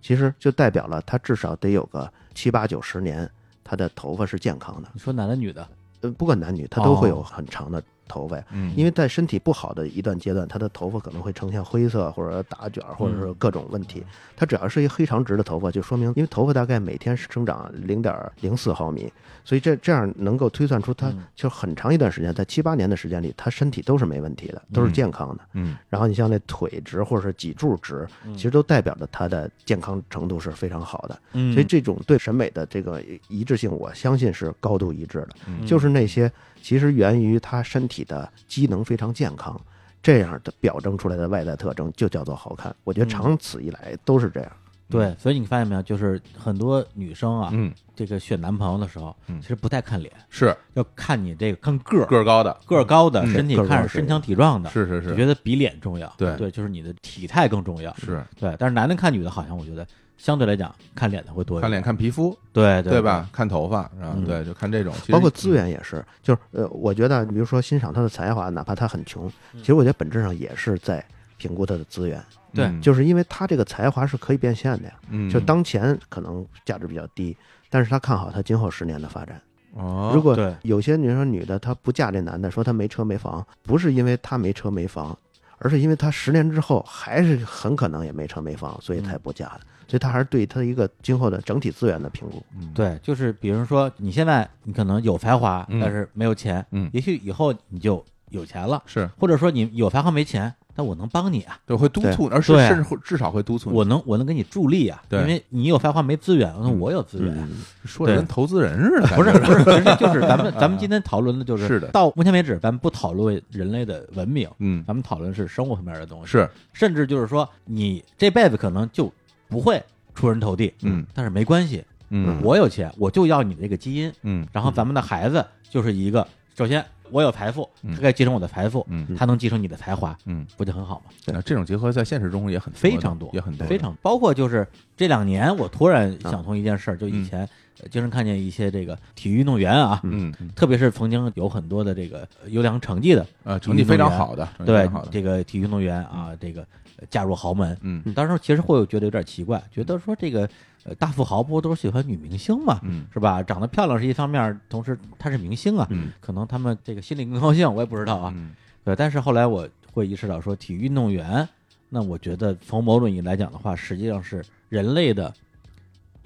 [SPEAKER 4] 其实就代表了他至少得有个七八九十年，他的头发是健康的。
[SPEAKER 2] 你说男的女的？
[SPEAKER 4] 呃，不管男女，他都会有
[SPEAKER 2] 哦
[SPEAKER 4] 很长的头发呀。
[SPEAKER 3] 嗯，
[SPEAKER 4] 因为在身体不好的一段阶段，他的头发可能会呈现灰色或者打卷，或
[SPEAKER 2] 嗯
[SPEAKER 4] 者是各种问题。他只要是一黑长直的头发，就说明因为头发大概每天生长零点零四毫米，所以这这样能够推算出他
[SPEAKER 2] 嗯
[SPEAKER 4] 就很长一段时间，在七八年的时间里，他身体都是没问题的，都是健康的。
[SPEAKER 3] 嗯
[SPEAKER 4] 然后你像那腿直或者是脊柱直，其实都代表着他的健康程度是非常好的。
[SPEAKER 2] 嗯
[SPEAKER 4] 所以这种对审美的这个一致性，我相信是高度一致的。
[SPEAKER 3] 嗯
[SPEAKER 4] 就是那些其实源于他身体的机能非常健康，这样的表征出来的外在特征就叫做好看。我觉
[SPEAKER 3] 嗯
[SPEAKER 4] 得长此以来都是这样。
[SPEAKER 2] 对，所以你发现没有，就是很多女生啊，
[SPEAKER 3] 嗯
[SPEAKER 2] 这个选男朋友的时候，
[SPEAKER 3] 嗯
[SPEAKER 2] 其实不太看脸，
[SPEAKER 3] 是
[SPEAKER 2] 要看你这个看个儿，
[SPEAKER 3] 个儿嗯高的，
[SPEAKER 2] 个儿高的，身体
[SPEAKER 4] 个儿高
[SPEAKER 2] 看着
[SPEAKER 4] 是
[SPEAKER 2] 身强体壮的，
[SPEAKER 3] 是是
[SPEAKER 2] 我
[SPEAKER 3] 是
[SPEAKER 2] 觉得比脸重要。
[SPEAKER 3] 对
[SPEAKER 2] 对，就是你的体态更重要。
[SPEAKER 3] 是，
[SPEAKER 2] 对，但是男的看女的，好像我觉得相对来讲看脸的会多一点。
[SPEAKER 3] 看脸看皮肤
[SPEAKER 2] 对对嗯
[SPEAKER 3] 对？吧？看头发啊，对，就看这种，
[SPEAKER 4] 包括资源也是，就是呃，我觉得比如说欣赏他的才华，哪怕他很穷，
[SPEAKER 3] 嗯
[SPEAKER 4] 其实我觉得本质上也是在评估他的资源，
[SPEAKER 2] 对
[SPEAKER 4] 就是因为他这个才华是可以变现的呀。
[SPEAKER 3] 嗯
[SPEAKER 4] 就当前可能价值比较低，但是他看好他今后十年的发展。
[SPEAKER 3] 哦，
[SPEAKER 4] 如果
[SPEAKER 2] 对
[SPEAKER 4] 有些女生女的她不嫁这男的，说她没车没房，不是因为她没车没房，而是因为她十年之后还是很可能也没车没房，所以才不嫁的。所以她还是对她一个今后的整体资源的评估。
[SPEAKER 2] 对，就是比如说你现在你可能有才华，
[SPEAKER 3] 嗯
[SPEAKER 2] 但是没有钱，
[SPEAKER 3] 嗯
[SPEAKER 2] 也许以后你就有钱了，
[SPEAKER 3] 是
[SPEAKER 2] 或者说你有才华没钱，但我能帮你啊，
[SPEAKER 3] 对，会督
[SPEAKER 4] 对
[SPEAKER 3] 促，而是
[SPEAKER 2] 对啊
[SPEAKER 3] 甚至会至少会督促你。
[SPEAKER 2] 我能我能给你助力啊，
[SPEAKER 3] 对嗯
[SPEAKER 2] 因为你有发话没资源，那我有资源啊，
[SPEAKER 3] 说的跟
[SPEAKER 2] 对
[SPEAKER 3] 投资人似的，
[SPEAKER 2] *laughs* 不是
[SPEAKER 3] 感觉
[SPEAKER 2] 不是，其实就是咱们咱们今天讨论的就是
[SPEAKER 3] 的
[SPEAKER 2] 到目前为止，咱们不讨论人类的文明，
[SPEAKER 3] *laughs* 嗯，
[SPEAKER 2] 咱们讨论是生活方面的东西，
[SPEAKER 3] 是
[SPEAKER 2] 甚至就是说你这辈子可能就不会出人头地，
[SPEAKER 3] 嗯，
[SPEAKER 2] 但是没关系，
[SPEAKER 3] 嗯
[SPEAKER 2] 我有钱，我就要你这个基因，
[SPEAKER 3] 嗯
[SPEAKER 2] 然后咱们的孩子就是一个，首先我有财富，
[SPEAKER 3] 嗯
[SPEAKER 2] 他可以继承我的财富，
[SPEAKER 3] 嗯
[SPEAKER 2] 他能继承你的才华，
[SPEAKER 3] 嗯，
[SPEAKER 2] 不就很好吗？
[SPEAKER 3] 那这种结合在现实中也很
[SPEAKER 2] 非
[SPEAKER 3] 的
[SPEAKER 2] 常多，
[SPEAKER 3] 也很多的，
[SPEAKER 2] 非常包括就是这两年，我突然想通一件事儿，就以前呃经常看见一些这个体育运动员啊，
[SPEAKER 3] 嗯嗯
[SPEAKER 2] 特别是曾经有很多的这个呃优良成绩的，
[SPEAKER 3] 呃，成绩非常好的，成绩非
[SPEAKER 2] 对
[SPEAKER 3] 常好的，
[SPEAKER 2] 这个体育运动员啊，这个呃嫁入豪门，
[SPEAKER 3] 嗯
[SPEAKER 2] 当时其实会有觉得有点奇怪，觉得说这个呃大富豪不都喜欢女明星嘛，
[SPEAKER 3] 嗯
[SPEAKER 2] 是吧？长得漂亮是一方面儿，同时她是明星啊，
[SPEAKER 3] 嗯
[SPEAKER 2] 可能他们这个心里更高兴，我也不知道啊。
[SPEAKER 3] 嗯
[SPEAKER 2] 对，但是后来我会意识到说，体育运动员，那我觉得从某种意义来讲的话，实际上是人类的，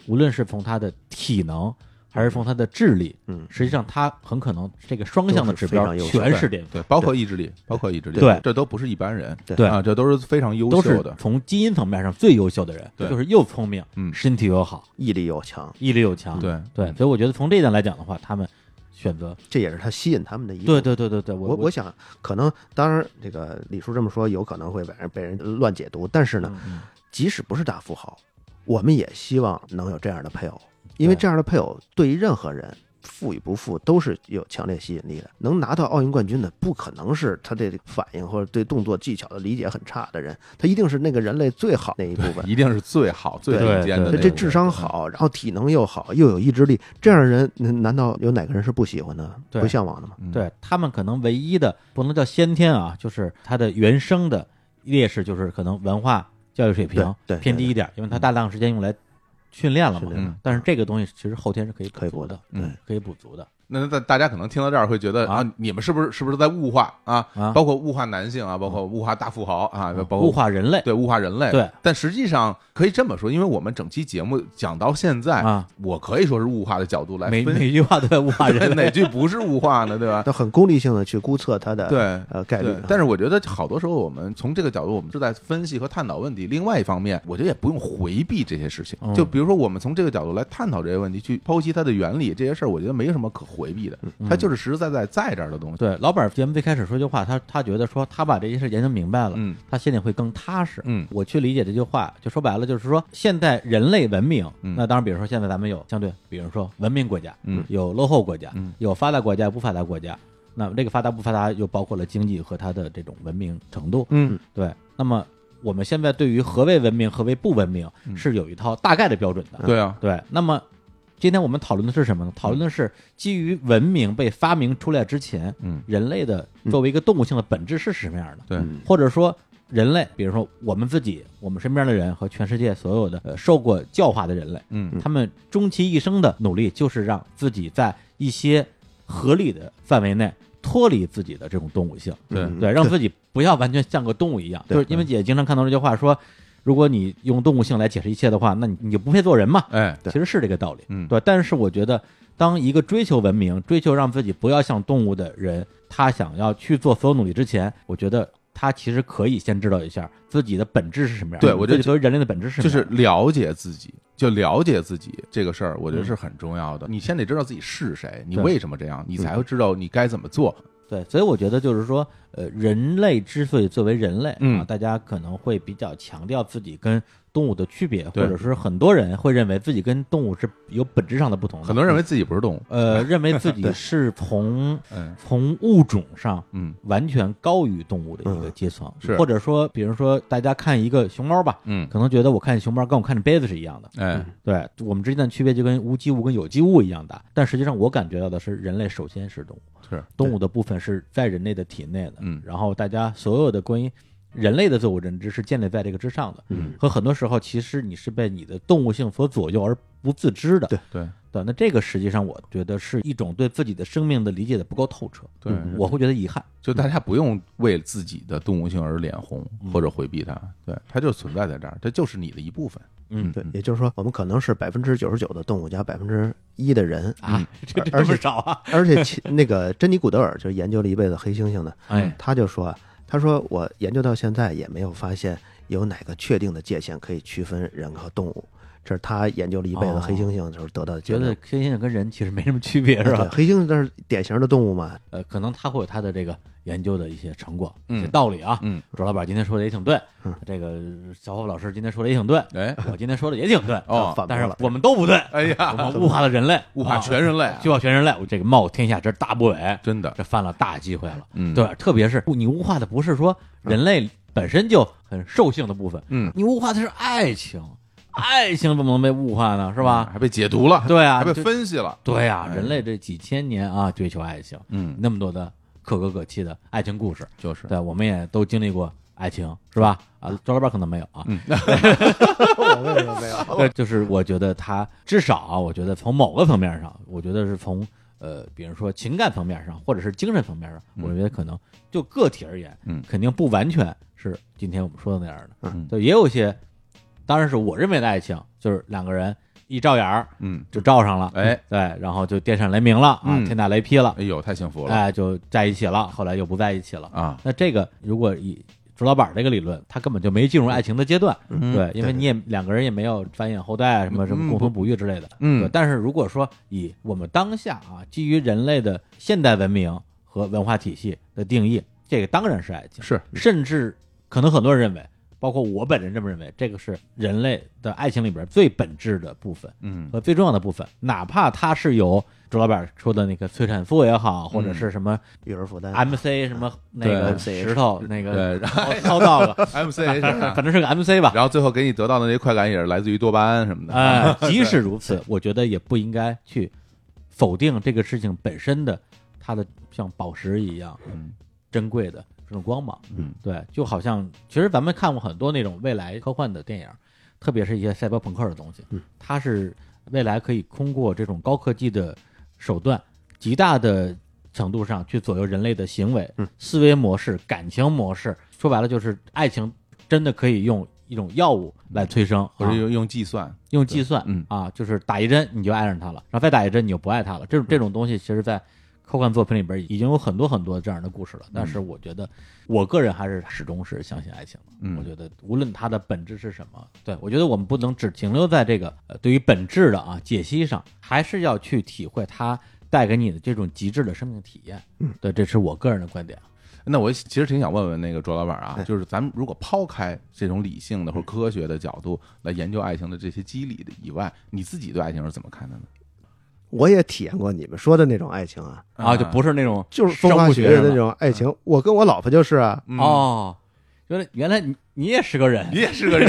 [SPEAKER 2] 无论是从他的体能。还是从他的智力，
[SPEAKER 4] 嗯
[SPEAKER 2] 实际上他很可能这个双向的指
[SPEAKER 4] 都
[SPEAKER 2] 标
[SPEAKER 4] 是非常优秀
[SPEAKER 2] 全是巅峰，
[SPEAKER 3] 对，包括意志力，包括意志力，
[SPEAKER 2] 对
[SPEAKER 3] 这都不是一般人，
[SPEAKER 2] 对
[SPEAKER 3] 啊，这都是非常优
[SPEAKER 2] 都
[SPEAKER 3] 秀
[SPEAKER 2] 是
[SPEAKER 3] 的，
[SPEAKER 2] 从基因层面上最优秀的人，
[SPEAKER 3] 对
[SPEAKER 2] 就是又聪明，
[SPEAKER 3] 嗯
[SPEAKER 2] 身体又好，
[SPEAKER 4] 毅力又强，
[SPEAKER 2] 毅力又强，
[SPEAKER 3] 对
[SPEAKER 2] 啊对，所以我觉得从这一点来讲的话，他们选择，
[SPEAKER 4] 这也是他吸引他们的一部
[SPEAKER 2] 对
[SPEAKER 4] 分。
[SPEAKER 2] 对对对对，我
[SPEAKER 4] 我我想，可能当然，这个李叔这么说，有可能会被人被人乱解读。但是呢，
[SPEAKER 2] 嗯
[SPEAKER 4] 即使不是大富豪，我们也希望能有这样的配偶，因为
[SPEAKER 2] 对
[SPEAKER 4] 这样的配偶对于任何人。富与不富都是有强烈吸引力的。能拿到奥运冠军的，不可能是他对反应或者对动作技巧的理解很差的人，他一定是那个人类最好那一部分。
[SPEAKER 3] 一定是最好、最
[SPEAKER 4] 对
[SPEAKER 3] 顶尖的
[SPEAKER 2] 对
[SPEAKER 3] 那
[SPEAKER 4] 这
[SPEAKER 3] 种。
[SPEAKER 4] 这智商好，然后体能又好，又有意志力，这样的人，嗯难道有哪个人是不喜欢的、
[SPEAKER 2] 对
[SPEAKER 4] 不向往的吗？
[SPEAKER 3] 嗯，
[SPEAKER 2] 对他们可能唯一的不能叫先天啊，就是他的原生的劣势就是可能文化教育水平
[SPEAKER 4] 对对
[SPEAKER 2] 偏低一点，因为他大量时间用来训练了嘛嗯
[SPEAKER 4] 训练
[SPEAKER 3] 了。
[SPEAKER 2] 但是这个东西其实后天是可以
[SPEAKER 4] 可以
[SPEAKER 2] 补足
[SPEAKER 4] 补
[SPEAKER 2] 的，
[SPEAKER 3] 嗯
[SPEAKER 2] 嗯，可以补足的。
[SPEAKER 3] 那大大家可能听到这儿会觉得
[SPEAKER 2] 啊
[SPEAKER 3] 啊，你们是不是是不是在物化啊
[SPEAKER 2] 啊？嗯
[SPEAKER 3] 包括物化男性啊，包括物化大富豪啊，包括
[SPEAKER 2] 物化人类，
[SPEAKER 3] 对物化人类。
[SPEAKER 2] 对，
[SPEAKER 3] 但实际上可以这么说，因为我们整期节目讲到现在
[SPEAKER 2] 啊，
[SPEAKER 3] 我可以说是物化的角度来
[SPEAKER 2] 每
[SPEAKER 3] 分
[SPEAKER 2] 每句话都在物化人
[SPEAKER 3] 哪
[SPEAKER 2] 类。
[SPEAKER 3] 句不是物化呢？对吧？
[SPEAKER 4] *laughs* 那很功利性的去估测它的
[SPEAKER 3] 对
[SPEAKER 4] 呃概率
[SPEAKER 3] 对
[SPEAKER 4] 啊。，
[SPEAKER 3] 但是我觉得好多时候我们从这个角度，我们是在分析和探讨问题。另外一方面，我觉得也不用回避这些事情
[SPEAKER 2] 嗯。
[SPEAKER 3] 就比如说，我们从这个角度来探讨这些问题，去剖析它的原理，这些事儿，我觉得没什么可回避的。它就是实实在在在这儿的东西。
[SPEAKER 2] 对，老板节目最开始说句话，他他觉得说他把这些事研究明白了，
[SPEAKER 3] 嗯
[SPEAKER 2] 他心里会更踏实。
[SPEAKER 3] 嗯
[SPEAKER 2] 我去理解这句话，就说白了就是说，现在人类文明，
[SPEAKER 3] 嗯
[SPEAKER 2] 那当然，比如说现在咱们有相对，比如说文明国家，
[SPEAKER 3] 嗯
[SPEAKER 2] 有落后国家，
[SPEAKER 3] 嗯
[SPEAKER 2] 有发达国家、不发达国家。那这个发达不发达，又包括了经济和它的这种文明程度。
[SPEAKER 3] 嗯
[SPEAKER 2] 对，那么我们现在对于何为文明、何为不文明，
[SPEAKER 3] 嗯
[SPEAKER 2] 是有一套大概的标准的。
[SPEAKER 3] 对啊，
[SPEAKER 2] 对，那么今天我们讨论的是什么呢？
[SPEAKER 3] 嗯
[SPEAKER 2] 讨论的是基于文明被发明出来之前，
[SPEAKER 3] 嗯
[SPEAKER 2] 人类的作为一个动物性的本质是什么样的？
[SPEAKER 3] 对，
[SPEAKER 4] 嗯
[SPEAKER 2] 或者说人类，比如说我们自己、我们身边的人和全世界所有的、呃、受过教化的人类，
[SPEAKER 3] 嗯
[SPEAKER 2] 他们终其一生的努力就是让自己在一些合理的范围内脱离自己的这种动物性，
[SPEAKER 3] 对
[SPEAKER 4] 嗯
[SPEAKER 2] 对，让自己不要完全像个动物一样。
[SPEAKER 4] 对
[SPEAKER 2] 就是因为也经常看到这句话说，如果你用动物性来解释一切的话，那你你就不配做人嘛。
[SPEAKER 3] 哎，
[SPEAKER 4] 对
[SPEAKER 2] 其实是这个道理，
[SPEAKER 3] 嗯
[SPEAKER 2] 对。但是我觉得，当一个追求文明、追求让自己不要像动物的人，他想要去做所有努力之前，我觉得他其实可以先知道一下自己的本质是什么样的。
[SPEAKER 3] 对我觉
[SPEAKER 2] 自
[SPEAKER 3] 得
[SPEAKER 2] 己作为人类的本质是什
[SPEAKER 3] 就
[SPEAKER 2] 么
[SPEAKER 3] 是
[SPEAKER 2] 样的
[SPEAKER 3] 了解自己，就了解自己这个事儿，我觉得是很重要的。你先得知道自己是谁，你
[SPEAKER 2] 对嗯
[SPEAKER 3] 为什么这样，你才会知道你该怎么做。
[SPEAKER 2] 对，所以我觉得就是说，呃，人类之所以作为人类、啊，
[SPEAKER 3] 嗯
[SPEAKER 2] 大家可能会比较强调自己跟动物的区别，
[SPEAKER 3] 对
[SPEAKER 2] 或者是很多人会认为自己跟动物是有本质上的不同的。
[SPEAKER 3] 很多人认为自己不是动物，
[SPEAKER 2] 呃，认为自
[SPEAKER 3] *laughs*
[SPEAKER 2] 己是从
[SPEAKER 3] 嗯
[SPEAKER 2] 从物种上
[SPEAKER 3] 嗯
[SPEAKER 2] 完全高于动物的一个阶层，
[SPEAKER 3] 是
[SPEAKER 2] 或者说，比如说大家看一个熊猫吧，
[SPEAKER 3] 嗯，
[SPEAKER 2] 可能觉得我看熊猫跟我看杯子是一样的，
[SPEAKER 3] 哎，
[SPEAKER 2] 对我们之间的区别就跟无机物跟有机物一样大，但实际上我感觉到的是，人类首先是动物，
[SPEAKER 3] 是
[SPEAKER 2] 动物的部分是在人类的体内的，
[SPEAKER 3] 嗯
[SPEAKER 2] 然后大家所有的关于人类的自我认知是建立在这个之上的，
[SPEAKER 4] 嗯，
[SPEAKER 2] 和很多时候其实你是被你的动物性所左右而不自知的，
[SPEAKER 4] 对
[SPEAKER 3] 对
[SPEAKER 2] 对，那这个实际上我觉得是一种对自己的生命的理解的不够透彻，
[SPEAKER 3] 对，
[SPEAKER 2] 我会觉得遗憾。
[SPEAKER 3] 就大家不用为自己的动物性而脸红
[SPEAKER 2] 嗯
[SPEAKER 3] 或者回避它，对，它就存在在这儿，这就是你的一部分。
[SPEAKER 2] 嗯，
[SPEAKER 4] 对，也就是说，我们可能是百分之九十九的动物加百分之一的人，嗯
[SPEAKER 2] 啊，
[SPEAKER 3] *laughs*
[SPEAKER 2] 这这
[SPEAKER 4] 而
[SPEAKER 2] 这么
[SPEAKER 4] 且
[SPEAKER 2] 少啊？
[SPEAKER 4] 而且其那个珍妮古德尔就是研究了一辈子黑猩猩的，
[SPEAKER 2] *laughs* 哎，
[SPEAKER 4] 他就说啊，他说我研究到现在也没有发现有哪个确定的界限可以区分人和动物，这是他研究了一辈子
[SPEAKER 2] 哦
[SPEAKER 4] 黑猩猩的时候得到的结
[SPEAKER 2] 觉得
[SPEAKER 4] 论。
[SPEAKER 2] 黑猩猩跟人其实没什么区别，是
[SPEAKER 4] 对
[SPEAKER 2] 吧？
[SPEAKER 4] 黑猩猩那是典型的动物嘛，
[SPEAKER 2] 呃，可能他会有他的这个研究的一些成果、
[SPEAKER 3] 嗯
[SPEAKER 2] 一些道理啊。
[SPEAKER 3] 嗯，
[SPEAKER 2] 卓老板今天说的也挺对，呃
[SPEAKER 4] 嗯
[SPEAKER 2] 这个小伙老师今天说的也挺
[SPEAKER 3] *laughs*
[SPEAKER 2] 对，
[SPEAKER 3] 哎
[SPEAKER 2] 我今天说的也挺对，
[SPEAKER 3] 哦，
[SPEAKER 4] 反驳
[SPEAKER 2] 但是
[SPEAKER 4] 了。
[SPEAKER 2] 我们都不对，我
[SPEAKER 3] 哎呀，
[SPEAKER 2] 们物化了人类，
[SPEAKER 3] 物化全人类啊
[SPEAKER 2] *laughs* 啊，就要全人类，我这个冒天下之大不韪，
[SPEAKER 3] 真的，
[SPEAKER 2] 这犯了大忌讳了。
[SPEAKER 3] 嗯，
[SPEAKER 2] 对，，特别是你物化的不是说人类本身就很兽性的部分，
[SPEAKER 3] 嗯，
[SPEAKER 2] 你物化的是爱情，爱情怎么能被物化呢？是吧？
[SPEAKER 3] 还被解读了，
[SPEAKER 2] 对啊
[SPEAKER 3] 嗯还被
[SPEAKER 2] 就
[SPEAKER 3] 分析了，
[SPEAKER 2] 对呀、
[SPEAKER 3] 哎
[SPEAKER 2] 人类这几千年啊追求爱情，
[SPEAKER 3] 嗯，
[SPEAKER 2] 那么多的可歌可泣的爱情故事，
[SPEAKER 3] 就是，
[SPEAKER 2] 对，我们也都经历过爱情，是吧？啊，周老板可能没有啊，
[SPEAKER 3] 嗯，
[SPEAKER 4] 我为什 *laughs* 么没有？
[SPEAKER 3] 哦
[SPEAKER 2] 对，就是我觉得他至少啊，我觉得从某个层面上，我觉得是从呃，比如说情感层面上，或者是精神层面上，
[SPEAKER 3] 嗯
[SPEAKER 2] 我觉得可能就个体而言，
[SPEAKER 3] 嗯
[SPEAKER 2] 肯定不完全是今天我们说的那样的，
[SPEAKER 3] 嗯
[SPEAKER 2] 就也有一些，当然是我认为的爱情，就是两个人一照眼儿
[SPEAKER 3] 嗯，
[SPEAKER 2] 就照上了，
[SPEAKER 3] 哎，
[SPEAKER 2] 对，然后就电闪雷鸣了啊，
[SPEAKER 3] 嗯
[SPEAKER 2] 天打雷劈了，
[SPEAKER 3] 哎呦，太幸福了
[SPEAKER 2] 哎，就在一起了，后来又不在一起了。
[SPEAKER 3] 啊，
[SPEAKER 2] 那这个如果以朱老板这个理论，他根本就没进入爱情的阶段，
[SPEAKER 3] 嗯
[SPEAKER 2] 对，因为
[SPEAKER 4] 对
[SPEAKER 2] 你也两个人也没有繁衍后代，啊什么什么
[SPEAKER 3] 嗯
[SPEAKER 2] 共同哺育之类的，
[SPEAKER 3] 嗯
[SPEAKER 2] 对但是如果说以我们当下啊，基于人类的现代文明和文化体系的定义，这个当然是爱情，
[SPEAKER 3] 是，
[SPEAKER 2] 甚至可能很多人认为，包括我本人这么认为，这个是人类的爱情里边最本质的部分。
[SPEAKER 3] 嗯
[SPEAKER 2] 和呃最重要的部分，哪怕它是由周老板说的那个催产素也好，或
[SPEAKER 3] 嗯
[SPEAKER 2] 者是什么
[SPEAKER 4] 育儿负担
[SPEAKER 2] MC 什么那个
[SPEAKER 4] 对
[SPEAKER 2] 石头那个
[SPEAKER 3] 对然后
[SPEAKER 2] 掏到了，
[SPEAKER 3] 哎，MCH，
[SPEAKER 2] 反正是个 MC 吧。
[SPEAKER 3] 然后最后给你得到的那些快感也是来自于多巴胺什么的，
[SPEAKER 2] 啊，即使如此，我觉得也不应该去否定这个事情本身的它的像宝石一样
[SPEAKER 3] 嗯
[SPEAKER 2] 珍贵的这种光芒。
[SPEAKER 3] 嗯，
[SPEAKER 2] 对，就好像其实咱们看过很多那种未来科幻的电影，特别是一些赛博朋克的东西，
[SPEAKER 4] 嗯
[SPEAKER 2] 它是未来可以通过这种高科技的手段，极大的程度上去左右人类的行为、
[SPEAKER 4] 嗯
[SPEAKER 2] 思维模式、感情模式。说白了就是爱情真的可以用一种药物来催生，
[SPEAKER 4] 嗯
[SPEAKER 3] 或者
[SPEAKER 2] 啊
[SPEAKER 3] 用用计算，
[SPEAKER 2] 用计算，
[SPEAKER 3] 对嗯
[SPEAKER 2] 啊，就是打一针你就爱上他了，然后再打一针你就不爱他了。这种这种东西，其实，在科幻作品里边已经有很多很多这样的故事了。
[SPEAKER 4] 嗯
[SPEAKER 2] 但是我觉得，我个人还是始终是相信爱情的。
[SPEAKER 3] 嗯
[SPEAKER 2] 我觉得无论它的本质是什么，对我觉得我们不能只停留在这个呃对于本质的啊解析上，还是要去体会它带给你的这种极致的生命体验。嗯，对，这是我个人的观点。
[SPEAKER 3] 那我其实挺想问问那个卓老板啊，
[SPEAKER 4] 哎
[SPEAKER 3] 就是咱们如果抛开这种理性的或者科学的角度来研究爱情的这些机理的以外，你自己对爱情是怎么看的呢？
[SPEAKER 4] 我也体验过你们说的那种爱情啊，
[SPEAKER 2] 啊，就不是那种
[SPEAKER 4] 就是
[SPEAKER 2] 生
[SPEAKER 4] 风花
[SPEAKER 2] 物
[SPEAKER 4] 雪
[SPEAKER 2] 学
[SPEAKER 4] 月
[SPEAKER 2] 上
[SPEAKER 4] 的
[SPEAKER 2] 的
[SPEAKER 4] 那种爱情。我跟我老婆就
[SPEAKER 3] *laughs*
[SPEAKER 4] 是啊，
[SPEAKER 3] 嗯，
[SPEAKER 2] 哦，原来原来你你也是个人
[SPEAKER 3] 你，也是
[SPEAKER 2] *laughs*
[SPEAKER 3] 个人，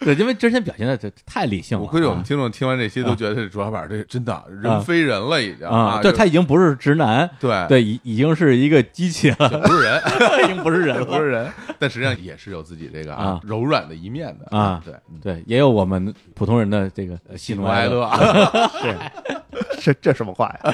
[SPEAKER 2] 对，因为之前表现的这太理性了
[SPEAKER 3] 我
[SPEAKER 2] 啊。
[SPEAKER 3] 估计我们听众听完这些都觉得这卓老板这真的人非人了已经
[SPEAKER 2] 啊，
[SPEAKER 3] 就
[SPEAKER 2] 对他已经不是直男，
[SPEAKER 3] 对
[SPEAKER 2] 对，已已经是一个机器了，
[SPEAKER 3] 就不是
[SPEAKER 2] *laughs*
[SPEAKER 3] 人，
[SPEAKER 2] 已经不是人
[SPEAKER 3] 不
[SPEAKER 2] 了。
[SPEAKER 3] 是人，但实际上也是有自己这个
[SPEAKER 2] 啊
[SPEAKER 3] 柔软的一面的
[SPEAKER 2] 啊
[SPEAKER 3] 对，嗯
[SPEAKER 2] 对，也有我们普通人的这个呃喜
[SPEAKER 3] 喜
[SPEAKER 2] 怒
[SPEAKER 3] 怒哀
[SPEAKER 2] 乐。
[SPEAKER 3] 乐
[SPEAKER 2] *laughs*
[SPEAKER 3] 啊，
[SPEAKER 4] 这这什么话呀？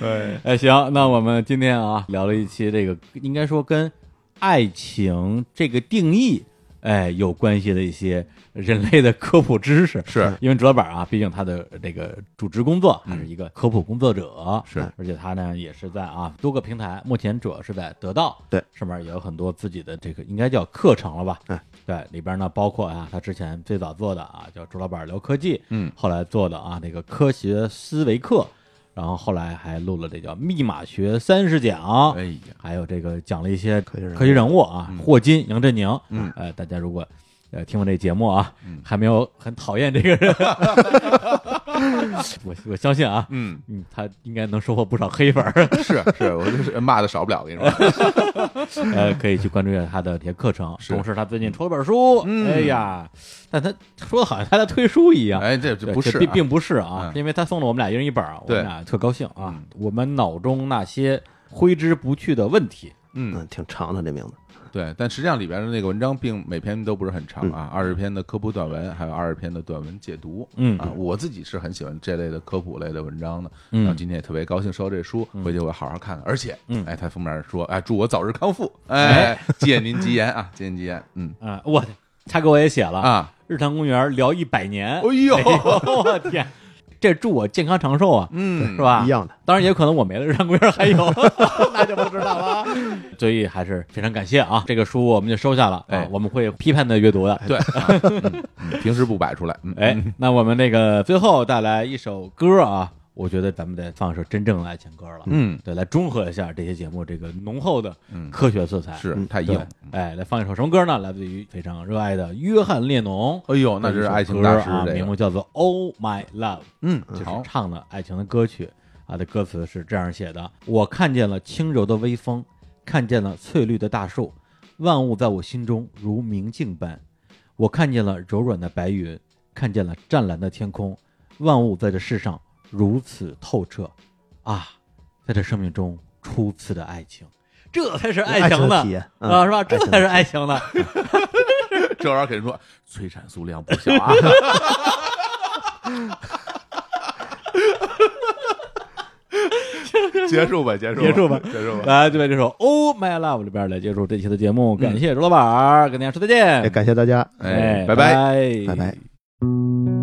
[SPEAKER 3] 对，
[SPEAKER 2] 哎，行，那我们今天啊聊了一期这个，应该说跟爱情这个定义，哎，有关系的一些人类的科普知识。
[SPEAKER 3] 是
[SPEAKER 2] 因为卓老板啊，毕竟他的这个主职工作，
[SPEAKER 3] 嗯
[SPEAKER 2] 他是一个科普工作者，
[SPEAKER 3] 是
[SPEAKER 2] 而且他呢也是在啊多个平台，目前主要是在得到
[SPEAKER 4] 对
[SPEAKER 2] 上面也有很多自己的这个应该叫课程了吧？
[SPEAKER 4] 嗯，
[SPEAKER 2] 对，里边呢包括啊他之前最早做的啊叫卓老板聊科技，
[SPEAKER 3] 嗯，
[SPEAKER 2] 后来做的啊那个科学思维课，然后后来还录了这叫密码学三十讲，
[SPEAKER 3] 哎呀，
[SPEAKER 2] 还有这个讲了一些
[SPEAKER 4] 科学人物嗯
[SPEAKER 2] 科学人物啊，霍金、杨振宁，
[SPEAKER 3] 嗯，
[SPEAKER 2] 呃，大家如果呃听我这节目啊，
[SPEAKER 4] 嗯
[SPEAKER 2] 还没有很讨厌这个
[SPEAKER 4] *laughs*
[SPEAKER 2] 人， *laughs* 我我相信啊，
[SPEAKER 3] 嗯，
[SPEAKER 2] 嗯，他应该能收获不少黑粉儿，
[SPEAKER 3] *laughs* 是是，我就是骂的少不了，我跟你
[SPEAKER 2] 哎
[SPEAKER 3] 说，
[SPEAKER 2] 呃，可以去关注一下他的这些课程。
[SPEAKER 3] 是
[SPEAKER 2] 同时，他最近出了本书，
[SPEAKER 3] 嗯
[SPEAKER 2] 哎呀，但他说的好像他在推书一样，
[SPEAKER 3] 哎，这这
[SPEAKER 2] 对
[SPEAKER 3] 不是
[SPEAKER 2] 这
[SPEAKER 3] 啊，
[SPEAKER 2] 并并不是啊，
[SPEAKER 3] 嗯
[SPEAKER 2] 因为他送了我们俩一人一本儿，我
[SPEAKER 3] 对
[SPEAKER 2] 们俩特高兴啊
[SPEAKER 3] 嗯。
[SPEAKER 2] 我们脑中那些挥之不去的问题，
[SPEAKER 3] 嗯，
[SPEAKER 4] 嗯，挺长的这名字。
[SPEAKER 3] 对，但实际上里边的那个文章并每篇都不是很长啊，二十篇的科普短文，还有二十篇的短文解读。
[SPEAKER 2] 嗯
[SPEAKER 3] 啊，我自己是很喜欢这类的科普类的文章的，
[SPEAKER 2] 嗯
[SPEAKER 3] 然后今天也特别高兴收到这书，回去我好好看看。而且，
[SPEAKER 2] 嗯
[SPEAKER 3] 哎，他封面说，哎，祝我早日康复，哎，借您吉言啊，借您吉言，嗯
[SPEAKER 2] 啊，我他给我也写了，
[SPEAKER 3] 啊，
[SPEAKER 2] 日坛公园聊一百年，
[SPEAKER 3] 哎呦
[SPEAKER 2] 哎呦我天！这祝我健康长寿啊，
[SPEAKER 3] 嗯
[SPEAKER 2] *laughs* 是？吧？
[SPEAKER 4] 一样的。
[SPEAKER 2] 当然也可能我没了，让贵人还有， *laughs* 那就不知道了。所以还是非常感谢啊，这个书我们就收下了，
[SPEAKER 3] 哎
[SPEAKER 2] 啊我们会批判的阅读的。
[SPEAKER 3] 对，啊嗯平时不摆出来，嗯
[SPEAKER 2] 哎，那我们那个最后带来一首歌啊，我觉得咱们得放一首真正的爱情歌了，
[SPEAKER 3] 嗯，
[SPEAKER 2] 对，来中和一下这些节目这个浓厚的科学色彩。
[SPEAKER 3] 是太硬
[SPEAKER 2] 对。，哎，来放一首什么歌呢？来自于非常热爱的约翰列侬。
[SPEAKER 3] 哎呦，那
[SPEAKER 2] 这
[SPEAKER 3] 真
[SPEAKER 2] 一
[SPEAKER 3] 是
[SPEAKER 2] 首歌
[SPEAKER 3] 爱情大师
[SPEAKER 2] 啊，
[SPEAKER 3] 这
[SPEAKER 2] 名
[SPEAKER 3] 个，
[SPEAKER 2] 目叫做《Oh My Love》。
[SPEAKER 3] 嗯，
[SPEAKER 2] 就是
[SPEAKER 3] 好，
[SPEAKER 2] 唱的爱情的歌曲啊的歌词是这样写的：我看见了轻柔的微风，看见了翠绿的大树，万物在我心中如明镜般；我看见了柔软的白云，看见了湛蓝的天空，万物在这世上如此透彻啊！在这生命中初次的爱情，这才是爱情
[SPEAKER 4] 的
[SPEAKER 2] 呢
[SPEAKER 4] 体验嗯
[SPEAKER 2] 啊，是吧？这才是爱情 *laughs* 呢。
[SPEAKER 3] 这玩意儿给人说，催产素量不小啊， *laughs* 结束吧，结束，
[SPEAKER 2] 结束吧
[SPEAKER 3] 结束吧。
[SPEAKER 2] 来，就在这首《Oh My Love》里边来结束这期的节目，感谢周老板儿，跟大家说再见
[SPEAKER 4] 也。感谢大家，
[SPEAKER 3] 哎，
[SPEAKER 2] 嗯拜
[SPEAKER 3] 拜拜。
[SPEAKER 4] 拜拜。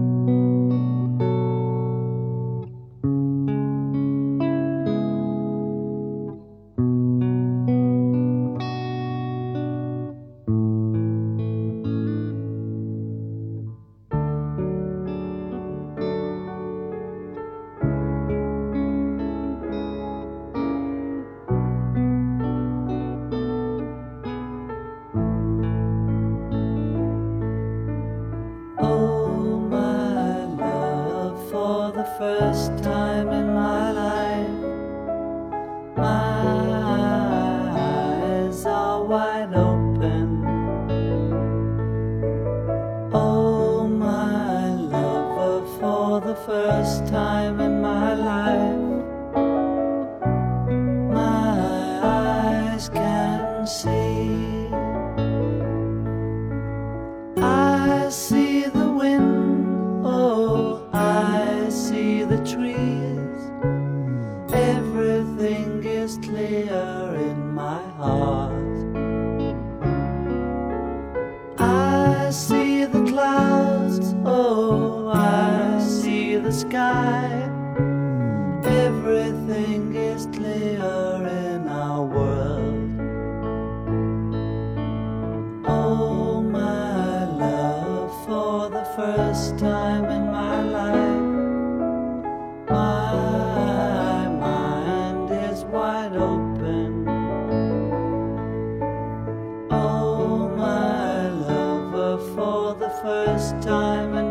[SPEAKER 5] Oh, my love, for the first time in my life, my eyes are wide open. Oh, my lover, for the first time in my life, my eyes can see. I see the wind, oh, I see the trees. Everything is clear in my heart. I see the clouds, oh, I see the sky. Everything is clear in our world. Oh, my love, for the first time in my life, my mind is wide open. Oh, my lover, for the first time in oh, oh,